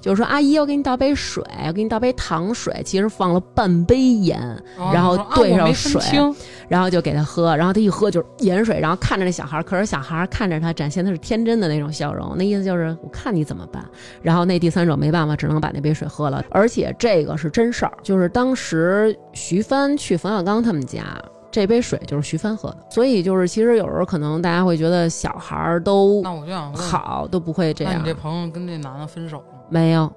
[SPEAKER 1] 就是说阿姨，我给你倒杯水，我给你倒杯糖水，其实放了半杯盐，
[SPEAKER 3] 哦，
[SPEAKER 1] 然后
[SPEAKER 3] 我说啊
[SPEAKER 1] 兑
[SPEAKER 3] 我
[SPEAKER 1] 上
[SPEAKER 3] 没分
[SPEAKER 1] 水嗯
[SPEAKER 3] 清
[SPEAKER 1] 然后就给他喝，然后他一喝就是盐水，然后看着那小孩儿，可是小孩儿看着他展现的是天真的那种笑容，那意思就是我看你怎么办。然后那第三者没办法，只能把那杯水喝了。而且这个是真事儿，就是当时徐帆去冯小刚他们家。这杯水就是徐帆喝的，所以就是其实有时候可能大家会觉得小孩儿都
[SPEAKER 3] 那我就想问，
[SPEAKER 1] 好都不会这
[SPEAKER 3] 那
[SPEAKER 1] 样
[SPEAKER 3] 你，这朋友跟这男的分手了？
[SPEAKER 1] 没有，
[SPEAKER 7] 要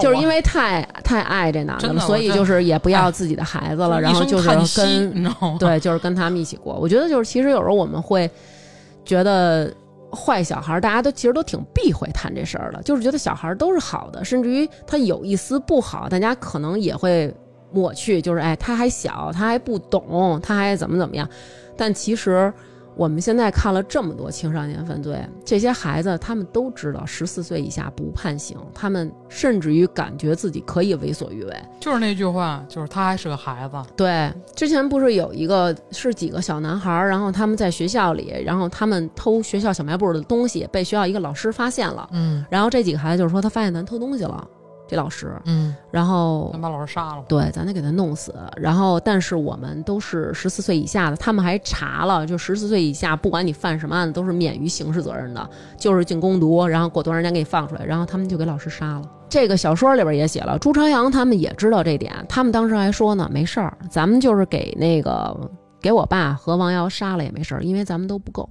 [SPEAKER 1] 就
[SPEAKER 7] 我
[SPEAKER 1] 是因为太太爱这男的
[SPEAKER 3] 真
[SPEAKER 1] 了，
[SPEAKER 3] 的
[SPEAKER 1] 所
[SPEAKER 3] 我
[SPEAKER 1] 以
[SPEAKER 3] 真
[SPEAKER 1] 就是也不要自己的孩子了，然后
[SPEAKER 3] 一
[SPEAKER 1] 就
[SPEAKER 3] 声
[SPEAKER 1] 是
[SPEAKER 3] 叹息
[SPEAKER 1] 跟
[SPEAKER 3] 你知道吗？
[SPEAKER 1] 对，就是跟他们一起过。我觉得就是，其实有时候我们会觉得坏小孩儿，大家都其实都挺避讳谈这事儿的，就是觉得小孩儿都是好的，甚至于他有一丝不好，大家可能也会抹去，就是哎，他还小，他还不懂，他还怎么怎么样。但其实我们现在看了这么多青少年犯罪，这些孩子他们都知道十四岁以下不判刑，他们甚至于感觉自己可以为所欲为。
[SPEAKER 3] (laughs) 就是那句话，就是他还是个孩子，
[SPEAKER 1] 对，之前不是有一个是几个小男孩儿，然后他们在学校里，然后他们偷学校小卖部的东西，被学校一个老师发现了。
[SPEAKER 7] 嗯
[SPEAKER 1] 然后这几个孩子就是说，他发现咱偷东西了，这老师，
[SPEAKER 7] 嗯，
[SPEAKER 1] 然后
[SPEAKER 3] 咱把老师杀了吧。
[SPEAKER 1] 对，咱得给他弄死。然后，但是我们都是十四岁以下的，他们还查了，就十四岁以下，不管你犯什么案子，都是免于刑事责任的，就是进攻读，然后过多长时间给你放出来，然后他们就给老师杀了。这个小说里边也写了，朱朝阳他们也知道这点，他们当时还说呢，没事儿，咱们就是给那个给我爸和王瑶杀了也没事儿，因为咱们都不够。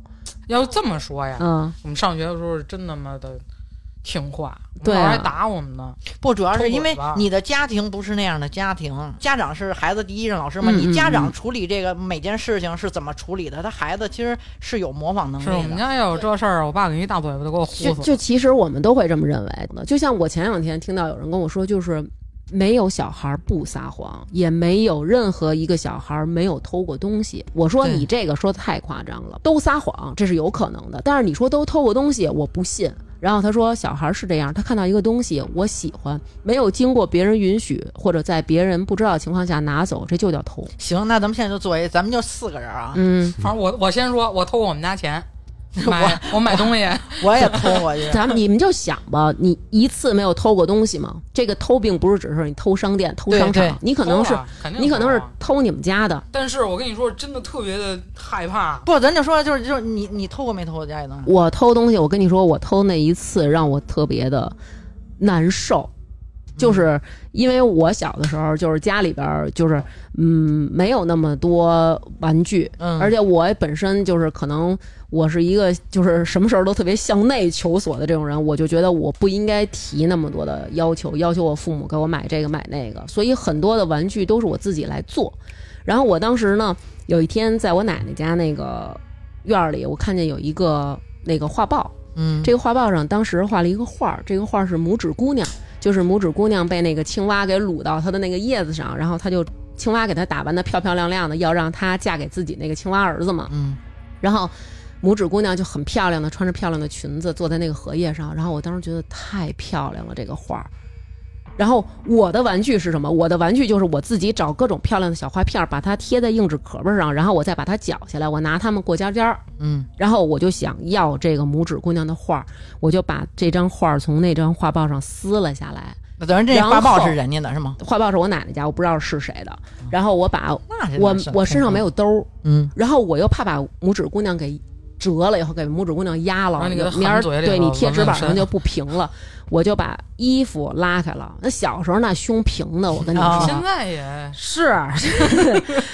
[SPEAKER 3] 要这么说呀，
[SPEAKER 1] 嗯，
[SPEAKER 3] 我们上学的时候是真他妈的听话，
[SPEAKER 1] 对啊
[SPEAKER 3] 老师还打我们呢。
[SPEAKER 7] 不主要是因为
[SPEAKER 3] 偷我吧
[SPEAKER 7] 你的家庭不是那样的家庭，家长是孩子第一任老师嘛，
[SPEAKER 1] 嗯
[SPEAKER 7] 你家
[SPEAKER 1] 嗯
[SPEAKER 7] 长处理这个每件事情是怎么处理的，他孩子其实是有模仿能
[SPEAKER 3] 是我
[SPEAKER 7] 力
[SPEAKER 3] 们
[SPEAKER 7] 的。
[SPEAKER 3] 家要有这事儿，我爸给一大嘴巴就给我呼
[SPEAKER 1] 啊就
[SPEAKER 3] 死了。
[SPEAKER 1] 就其实我们都会这么认为的。就像我前两天听到有人跟我说，就是没有小孩不撒谎，也没有任何一个小孩没有偷过东西。我说
[SPEAKER 7] 对
[SPEAKER 1] 你这个说的太夸张了，都撒谎这是有可能的，但是你说都偷过东西，我不信。然后他说，小孩是这样，他看到一个东西，我喜欢，没有经过别人允许，或者在别人不知道的情况下拿走，这就叫偷。
[SPEAKER 7] 行，那咱们现在就做一，咱们就四个人啊，
[SPEAKER 1] 嗯，。
[SPEAKER 3] 反正我我先说，我偷过我们家钱，买我买东西，
[SPEAKER 7] 我也偷过去
[SPEAKER 1] (laughs) 咱们你们就想吧，你一次没有偷过东西吗？这个偷并不是只是你偷商店、偷商
[SPEAKER 7] 对对，
[SPEAKER 1] 场 (laughs) 你可能是
[SPEAKER 3] 偷啊肯定
[SPEAKER 1] 你可能是
[SPEAKER 3] 偷啊
[SPEAKER 1] 偷你们家的，
[SPEAKER 3] 但是我跟你说，真的特别的害怕。
[SPEAKER 7] 不，咱就说就是就是你你偷过没偷过家里东西？
[SPEAKER 1] 我偷东西，我跟你说，我偷那一次让我特别的难受，就是因为我小的时候，就是家里边儿就是嗯没有那么多玩具，
[SPEAKER 7] 嗯，
[SPEAKER 1] 而且我本身就是可能我是一个就是什么时候都特别向内求索的这种人，我就觉得我不应该提那么多的要求，要求我父母给我买这个买那个，所以很多的玩具都是我自己来做。然后我当时呢，有一天在我奶奶家那个院儿里，我看见有一个那个画报，
[SPEAKER 7] 嗯
[SPEAKER 1] 这个画报上当时画了一个画儿，这个画儿是拇指姑娘，就是拇指姑娘被那个青蛙给掳到她的那个叶子上，然后她就青蛙给她打扮的漂漂亮亮的，要让她嫁给自己那个青蛙儿子嘛。
[SPEAKER 7] 嗯
[SPEAKER 1] 然后拇指姑娘就很漂亮的穿着漂亮的裙子坐在那个荷叶上，然后我当时觉得太漂亮了这个画儿。然后我的玩具是什么？我的玩具就是我自己找各种漂亮的小花片儿，把它贴在硬纸壳儿上，然后我再把它绞下来，我拿它们过家家儿。
[SPEAKER 7] 嗯
[SPEAKER 1] 然后我就想要这个拇指姑娘的画儿，我就把这张画儿从那张画报上撕了下来。
[SPEAKER 7] 那等于这
[SPEAKER 1] 然后
[SPEAKER 7] 画报是人家的是吗？
[SPEAKER 1] 画报是我奶奶家，我不知道是谁
[SPEAKER 3] 哦
[SPEAKER 1] 的。然后我把
[SPEAKER 7] 那是
[SPEAKER 1] 我我身上没，有兜儿，
[SPEAKER 7] 嗯
[SPEAKER 1] 然后我又怕把拇指姑娘给折了以后给拇指姑娘压了
[SPEAKER 3] 然后你给她，
[SPEAKER 1] 明儿
[SPEAKER 3] 含嘴里
[SPEAKER 1] 对
[SPEAKER 3] 了
[SPEAKER 1] 你贴纸板
[SPEAKER 3] 纹纹
[SPEAKER 1] 上
[SPEAKER 3] 身
[SPEAKER 1] 就不平了，我就把衣服拉开了。那小时候那胸平的，我跟你
[SPEAKER 7] 啊
[SPEAKER 1] 说，
[SPEAKER 3] 现在也 (laughs)
[SPEAKER 1] 是，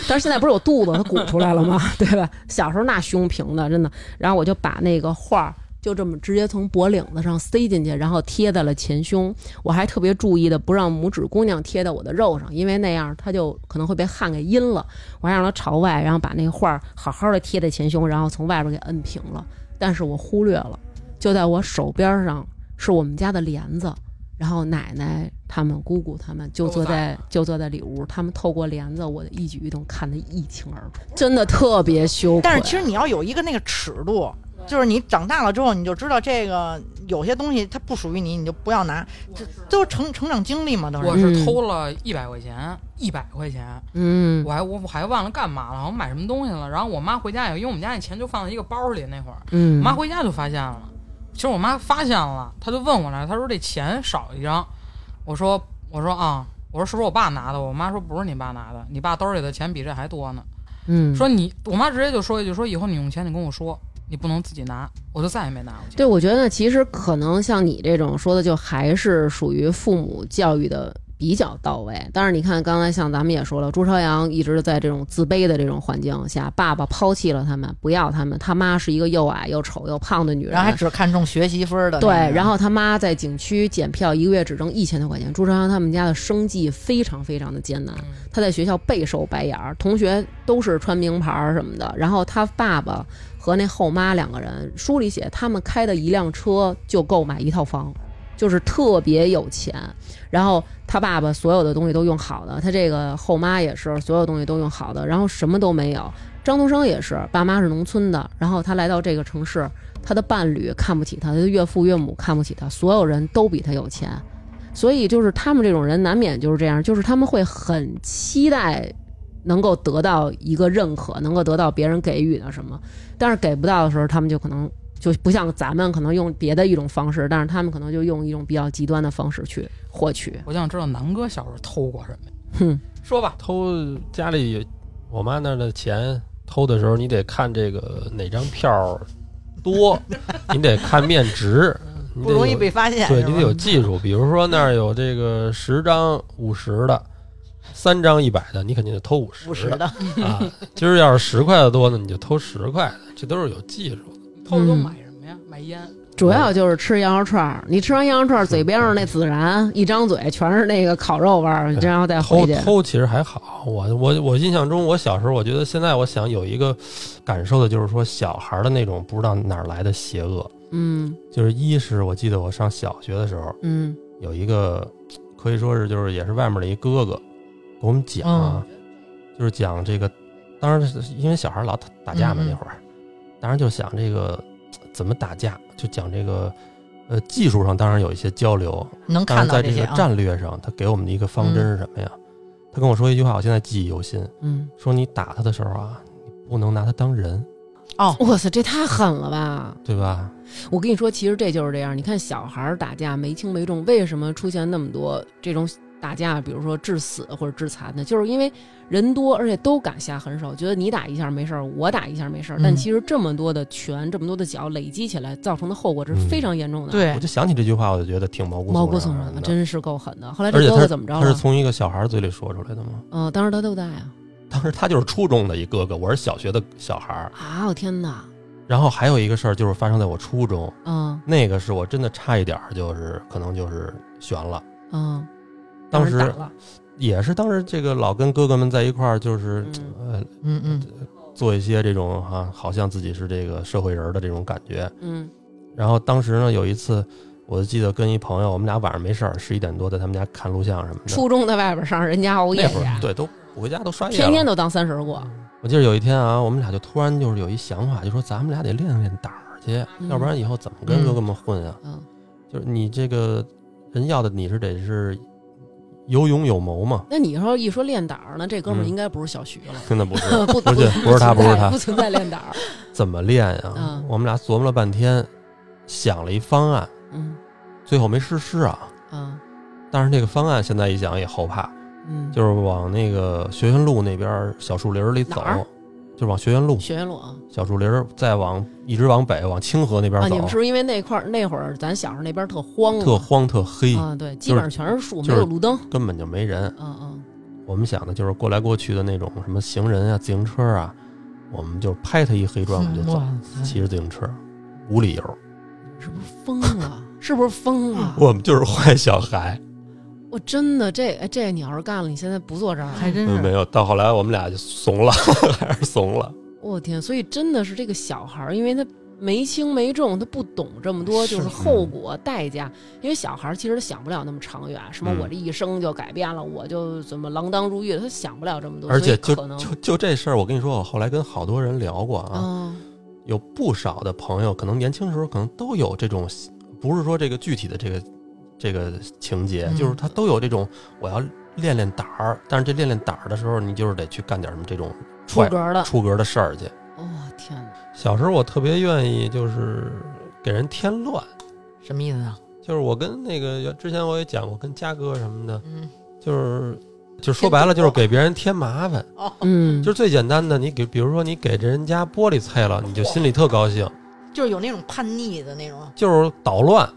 [SPEAKER 1] 但是现在不是有肚子，它鼓出来了吗？ (laughs) 对吧？小时候那胸平的，真的。然后我就把那个画儿就这么直接从脖领子上塞进去，然后贴在了前胸。我还特别注意的不让拇指姑娘贴到我的肉上，因为那样她就可能会被汗给阴了。我还让她朝外，然后把那个画儿好好的贴在前胸，然后从外边给摁平了。但是我忽略了，就在我手边上是我们家的帘子。然后奶奶他们、姑姑他们就
[SPEAKER 3] 都
[SPEAKER 1] 坐
[SPEAKER 3] 在
[SPEAKER 1] 在就坐在里屋，他们透过帘子，我的一举一动看得一清二楚，真的特别羞愧。
[SPEAKER 7] 但是其实你要有一个那个尺度，就是你长大了之后，你就知道这个有些东西它不属于你，你就不要拿，这都是成成长经历嘛，都
[SPEAKER 3] 我
[SPEAKER 7] 是。
[SPEAKER 3] 是偷了一百块钱，一百块钱，
[SPEAKER 1] 嗯，
[SPEAKER 3] 我还我我还忘了干嘛了，好像买什么东西了。然后我妈回家以后，因为我们家那钱就放在一个包里，那会儿
[SPEAKER 1] 嗯，
[SPEAKER 3] 我妈回家就发现了。其实我妈发现了，她就问我来，她说这钱少一张，我说我说啊，我说是不是我爸拿的？我妈说不是你爸拿的，你爸兜里的钱比这还多呢。
[SPEAKER 1] 嗯，
[SPEAKER 3] 说你，我妈直接就说一句，说以后你用钱你跟我说，你不能自己拿，我就再也没拿过钱。
[SPEAKER 1] 对，我觉得其实可能像你这种说的，就还是属于父母教育的比较到位。但是你看，刚才像咱们也说了，朱朝阳一直在这种自卑的这种环境下，爸爸抛弃了他们，不要他们，他妈是一个又矮又丑又胖的女人，
[SPEAKER 7] 然后还只看重学习分儿的那
[SPEAKER 1] 对
[SPEAKER 7] 个，，
[SPEAKER 1] 然后他妈在景区检票，一个月只挣一千多块钱。朱朝阳他们家的生计非常非常的艰难，
[SPEAKER 3] 嗯
[SPEAKER 1] 他在学校备受白眼儿，同学都是穿名牌儿什么的。然后他爸爸和那后妈两个人，书里写他们开的一辆车就购买一套房，就是特别有钱。然后他爸爸所有的东西都用好的，他这个后妈也是所有东西都用好的，然后什么都没有。张东升也是，爸妈是农村的，然后他来到这个城市，他的伴侣看不起他，他的岳父岳母看不起他，所有人都比他有钱，所以就是他们这种人难免就是这样，就是他们会很期待能够得到一个认可，能够得到别人给予的什么，但是给不到的时候，他们就可能就不像咱们可能用别的一种方式，但是他们可能就用一种比较极端的方式去获取。
[SPEAKER 3] 我就想知道南哥小时候偷过什么。
[SPEAKER 1] 哼，
[SPEAKER 3] 说吧，
[SPEAKER 5] 偷家里我妈那儿的钱，偷的时候你得看这个哪张票
[SPEAKER 7] (laughs)
[SPEAKER 5] 多，你得看面值，你得
[SPEAKER 7] 不容易
[SPEAKER 5] 有
[SPEAKER 7] 被发现。
[SPEAKER 5] 对
[SPEAKER 7] 是
[SPEAKER 5] 你
[SPEAKER 7] 吧
[SPEAKER 5] 得有技术，比如说那儿有这个十张五十的，三张一百的，你肯定得偷五
[SPEAKER 7] 务
[SPEAKER 5] 十
[SPEAKER 7] 实
[SPEAKER 5] 的
[SPEAKER 7] 的，
[SPEAKER 5] (laughs) 啊。今儿要是十块的多呢，你就偷十块的，这都是有技术的。
[SPEAKER 3] 偷着都
[SPEAKER 1] 嗯
[SPEAKER 3] 买什么呀？买烟。
[SPEAKER 1] 主要就是吃羊肉串儿，你吃完羊肉串儿，嘴边上那孜然，一张嘴全是那个烤肉味儿，你这样再回
[SPEAKER 5] 偷
[SPEAKER 1] 去，
[SPEAKER 5] 偷其实还好，我我我印象中，我小时候，我觉得现在我想有一个感受的就是说，小孩的那种不知道哪儿来的邪恶，
[SPEAKER 1] 嗯
[SPEAKER 5] 就是一是我记得我上小学的时候，
[SPEAKER 1] 嗯
[SPEAKER 5] 有一个可以说是就是也是外面的一哥哥给我们讲
[SPEAKER 7] 嗯
[SPEAKER 5] 啊，就是讲这个，当然是因为小孩老打打架嘛
[SPEAKER 7] 嗯嗯
[SPEAKER 5] 那会儿，当然就想这个怎么打架，就讲这个呃技术上当然有一些交流，
[SPEAKER 7] (laughs) 能看
[SPEAKER 5] 当然
[SPEAKER 7] 到
[SPEAKER 5] 在这
[SPEAKER 7] 些
[SPEAKER 5] 个
[SPEAKER 7] 啊。
[SPEAKER 5] 战略上，他给我们的一个方针是什么呀？他跟我说一句话，我现在记忆犹新，
[SPEAKER 1] 嗯，
[SPEAKER 5] 说你打他的时候啊，你不能拿他当人，
[SPEAKER 1] 哇塞，这太狠了吧！
[SPEAKER 5] 对吧？
[SPEAKER 1] 我跟你说，其实这就是这样。你看小孩儿打架没轻没重，为什么出现那么多这种打架，比如说致死或者致残的，就是因为人多，而且都敢下狠手，觉得你打一下没事儿，我打一下没事儿。但
[SPEAKER 3] 嗯
[SPEAKER 1] 其实这么多的拳，这么多的脚累积起来造成的后果是
[SPEAKER 5] 嗯
[SPEAKER 1] 非常严重的。，
[SPEAKER 5] 我
[SPEAKER 7] 对，
[SPEAKER 5] 就想起这句话，我就觉得挺毛骨
[SPEAKER 1] 毛骨悚
[SPEAKER 5] 悚
[SPEAKER 1] 然的，啊
[SPEAKER 5] 的。
[SPEAKER 1] 真是够狠的。后来
[SPEAKER 5] 而且
[SPEAKER 1] 这哥
[SPEAKER 5] 他
[SPEAKER 1] 哥
[SPEAKER 5] 是
[SPEAKER 1] 怎么着
[SPEAKER 5] 他是
[SPEAKER 1] 了？
[SPEAKER 5] 从一个小孩儿嘴里说出来的吗？
[SPEAKER 1] 嗯、当时他多大呀？
[SPEAKER 5] 当时他就是初中的一哥哥，我是小学的小孩儿。
[SPEAKER 1] 啊，我天哪！
[SPEAKER 5] 然后还有一个事儿就是发生在我初中，
[SPEAKER 1] 嗯
[SPEAKER 5] 那个是我真的差一点儿就是可能就是悬了。
[SPEAKER 1] 嗯，
[SPEAKER 5] 当
[SPEAKER 1] 让人
[SPEAKER 5] 时
[SPEAKER 1] 打了，
[SPEAKER 5] 也是当时这个老跟哥哥们在一块儿，就是、
[SPEAKER 1] 嗯
[SPEAKER 5] 呃
[SPEAKER 7] 嗯嗯，
[SPEAKER 5] 做一些这种哈、好像自己是这个社会人儿的这种感觉。
[SPEAKER 1] 嗯
[SPEAKER 5] 然后当时呢，有一次我就记得跟一朋友，我们俩晚上没事儿，十一点多在他们家看录像什么的。
[SPEAKER 1] 初中在外边上人家熬夜
[SPEAKER 5] 那
[SPEAKER 1] 去
[SPEAKER 5] 会，儿对都不回家都刷夜了。
[SPEAKER 1] 天天都当三十过。
[SPEAKER 5] 我记得有一天啊，我们俩就突然就是有一想法，就说咱们俩得练练胆儿去，
[SPEAKER 1] 嗯
[SPEAKER 5] 要不然以后怎么跟哥哥们混啊？
[SPEAKER 1] 嗯
[SPEAKER 5] 就是你这个人要的你是得是有勇有谋嘛，
[SPEAKER 1] 那你以后一说练胆儿呢，这哥们儿
[SPEAKER 5] 嗯
[SPEAKER 1] 应该不是小徐了，
[SPEAKER 5] 真的不是
[SPEAKER 1] (laughs) 不
[SPEAKER 5] 不是不是
[SPEAKER 1] 存在
[SPEAKER 5] 他不是他
[SPEAKER 1] 不存在练胆儿。
[SPEAKER 5] 怎么练呀、
[SPEAKER 1] 嗯
[SPEAKER 5] 我们俩琢磨了半天，想了一方案，
[SPEAKER 1] 嗯
[SPEAKER 5] 最后没实施啊。
[SPEAKER 1] 啊
[SPEAKER 5] 但是那个方案现在一想也后怕，
[SPEAKER 1] 嗯，
[SPEAKER 5] 就是往那个学院路那边儿小树林儿里
[SPEAKER 1] 哪
[SPEAKER 5] 走
[SPEAKER 1] 儿，
[SPEAKER 5] 就是往学院路
[SPEAKER 1] 学院路啊。
[SPEAKER 5] 小树林儿，再往一直往北往清河那边
[SPEAKER 1] 啊，
[SPEAKER 5] 走，
[SPEAKER 1] 你们是不是因为那块儿那会儿咱小时候那边儿特荒啊，
[SPEAKER 5] 特荒特黑，
[SPEAKER 1] 啊，对，基本上全是树，
[SPEAKER 5] 就是
[SPEAKER 1] 没有路灯。
[SPEAKER 5] 根本就没人。
[SPEAKER 1] 嗯嗯，
[SPEAKER 5] 我们想的就是过来过去的那种什么行人啊、自行车啊，我们就拍他一黑砖，我们就
[SPEAKER 7] 嗯
[SPEAKER 5] 走，
[SPEAKER 1] 嗯
[SPEAKER 5] 骑着自行车，无理由，
[SPEAKER 1] 是不是疯
[SPEAKER 5] (laughs)
[SPEAKER 1] 了？是不是疯了？
[SPEAKER 5] 我们就是坏小孩。
[SPEAKER 1] 我真的这哎这你要是干了，你现在不坐这儿了，
[SPEAKER 7] 还真
[SPEAKER 5] 嗯，没
[SPEAKER 7] 是，
[SPEAKER 5] 有，到后来我们俩就怂了， (laughs) 还是怂了。
[SPEAKER 1] 我天！所以真的是这个小孩儿，因为他没轻没重，他不懂这么多，就是
[SPEAKER 5] 是嗯
[SPEAKER 1] 后果代价。因为小孩儿其实他想不了那么长远，什么
[SPEAKER 5] 嗯
[SPEAKER 1] 我这一生就改变了，我就怎么锒铛入狱，他想不了这么多。
[SPEAKER 5] 而且
[SPEAKER 1] 所
[SPEAKER 5] 就
[SPEAKER 1] 以可能，
[SPEAKER 5] 就就这事儿，我跟你说，我后来跟好多人聊过啊，
[SPEAKER 1] 嗯
[SPEAKER 5] 有不少的朋友，可能年轻时候可能都有这种，不是说这个具体的这个这个情节，
[SPEAKER 7] 嗯
[SPEAKER 5] 就是他都有这种我要练练胆儿，但是这练练胆儿的时候，你就是得去干点什么这种
[SPEAKER 1] 出
[SPEAKER 5] 坏
[SPEAKER 1] 格儿了。
[SPEAKER 5] 出格的事儿去。
[SPEAKER 1] 哦天哪！
[SPEAKER 5] 小时候我特别愿意就是给人添乱，
[SPEAKER 7] 什么意思啊？
[SPEAKER 5] 就是我跟那个之前我也讲过，跟嘉哥什么的，
[SPEAKER 7] 嗯，
[SPEAKER 5] 就是就说白了就是给别人添麻烦，
[SPEAKER 7] 哦
[SPEAKER 1] 嗯，
[SPEAKER 5] 就是最简单的，你给比如说你给这人家玻璃碎了，你就心里特高兴，
[SPEAKER 7] 就是有那种叛逆的那种，
[SPEAKER 5] 就是捣乱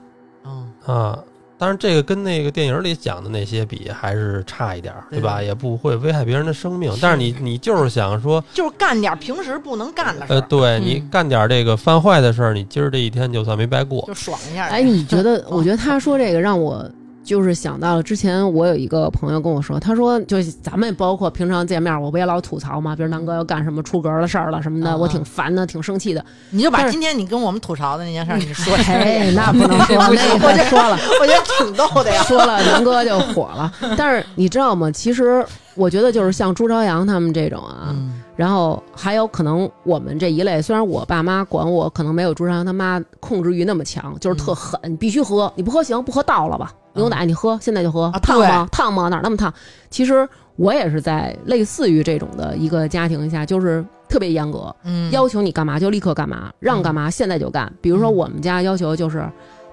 [SPEAKER 7] 嗯，
[SPEAKER 5] 啊。当然，这个跟那个电影里讲的那些比还是差一点儿，对吧？
[SPEAKER 7] 对
[SPEAKER 5] 也不会危害别人的生命，但是你你就是想说，
[SPEAKER 7] 就是干点平时不能干的事
[SPEAKER 5] 呃，
[SPEAKER 7] 儿，
[SPEAKER 5] 对
[SPEAKER 1] 嗯
[SPEAKER 5] 你干点这个犯坏的事儿，你今儿这一天就算没白过。
[SPEAKER 7] 就爽一下。
[SPEAKER 1] 哎，你觉
[SPEAKER 5] (laughs)
[SPEAKER 1] 得？
[SPEAKER 5] 啊
[SPEAKER 1] 我觉得他说这个让我就是想到了之前我有一个朋友跟我说，他说就是咱们包括平常见面，我不也老吐槽嘛，比如南哥要干什么出格的事儿了什么的，
[SPEAKER 7] 啊
[SPEAKER 1] 我挺烦的，挺生气的。
[SPEAKER 7] 你就
[SPEAKER 1] 但
[SPEAKER 7] 把
[SPEAKER 1] 是
[SPEAKER 7] 今天你跟我们吐槽的那件 (laughs) 事儿，你说，
[SPEAKER 1] 哎，那不
[SPEAKER 7] (laughs)
[SPEAKER 1] 能说，那也太说了，
[SPEAKER 7] 我觉得挺逗的呀。
[SPEAKER 1] 说了南哥就火了。但是你知道吗？其实我觉得就是像朱朝阳他们这种啊，
[SPEAKER 7] 嗯
[SPEAKER 1] 然后还有可能我们这一类，虽然我爸妈管我，可能没有朱朝阳他妈控制欲那么强，就是特狠，你必须喝，你不喝行，不喝倒了吧，
[SPEAKER 7] 嗯
[SPEAKER 1] 牛奶你喝，现在就喝，
[SPEAKER 7] 啊
[SPEAKER 1] 烫
[SPEAKER 7] 对
[SPEAKER 1] 吗？烫吗？哪儿那么烫？其实我也是在类似于这种的一个家庭下，就是特别严格，
[SPEAKER 7] 嗯，
[SPEAKER 1] 要求你干嘛就立刻干嘛，让干嘛现在就干。比如说
[SPEAKER 7] 嗯
[SPEAKER 1] 我们家要求就是，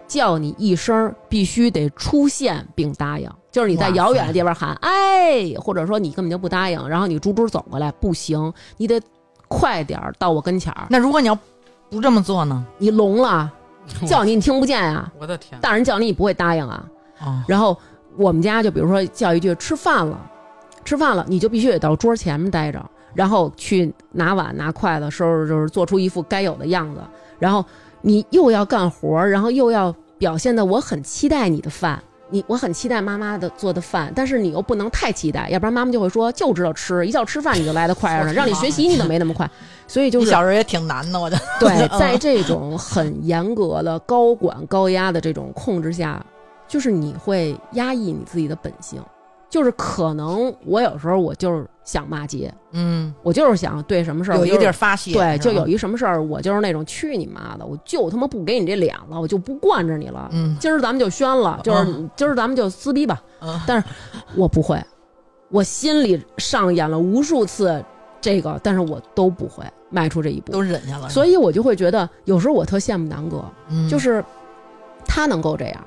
[SPEAKER 1] 叫你一声儿必须得出现并答应，就是你在
[SPEAKER 7] 哇塞
[SPEAKER 1] 遥远的地方喊哎，或者说你根本就不答应，然后你猪猪走过来不行，你得快点儿到我跟前儿，
[SPEAKER 7] 那如果你要不这么做呢？
[SPEAKER 1] 你聋了，
[SPEAKER 3] 嗯
[SPEAKER 1] 叫你你听不见啊，
[SPEAKER 3] 我的天，
[SPEAKER 1] 大人叫你你不会答应啊。
[SPEAKER 7] 啊，
[SPEAKER 1] 然后我们家就比如说叫一句吃饭了，吃饭了你就必须得到桌前面待着，然后去拿碗拿筷子收拾，就是做出一副该有的样子。然后你又要干活儿，然后又要表现的我很期待你的饭。你我很期待妈妈的做的饭，但是你又不能太期待，要不然妈妈就会说就知道吃，一叫吃饭你就来得快着呢，让你学习你都没那么快，所以就
[SPEAKER 7] 你
[SPEAKER 1] 是
[SPEAKER 7] 小时候也挺难的，我
[SPEAKER 1] (laughs)
[SPEAKER 7] 觉得。 (laughs)
[SPEAKER 1] 对，
[SPEAKER 7] 嗯
[SPEAKER 1] 在这种很严格的高管高压的这种控制下，就是你会压抑你自己的本性，就是可能我有时候我就是想骂街，
[SPEAKER 7] 嗯，
[SPEAKER 1] 我就是想对什么事儿
[SPEAKER 7] 有
[SPEAKER 1] 我
[SPEAKER 7] 一
[SPEAKER 1] 就是
[SPEAKER 7] 地儿发泄，
[SPEAKER 1] 对，就是
[SPEAKER 7] 吧
[SPEAKER 1] 有一什么事儿，我就是那种去你妈的，我就他妈不给你这脸了，我就不惯着你了。
[SPEAKER 7] 嗯
[SPEAKER 1] 今儿咱们就宣了，就是、今儿咱们就撕逼吧。
[SPEAKER 7] 嗯
[SPEAKER 1] 但是我不会，我心里上演了无数次这个，但是我都不会迈出这一步，
[SPEAKER 7] 都忍下了，
[SPEAKER 1] 所以我就会觉得，有时候我特羡慕南哥，
[SPEAKER 7] 嗯
[SPEAKER 1] 就是他能够这样，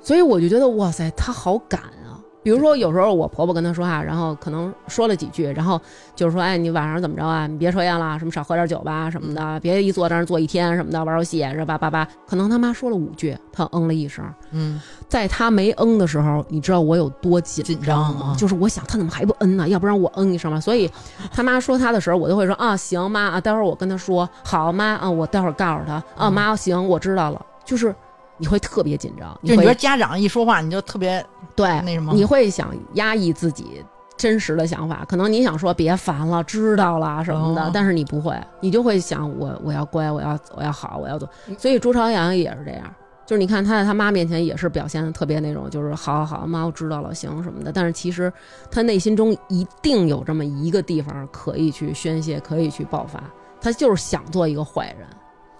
[SPEAKER 1] 所以我就觉得哇塞，他好敢啊！比如说，有时候我婆婆跟她说话，然后可能说了几句，然后就是说，哎，你晚上怎么着啊？你别抽烟了，什么少喝点酒吧，什么的，别一坐在那儿坐一天什么的，玩游戏，是吧吧吧。可能他妈说了五句，她嗯了一声。
[SPEAKER 7] 嗯，
[SPEAKER 1] 在她没嗯的时候，你知道我有多紧
[SPEAKER 7] 紧
[SPEAKER 1] 张
[SPEAKER 7] 张
[SPEAKER 1] 吗？
[SPEAKER 7] 啊
[SPEAKER 1] 就是我想她怎么还不嗯呢？要不然我嗯一声吧。所以他妈说她的时候，我都会说啊，行妈啊，待会儿我跟她说，好妈啊，我待会儿告诉她
[SPEAKER 7] 嗯
[SPEAKER 1] 啊，妈行，我知道了。就是你会特别紧张，
[SPEAKER 7] 就你
[SPEAKER 1] 会
[SPEAKER 7] 觉得家长一说话你就特别
[SPEAKER 1] 对
[SPEAKER 7] 那什么
[SPEAKER 1] 你会想压抑自己真实的想法，可能你想说别烦了，知道了什么的，
[SPEAKER 7] 哦
[SPEAKER 1] 但是你不会，你就会想我我要乖，我要我要好，我要做。
[SPEAKER 7] 嗯
[SPEAKER 1] 所以朱朝阳也是这样，就是你看他在他妈面前也是表现的特别那种，就是好好好，妈我知道了，行什么的。但是其实他内心中一定有这么一个地方可以去宣泄，可以去爆发，他就是想做一个坏人。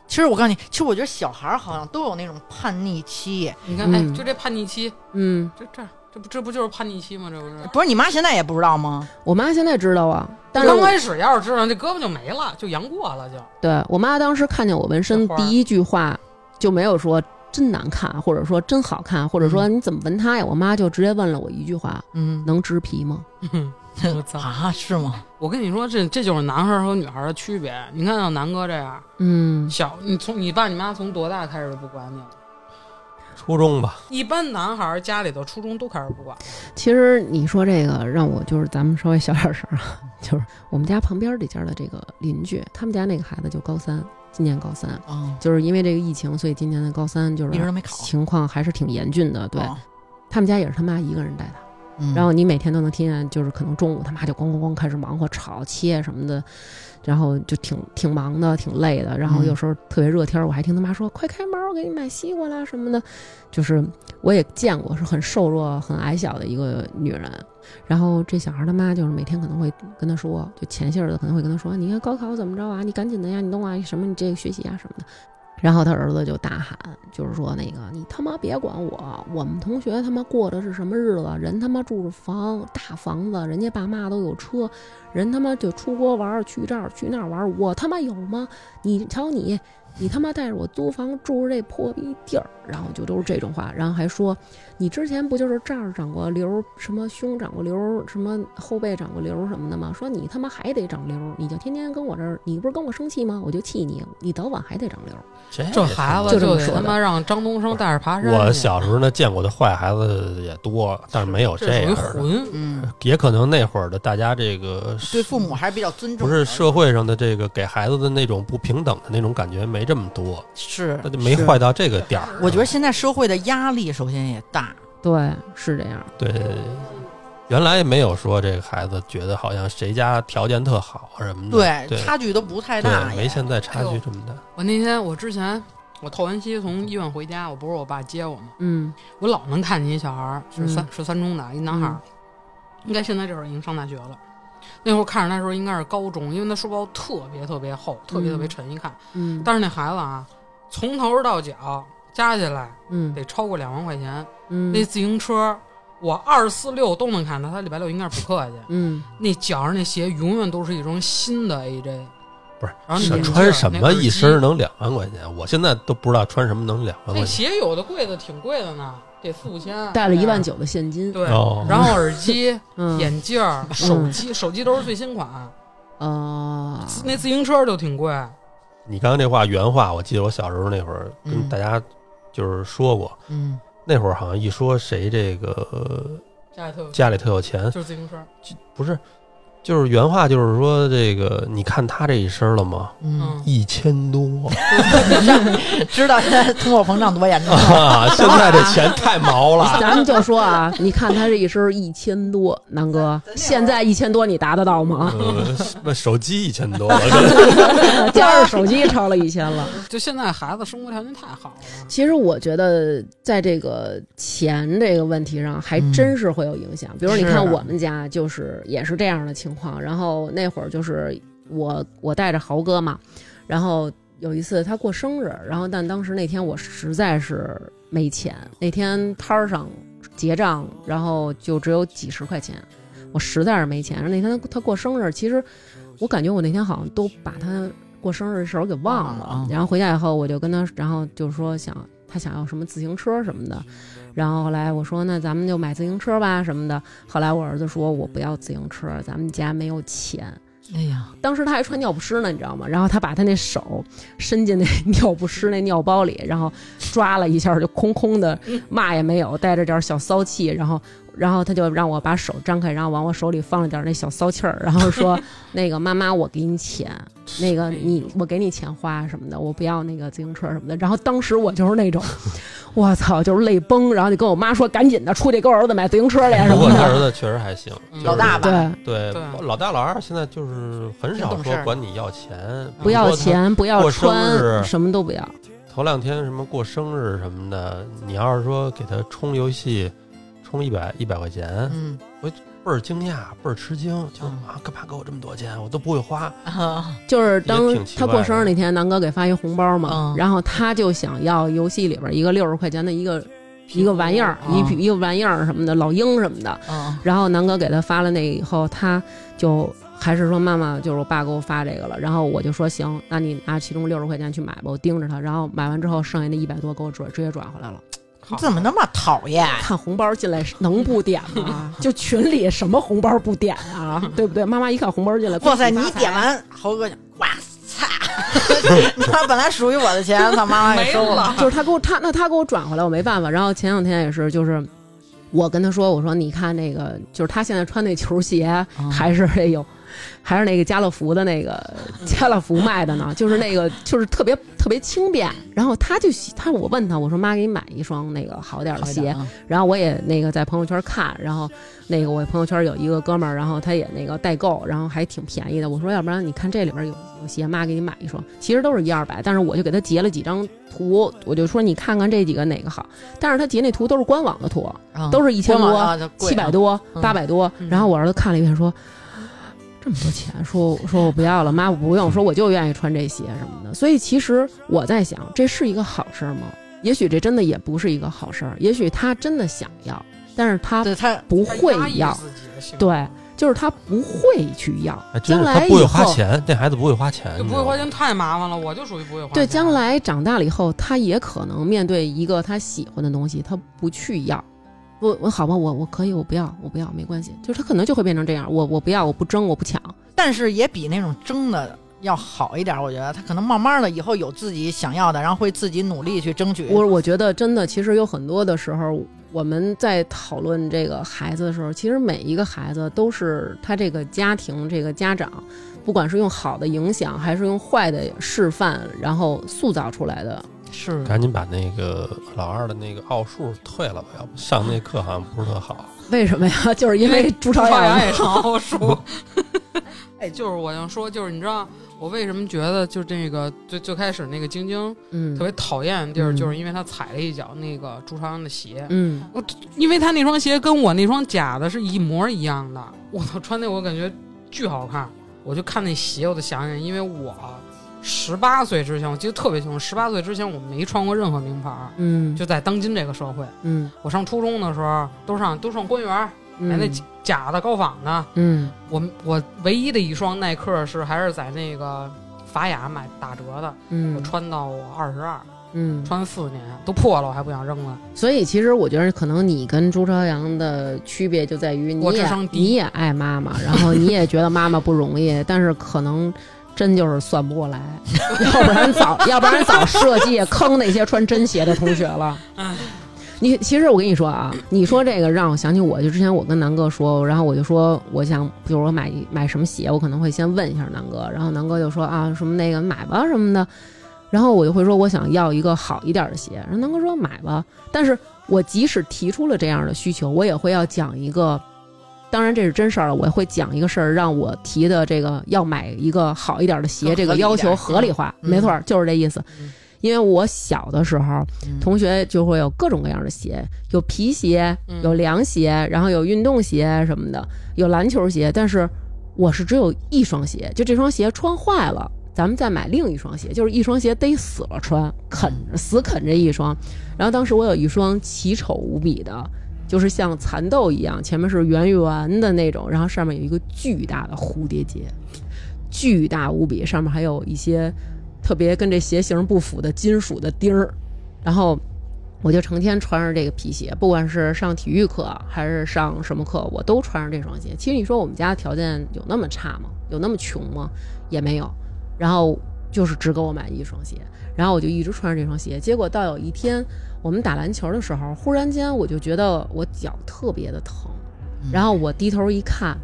[SPEAKER 7] 其实我告诉你，其实我觉得小孩儿好像都有那种叛逆期，
[SPEAKER 3] 你看，哎
[SPEAKER 1] 嗯，
[SPEAKER 3] 就这叛逆期，
[SPEAKER 1] 嗯，
[SPEAKER 3] 这这这不这不就是叛逆期吗？这不是。
[SPEAKER 7] 不是你妈现在也不知道吗？
[SPEAKER 1] 我妈现在知道啊，但是
[SPEAKER 3] 刚
[SPEAKER 1] 我
[SPEAKER 3] 开始要是知道，这胳膊就没了，就杨过了，就
[SPEAKER 1] 对我妈当时看见我纹身
[SPEAKER 3] 这花儿
[SPEAKER 1] 第一句话就没有说真难看，或者说真好看，或者说你怎么纹它呀？我妈就直接问了我一句话：
[SPEAKER 7] 嗯，
[SPEAKER 1] 能植皮吗？
[SPEAKER 3] 我操！
[SPEAKER 7] 啊，是吗？
[SPEAKER 3] 我跟你说，这这就是男孩儿和女孩儿的区别。你看像南哥这样，
[SPEAKER 1] 嗯，
[SPEAKER 3] 小你从你爸你妈从多大开始不管你了？
[SPEAKER 5] 初中吧，
[SPEAKER 3] 一般男孩儿家里头初中都开始不管了，
[SPEAKER 1] 其实你说这个让我就是咱们稍微小点声儿啊， (laughs) 就是我们家旁边这家的这个邻居，他们家那个孩子就高三，今年高三，
[SPEAKER 7] 哦，
[SPEAKER 1] 就是因为这个疫情，所以今年的高三就
[SPEAKER 7] 一直
[SPEAKER 1] 是
[SPEAKER 7] 都没考
[SPEAKER 1] 情况还是挺严峻的。对
[SPEAKER 7] 哦
[SPEAKER 1] 他们家也是他妈一个人带他。
[SPEAKER 7] 嗯
[SPEAKER 1] 然后你每天都能听见，就是可能中午他妈就咣咣咣开始忙活、炒切什么的，然后就挺挺忙的、挺累的。然后
[SPEAKER 7] 嗯
[SPEAKER 1] 有时候特别热天儿，我还听他妈说：“快开门儿，我给你买西瓜啦什么的。”就是我也见过，是很瘦弱、很矮小的一个女人。然后这小孩他妈就是每天可能会跟他说，就前些日子可能会跟他说：“你看高考怎么着啊？你赶紧的呀，你弄啊什么你这个学习啊什么的。”然后他儿子就大喊，就是说那个你他妈别管我，我们同学他妈过的是什么日子？啊人他妈住着房大房子，人家爸妈都有车，人他妈就出国玩儿，去这儿去那儿玩儿，我他妈有吗？你瞧你，你他妈带着我租房住着这破逼地儿，然后就都是这种话，然后还说你之前不就是这儿长过瘤，什么胸长过瘤，什么后背长过瘤什么的吗？说你他妈还得长瘤，你就天天跟我这儿，你不是跟我生气吗？我就气你，你早晚还得长瘤。
[SPEAKER 3] 这孩子
[SPEAKER 1] 就这么
[SPEAKER 3] 得
[SPEAKER 1] 说的
[SPEAKER 3] 他妈让张东升带着爬山去。
[SPEAKER 5] 我小时候呢见过的坏孩子也多，但是没有
[SPEAKER 3] 这属
[SPEAKER 5] 样
[SPEAKER 3] 于
[SPEAKER 5] 的，
[SPEAKER 3] 混，
[SPEAKER 7] 嗯，
[SPEAKER 5] 也可能那会儿的大家这个
[SPEAKER 7] 对父母还是比较尊重
[SPEAKER 5] 不
[SPEAKER 7] 的，
[SPEAKER 5] 是社会上的这个给孩子的那种不平等的那种感觉没这么多，
[SPEAKER 7] 是
[SPEAKER 5] 他就没坏到这个点儿。
[SPEAKER 7] 我觉得现在社会的压力首先也大，
[SPEAKER 1] 对，是这样。
[SPEAKER 5] 对，原来也没有说这个孩子觉得好像谁家条件特好啊什么的，嗯对，
[SPEAKER 7] 差距都不太大
[SPEAKER 5] 对，
[SPEAKER 7] 也，
[SPEAKER 5] 没现在差距这么大。
[SPEAKER 3] 我那天我之前我透完析从医院回家，我不是我爸接我吗？
[SPEAKER 1] 嗯
[SPEAKER 3] 我老能看见一小孩儿，十三十三中的一男孩儿
[SPEAKER 1] 嗯，
[SPEAKER 3] 应该现在这会儿已经上大学了。那会儿看着他的时候应该是高中，因为他书包特别特别厚，特别特别沉，一看。
[SPEAKER 1] 嗯
[SPEAKER 3] 但是那孩子啊，从头到脚加起来
[SPEAKER 1] 嗯
[SPEAKER 3] 得超过两万块钱。
[SPEAKER 1] 嗯
[SPEAKER 3] 那自行车我二四六都能看到，他礼拜六应该是补课去。
[SPEAKER 1] 嗯
[SPEAKER 3] 那脚上那鞋永远都是一双新的 AJ，
[SPEAKER 5] 不是，
[SPEAKER 3] 然后
[SPEAKER 5] 是
[SPEAKER 3] 你
[SPEAKER 5] 穿什么一身？能两万块钱？我现在都不知道穿什么能两万
[SPEAKER 3] 那
[SPEAKER 5] 块钱。
[SPEAKER 3] 鞋有的贵的挺贵的呢，得四五千。
[SPEAKER 1] 带了一万九的现金。
[SPEAKER 3] 对，
[SPEAKER 5] 哦，
[SPEAKER 3] 然后耳机、
[SPEAKER 1] 嗯
[SPEAKER 3] 眼镜儿、手机，手机都是最新款。
[SPEAKER 1] 啊，
[SPEAKER 3] 那自行车就挺贵，
[SPEAKER 5] 你刚刚这话原话，我记得我小时候那会儿跟
[SPEAKER 7] 嗯
[SPEAKER 5] 大家就是说过，
[SPEAKER 7] 嗯，
[SPEAKER 5] 那会儿好像一说谁这个
[SPEAKER 3] 家里头
[SPEAKER 5] 家里特有钱，
[SPEAKER 3] 就是自行车。
[SPEAKER 5] 不是，就是原话就是说这个，你看他这一身了吗？
[SPEAKER 3] 嗯，
[SPEAKER 5] 一千多
[SPEAKER 7] (laughs) 知道现在通货膨胀多严重。
[SPEAKER 5] 啊！现在这钱太毛 (laughs) 了。
[SPEAKER 1] 咱们就说啊，你看他这一身一千多，南哥，现在一千多你达得到
[SPEAKER 5] (laughs)
[SPEAKER 1] 吗？ (laughs)
[SPEAKER 5] 呃，那手机一千多了，
[SPEAKER 1] 就是手机超了一千了。
[SPEAKER 3] 就现在孩子生活条件太好了。
[SPEAKER 1] 其实我觉得，在这个钱这个问题上，还真是会有影响。比如你
[SPEAKER 7] 是
[SPEAKER 1] 看我们家就是也是这样的情况，然后那会儿就是我我带着豪哥嘛，然后有一次他过生日，然后但当时那天我实在是没钱，那天摊儿上结账，然后就只有几十块钱，我实在是没钱。那天他他过生日，其实我感觉我那天好像都把他过生日的时候给忘了。
[SPEAKER 7] 忘了啊
[SPEAKER 1] 然后回家以后，我就跟他，然后就说想他想要什么自行车什么的，然后后来我说那咱们就买自行车吧什么的。后来我儿子说我不要自行车，咱们家没有钱。
[SPEAKER 7] 哎呀，
[SPEAKER 1] 当时他还穿尿不湿呢，你知道吗？然后他把他那手伸进那尿不湿那尿包里，然后抓了一下就空空的，嘛也没有，带着点小骚气，然后。然后他就让我把手张开，然后往我手里放了点那小骚气儿，然后说：“那个妈妈，我给你钱，那个你我给你钱花什么的，我不要那个自行车什么的。”然后当时我就是那种，我操，就是泪崩，然后就跟我妈说：“赶紧的，出去给我儿子买自行车去什
[SPEAKER 5] 不过
[SPEAKER 1] 么
[SPEAKER 5] 他
[SPEAKER 1] 的。
[SPEAKER 5] 儿子确实还行，就是
[SPEAKER 6] 老大”吧，
[SPEAKER 1] 对，
[SPEAKER 5] 对
[SPEAKER 3] 啊对啊
[SPEAKER 5] 老大老二现在就是很
[SPEAKER 7] 挺
[SPEAKER 5] 少
[SPEAKER 7] 懂
[SPEAKER 5] 说
[SPEAKER 7] 事儿
[SPEAKER 5] 管你要钱，
[SPEAKER 1] 不要
[SPEAKER 5] 说他
[SPEAKER 1] 钱，不要
[SPEAKER 5] 过生日
[SPEAKER 1] 穿，什么都不要。
[SPEAKER 5] 头两天什么过生日什么的，你要是说给他充游戏，充一百一百块钱，
[SPEAKER 7] 嗯，
[SPEAKER 5] 倍儿惊讶，倍儿吃惊，就
[SPEAKER 7] 嗯
[SPEAKER 5] 啊，干嘛给我这么多钱？我都不会花。
[SPEAKER 7] 啊
[SPEAKER 1] 就是
[SPEAKER 5] 也
[SPEAKER 1] 当
[SPEAKER 5] 挺奇怪
[SPEAKER 1] 他
[SPEAKER 5] 的
[SPEAKER 1] 过生日那天，南哥给发一红包嘛
[SPEAKER 7] 嗯，
[SPEAKER 1] 然后他就想要游戏里边一个六十块钱的一个一个玩意儿，
[SPEAKER 7] 啊
[SPEAKER 1] 一一个玩意儿什么的，老鹰什么的。
[SPEAKER 7] 啊
[SPEAKER 1] 然后南哥给他发了那以后，他就还是说妈妈，就是我爸给我发这个了。然后我就说行，那你拿其中六十块钱去买吧，我盯着他。然后买完之后，剩下那一百多给我转直接转回来了。
[SPEAKER 7] 你怎么那么讨厌？
[SPEAKER 1] (laughs) 看红包进来能不点啊 (laughs) 吗？就群里什么红包不点啊？对不对？妈妈一看红包进来，
[SPEAKER 7] 哇塞，你一点完，猴哥就哇塞， (laughs) 他本来属于我的钱，他妈妈给
[SPEAKER 3] 没
[SPEAKER 7] 收了。
[SPEAKER 3] 了，
[SPEAKER 1] 就是他给我他那他给我转回来，我没办法。然后前两天也是，就是我跟他说，我说你看那个，就是他现在穿那球鞋还是哎呦，还是那个家乐福的那个家乐福卖的呢，就是那个就是特别特别轻便。然后他就喜他我问他，我说妈给你买一双那个好点儿的啊鞋，然后我也那个在朋友圈看，然后那个我朋友圈有一个哥们儿，然后他也那个代购，然后还挺便宜的。我说要不然你看这里边有有鞋，妈给你买一双，其实都是一二百，但是我就给他截了几张图，我就说你看看这几个哪个好。但是他截那图都是官网的图，
[SPEAKER 6] 嗯
[SPEAKER 1] 都是一千多、
[SPEAKER 7] 啊
[SPEAKER 6] 啊
[SPEAKER 1] 七百多、
[SPEAKER 7] 嗯
[SPEAKER 1] 八百多。然后我儿子看了一遍说。这么多钱，说说我不要了，妈我不用，说我就愿意穿这鞋什么的。所以其实我在想，这是一个好事儿吗？也许这真的也不是一个好事儿，也许他真的想要，但是他
[SPEAKER 7] 对他
[SPEAKER 1] 不
[SPEAKER 3] 他
[SPEAKER 1] 会
[SPEAKER 3] 压抑
[SPEAKER 1] 要，
[SPEAKER 3] 自己的兴趣
[SPEAKER 1] 对，就是他不会去要
[SPEAKER 5] 哎，，真
[SPEAKER 1] 将
[SPEAKER 5] 是他
[SPEAKER 1] 来以
[SPEAKER 5] 不会花
[SPEAKER 1] 后。
[SPEAKER 5] 钱，这孩子不会花钱，
[SPEAKER 3] 就
[SPEAKER 5] 你
[SPEAKER 3] 不
[SPEAKER 5] 知
[SPEAKER 3] 会
[SPEAKER 5] 道吗
[SPEAKER 3] 花钱太麻烦了，我就属于不会花钱。
[SPEAKER 1] 对，将来长大了以后，他也可能面对一个他喜欢的东西，他不去要。我我好吧，我我可以，我不要，我不要，没关系。就是他可能就会变成这样，我我不要，我不争，我不抢。
[SPEAKER 7] 但是也比那种争的要好一点，我觉得他可能慢慢的以后有自己想要的，然后会自己努力去争取。
[SPEAKER 1] 我我觉得真的，其实有很多的时候，我们在讨论这个孩子的时候，其实每一个孩子都是他这个家庭、这个家长，不管是用好的影响，还是用坏的示范，然后塑造出来的。
[SPEAKER 7] 是
[SPEAKER 5] 赶紧把那个老二的那个奥数退了吧，要不上那课好像不是特好。
[SPEAKER 1] 为什么呀？ (laughs) 就是因为朱朝
[SPEAKER 3] 朝
[SPEAKER 1] 阳
[SPEAKER 3] 阳也常奥数。哎，就是我想说，就是你知道我为什么觉得就这个最最开始那个晶晶
[SPEAKER 1] 嗯
[SPEAKER 3] 特别讨厌的地儿，
[SPEAKER 1] 嗯
[SPEAKER 3] 就是因为她踩了一脚那个朱朝阳的鞋，
[SPEAKER 1] 嗯，
[SPEAKER 3] 因为她那双鞋跟我那双假的是一模一样的，我操，穿那我感觉巨好看。我就看那鞋，我就想起来，因为我十八岁之前，我记得特别清楚，十八岁之前我没穿过任何名牌儿，
[SPEAKER 1] 嗯
[SPEAKER 3] 就在当今这个社会，
[SPEAKER 1] 嗯
[SPEAKER 3] 我上初中的时候都上都上官园，买那假假的高仿的，
[SPEAKER 1] 嗯
[SPEAKER 3] 我我唯一的一双耐克是还是在那个法雅买打折的，我
[SPEAKER 1] 嗯
[SPEAKER 3] 穿到我二十二，
[SPEAKER 1] 嗯，
[SPEAKER 3] 穿四年都破了，我还不想扔了。
[SPEAKER 1] 所以其实我觉得，可能你跟朱朝阳的区别就在于你
[SPEAKER 3] 我智
[SPEAKER 1] 也
[SPEAKER 3] 商低
[SPEAKER 1] 你也爱妈妈，然后你也觉得妈妈不
[SPEAKER 3] (laughs)
[SPEAKER 1] 容易，但是可能。真就是算不过来， (laughs) 要不然早，要不然早设计坑那些穿真鞋的同
[SPEAKER 3] (laughs)
[SPEAKER 1] 学了。
[SPEAKER 3] 啊
[SPEAKER 1] 你其实我跟你说啊，你说这个让我想起我，就之前我跟南哥说，然后我就说我想，比如我买一买什么鞋，我可能会先问一下南哥，然后南哥就说啊什么那个买吧什么的，然后我就会说我想要一个好一点的鞋，然后南哥说买吧，但是我即使提出了这样的需求，我也会要讲一个，当然这是真事儿了，我会讲一个事儿，让我提的这个要买一个好一点的鞋，
[SPEAKER 7] 更
[SPEAKER 1] 这个
[SPEAKER 7] 合理一
[SPEAKER 1] 要求
[SPEAKER 7] 点
[SPEAKER 1] 合理化，
[SPEAKER 7] 嗯
[SPEAKER 1] 没错儿，就是这意思。
[SPEAKER 7] 嗯
[SPEAKER 1] 因为我小的时候，同学就会有各种各样的鞋，有皮鞋，
[SPEAKER 3] 嗯
[SPEAKER 1] 有凉鞋，然后有运动鞋什么的，有篮球鞋。但是我是只有一双鞋，就这双鞋穿坏了，咱们再买另一双鞋，就是一双鞋逮死了穿，啃
[SPEAKER 7] 嗯
[SPEAKER 1] 死啃这一双。然后当时我有一双奇丑无比的，就是像蚕豆一样，前面是圆圆的那种，然后上面有一个巨大的蝴蝶结，巨大无比，上面还有一些特别跟这鞋型不符的金属的钉儿。然后我就成天穿着这个皮鞋，不管是上体育课还是上什么课，我都穿着这双鞋。其实你说我们家条件有那么差吗？有那么穷吗？也没有。然后就是只给我买一双鞋，然后我就一直穿着这双鞋。结果到有一天我们打篮球的时候，忽然间我就觉得我脚特别的疼，然后我低头一看，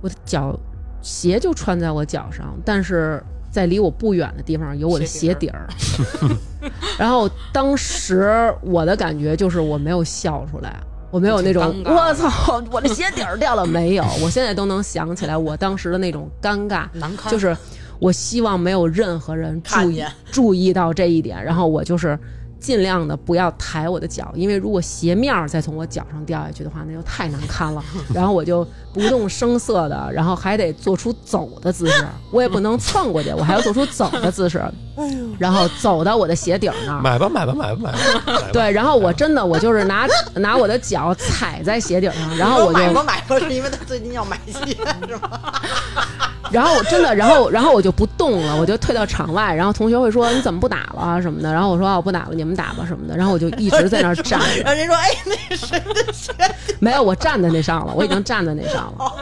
[SPEAKER 1] 我的脚鞋就穿在我脚上，但是在离我不远的地方有我的鞋
[SPEAKER 3] 鞋
[SPEAKER 1] 底儿。
[SPEAKER 3] (laughs)
[SPEAKER 1] 然后当时我的感觉就是我没有笑出来，我没有那种
[SPEAKER 3] 挺尴尬的
[SPEAKER 1] 我操，我的鞋底儿掉了没有？我现在都能想起来我当时的那种尴尬，
[SPEAKER 3] 难看，
[SPEAKER 1] 就是我希望没有任何人注
[SPEAKER 6] 看
[SPEAKER 1] 意
[SPEAKER 6] 见
[SPEAKER 1] (laughs) 注意到这一点，然后我就是尽量的不要抬我的脚，因为如果鞋面儿再从我脚上掉下去的话，那就太难看
[SPEAKER 6] (laughs)
[SPEAKER 1] 了。然后我就不动声色的，然后还得做出走的姿
[SPEAKER 6] (laughs)
[SPEAKER 1] 势，我也不能蹭过去，我还要做出走的姿势，
[SPEAKER 6] 哎
[SPEAKER 1] 然后走到我的鞋底儿那儿。
[SPEAKER 5] 买吧买吧买吧买吧，买吧
[SPEAKER 1] (laughs) 对，然后我真的我就是拿 (laughs) 拿我的脚踩在鞋底儿上，然后我就
[SPEAKER 6] 买过买过，是因为他最近要买鞋，是吗？
[SPEAKER 1] 然后真的，然后然后我就不动了，我就退到场外。然后同学会说你怎么不打了啊什么的，然后我说啊我不打了，你们打吧什么的。然后我就一直在那儿站着，
[SPEAKER 6] 然后人说，哎，那
[SPEAKER 1] 没有我站在那上了，我已经站在那上了。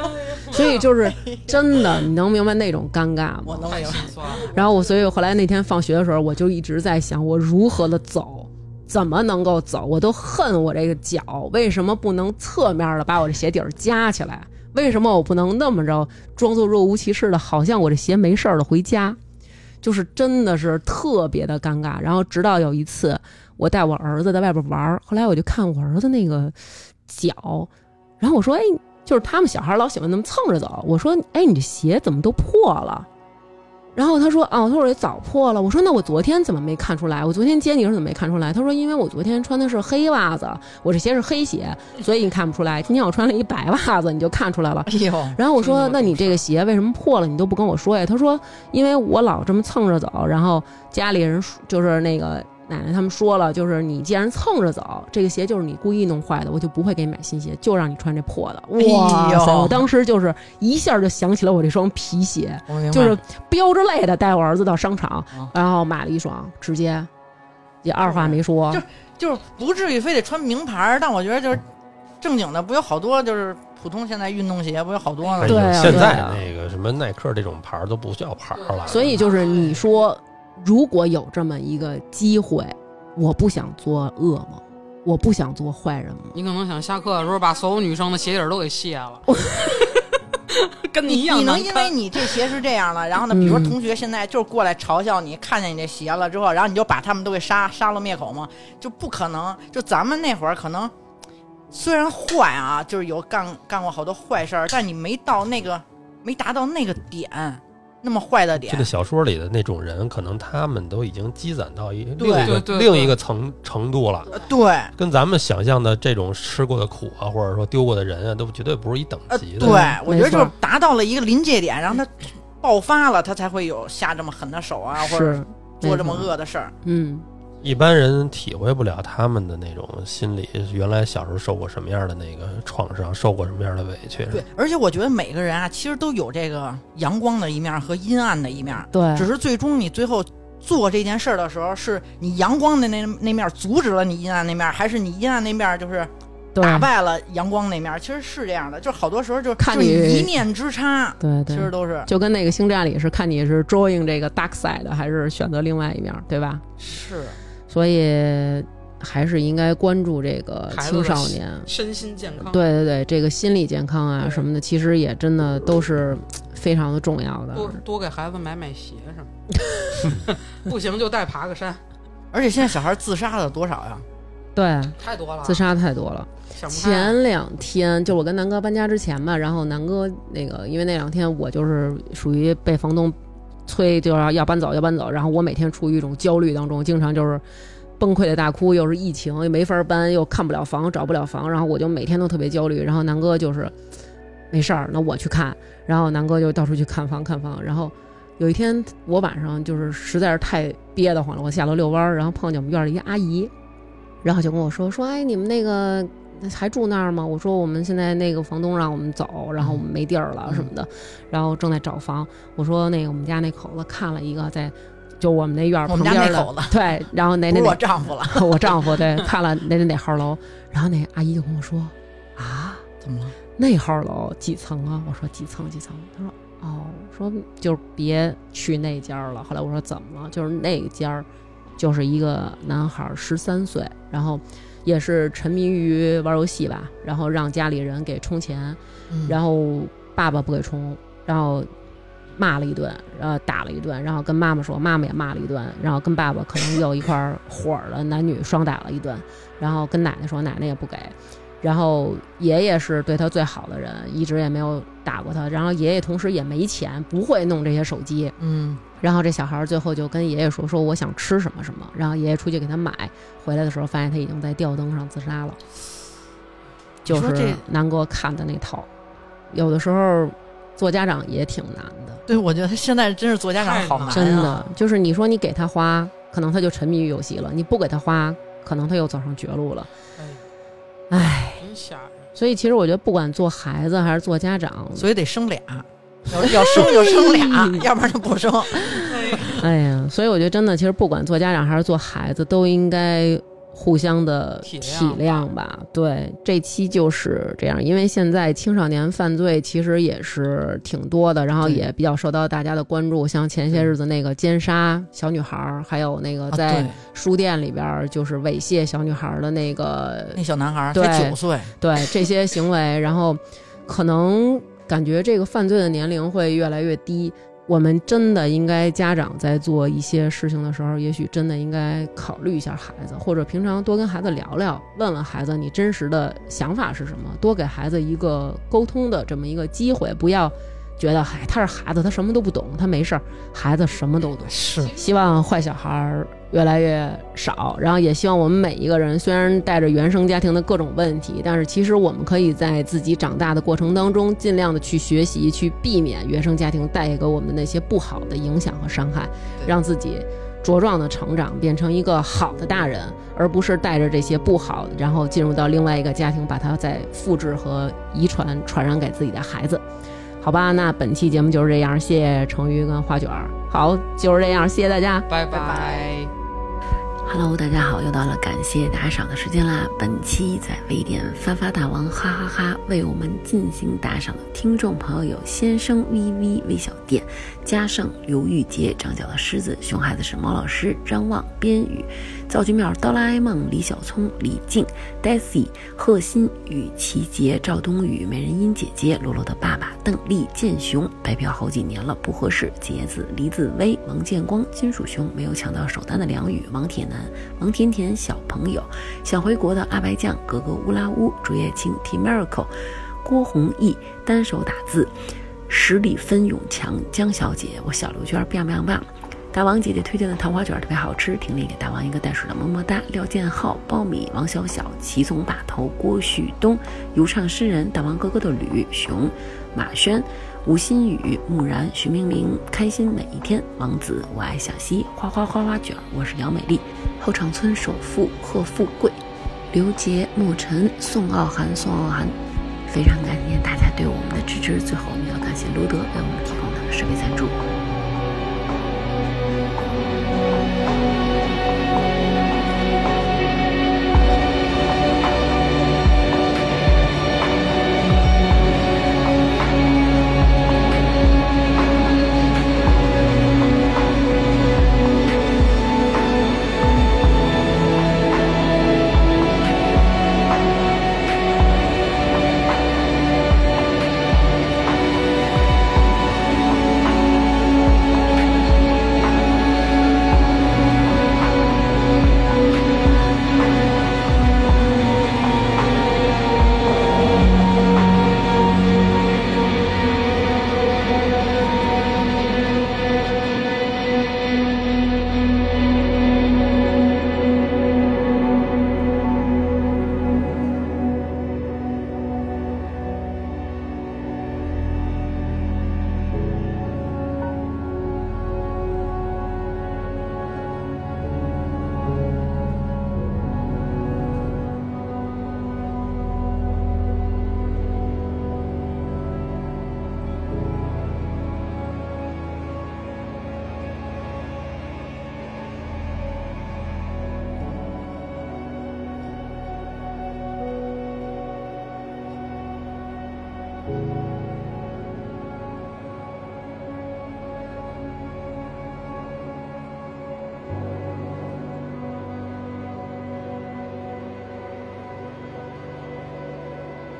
[SPEAKER 1] 所以就是真的，你能明白那种尴尬吗？
[SPEAKER 6] 我能
[SPEAKER 3] 太
[SPEAKER 6] 明白。
[SPEAKER 3] 心酸了。
[SPEAKER 1] 然后我，所以我后来那天放学的时候，我就一直在想，我如何的走，怎么能够走？我都恨我这个脚，为什么不能侧面的把我这鞋底儿夹起来？为什么我不能那么着装作若无其事的，好像我这鞋没事儿的回家？就是真的是特别的尴尬。然后直到有一次，我带我儿子在外边玩儿，后来我就看我儿子那个脚，然后我说：“哎，就是他们小孩老喜欢那么蹭着走。”我说：“哎，你这鞋怎么都破了？”然后他说：“啊，他说我这早破了。”我说：“那我昨天怎么没看出来？我昨天接你时候怎么没看出来？”他说：“因为我昨天穿的是黑袜子，我这鞋是黑鞋，所以你看不出来。今天我穿了一白袜子，你就看出来了。”
[SPEAKER 6] 哎呦，
[SPEAKER 1] 然后我说：“
[SPEAKER 3] 真的
[SPEAKER 1] 那
[SPEAKER 3] 有
[SPEAKER 1] 你
[SPEAKER 3] 这
[SPEAKER 1] 这个鞋为什么破了？你都不跟我说呀？”他说：“因为我老这么蹭着走，然后家里人说就是那个奶奶他们说了，就是你既然蹭着走，这个鞋就是你故意弄坏的，我就不会给你买新鞋，就让你穿这破的。”哇
[SPEAKER 6] 哎呦
[SPEAKER 1] 塞！我当时就是一下就想起了我这双皮鞋，
[SPEAKER 6] 我明白
[SPEAKER 1] 就是飙着泪的带我儿子到商场
[SPEAKER 6] 啊，
[SPEAKER 1] 然后买了一双，直接也二话没说
[SPEAKER 6] 就，就是不至于非得穿名牌儿，但我觉得就是正经的，不有好多就是普通现在运动鞋，不有好多
[SPEAKER 5] 哎
[SPEAKER 6] 呢？
[SPEAKER 5] 呦
[SPEAKER 1] 对啊
[SPEAKER 5] 现
[SPEAKER 1] 对
[SPEAKER 5] 在
[SPEAKER 1] 啊
[SPEAKER 5] 那个什么耐克这种牌儿都不叫牌儿了，
[SPEAKER 1] 所以就是你说，如果有这么一个机会，我不想做噩梦，我不想做坏人吗？
[SPEAKER 3] 你可能想下课的时候把所有女生的鞋底儿都给卸了， (laughs) 跟你一
[SPEAKER 6] 你
[SPEAKER 3] 样
[SPEAKER 6] 你能
[SPEAKER 3] 难
[SPEAKER 6] 因为
[SPEAKER 3] 看。
[SPEAKER 6] 你这鞋是这样的，然后呢，比如说
[SPEAKER 1] 嗯
[SPEAKER 6] 同学现在就是过来嘲笑你，看见你这鞋了之后，然后你就把他们都给杀杀了灭口吗？就不可能。就咱们那会儿可能虽然坏啊，就是有干干过好多坏事儿，但你没到那个没达到那个点，那么坏的点
[SPEAKER 5] 这个。小说里的那种人，可能他们都已经积攒到一另
[SPEAKER 6] 对
[SPEAKER 5] 一
[SPEAKER 3] 对
[SPEAKER 5] 个
[SPEAKER 3] 对
[SPEAKER 5] 另
[SPEAKER 3] 对
[SPEAKER 5] 一个层程度了，
[SPEAKER 6] 对，
[SPEAKER 5] 跟咱们想象的这种吃过的苦啊，或者说丢过的人啊，都绝对不是一等
[SPEAKER 6] 呃，
[SPEAKER 5] 级
[SPEAKER 6] 对
[SPEAKER 5] 的。，
[SPEAKER 6] 我
[SPEAKER 1] 没
[SPEAKER 6] 觉得就
[SPEAKER 1] 错
[SPEAKER 6] 是达到了一个临界点，然后他爆发了，他才会有下这么狠的手啊，或者
[SPEAKER 1] 是
[SPEAKER 6] 做这么，
[SPEAKER 1] 没错
[SPEAKER 6] 恶的事儿。
[SPEAKER 1] 嗯，
[SPEAKER 5] 一般人体会不了他们的那种心理，原来小时候受过什么样的那个创伤，受过什么样的委屈。
[SPEAKER 6] 对，而且我觉得每个人啊，其实都有这个阳光的一面和阴暗的一面，
[SPEAKER 1] 对，
[SPEAKER 6] 只是最终你最后做这件事儿的时候，是你阳光的那那面阻止了你阴暗那面，还是你阴暗那面就是
[SPEAKER 1] 对，
[SPEAKER 6] 打败了阳光那面？其实是这样的，就是好多时候就
[SPEAKER 1] 看
[SPEAKER 6] 就是
[SPEAKER 1] 你
[SPEAKER 6] 一念之差，
[SPEAKER 1] 对
[SPEAKER 6] 其
[SPEAKER 1] 对
[SPEAKER 6] 实，都是
[SPEAKER 1] 就跟那个星战里是看你是 drawing 这个 dark side 还是选择另外一面，对吧？
[SPEAKER 6] 是
[SPEAKER 1] 所以还是应该关注这个
[SPEAKER 3] 孩子
[SPEAKER 1] 青
[SPEAKER 3] 的
[SPEAKER 1] 少
[SPEAKER 3] 心
[SPEAKER 1] 年。
[SPEAKER 3] 身心健康，
[SPEAKER 1] 对对对，这个心理健康啊
[SPEAKER 3] 对
[SPEAKER 1] 什么的，其实也真的都是非常的重要的。
[SPEAKER 3] 多多给孩子买买鞋什么的， (laughs) 不行就带爬个山，
[SPEAKER 6] 而且现在小孩自杀的多少呀？啊
[SPEAKER 1] 对，
[SPEAKER 3] 太多了，
[SPEAKER 1] 自杀太多了。
[SPEAKER 3] 想不开
[SPEAKER 1] 前两天就我跟南哥搬家之前吧，然后南哥那个，因为那两天我就是属于被房东催，就要要搬走要搬走，然后我每天处于一种焦虑当中，经常就是崩溃的大哭，又是疫情，又没法搬，又看不了房，找不了房，然后我就每天都特别焦虑。然后南哥就是没事儿，那我去看，然后南哥就到处去看房看房，然后。有一天，我晚上就是实在是太憋得慌了，我下楼遛弯儿，然后碰见我们院儿里一阿姨，然后就跟我说说，哎，你们那个还住那儿吗？我说我们现在那个房东让我们走，然后我们没
[SPEAKER 6] 嗯
[SPEAKER 1] 地儿了什么的，然后正在找房。我说那个我们家那口子看了一个在就我们那院儿
[SPEAKER 6] 我
[SPEAKER 1] 旁
[SPEAKER 6] 们家
[SPEAKER 1] 边
[SPEAKER 6] 那狗
[SPEAKER 1] 的，
[SPEAKER 6] 子
[SPEAKER 1] 对，然
[SPEAKER 6] (laughs)
[SPEAKER 1] 后哪
[SPEAKER 6] 不
[SPEAKER 1] 哪
[SPEAKER 6] 是我
[SPEAKER 1] 哪
[SPEAKER 6] 丈夫了，
[SPEAKER 1] (laughs) 我丈夫对看了哪哪哪号楼，然后那阿姨就跟我说啊，
[SPEAKER 6] 怎么了？
[SPEAKER 1] 那号楼几层啊？我说几层几层。她说哦，说就是别去那家儿了。后来我说怎么了？就是那家儿，就是一个男孩十三岁，然后也是沉迷于玩游戏吧，然后让家里人给充钱，
[SPEAKER 6] 嗯
[SPEAKER 1] 然后爸爸不给充，然后。骂了一顿，呃，打了一顿，然后跟妈妈说，妈妈也骂了一顿，然后跟爸爸可能又一块儿火儿了，男女双打了一顿，然后跟奶奶说，奶奶也不给，然后爷爷是对他最好的人，一直也没有打过他。然后爷爷同时也没钱，不会弄这些手机。
[SPEAKER 6] 嗯，
[SPEAKER 1] 然后这小孩儿最后就跟爷爷说：“说我想吃什么什么。”然后爷爷出去给他买，回来的时候发现他已经在吊灯上自杀了。就
[SPEAKER 6] 你说
[SPEAKER 1] 是
[SPEAKER 6] 这
[SPEAKER 1] 南哥看的那套，有的时候做家长也挺难的，
[SPEAKER 6] 对，我觉得现在真是做家长
[SPEAKER 3] 太
[SPEAKER 6] 好难、啊，
[SPEAKER 1] 真的就是你说你给他花，可能他就沉迷于游戏了；你不给他花，可能他又走上绝路了。唉。
[SPEAKER 3] 哎真吓人。
[SPEAKER 1] 所以其实我觉得，不管做孩子还是做家长，
[SPEAKER 6] 所以得生俩，要要生就生
[SPEAKER 1] (laughs)
[SPEAKER 6] 俩，要不然就不生。
[SPEAKER 1] 哎呀，所以我觉得真的，其实不管做家长还是做孩子，都应该互相的
[SPEAKER 3] 体
[SPEAKER 1] 体
[SPEAKER 3] 谅
[SPEAKER 1] 谅吧。对，这期就是这样，因为现在青少年犯罪其实也是挺多的，然后也比较受到大家的关注。像前些日子那个奸杀小女孩儿，还有那个
[SPEAKER 6] 啊
[SPEAKER 1] 在
[SPEAKER 6] 对，
[SPEAKER 1] 书店里边儿就是猥亵小女孩儿的那个
[SPEAKER 6] 那小男孩儿
[SPEAKER 1] 对
[SPEAKER 6] 才九岁，
[SPEAKER 1] 对这些行为，然后可能感觉这个犯罪的年龄会越来越低。我们真的应该家长在做一些事情的时候，也许真的应该考虑一下孩子，或者平常多跟孩子聊聊，问问孩子你真实的想法是什么，多给孩子一个沟通的这么一个机会，不要觉得嗨他是孩子，他什么都不懂，他没事儿，孩子什么都懂。
[SPEAKER 6] 是
[SPEAKER 1] 希望坏小孩儿越来越少，然后也希望我们每一个人，虽然带着原生家庭的各种问题，但是其实我们可以在自己长大的过程当中，尽量的去学习，去避免原生家庭带给我们的那些不好的影响和伤害，让自己茁壮的成长，变成一个好的大人，而不是带着这些不好，然后进入到另外一个家庭，把它再复制和遗传传染给自己的孩子。好吧，那本期节目就是这样，谢谢成鱼跟花卷儿。好，就是这样，谢谢大家。
[SPEAKER 3] 拜拜
[SPEAKER 8] Hello，大家好，又到了感谢打赏的时间啦！本期在微店发发大王哈哈哈为我们进行打赏的听众朋友有先生 VV 魏小店、嘉盛、刘玉洁、长角的狮子、熊孩子是毛老师、张望、边宇、造句庙、哆啦 A 梦、李小聪、李静、Daisy、贺新、雨琦杰、赵冬雨、美人音姐姐、罗罗的爸爸、邓丽、建雄、白嫖好几年了不合适、杰子、李子薇、王建光、金属熊没有抢到首单的梁宇、王铁男、王甜甜、小朋友、想回国的阿白酱、格格乌拉乌、竹叶青、T Miracle、郭弘毅、单手打字、十里分永强、江小姐、我小刘娟、棒棒棒。大王姐姐推荐的糖花卷儿特别好吃，婷丽给大王一个袋鼠的么么哒。廖建浩、苞米、王小小、齐总把头、郭旭东、游唱诗人、大王哥哥的吕熊、马轩、吴新宇、木然、徐明明、开心每一天、王子、我爱小溪、花花花花卷儿，我是杨美丽，后场村首富贺富贵、刘杰、沐晨、宋傲涵、宋傲涵。非常感谢大家对我们的支持，最后我们要感谢卢德为我们提供的设备赞助。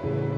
[SPEAKER 5] 嗯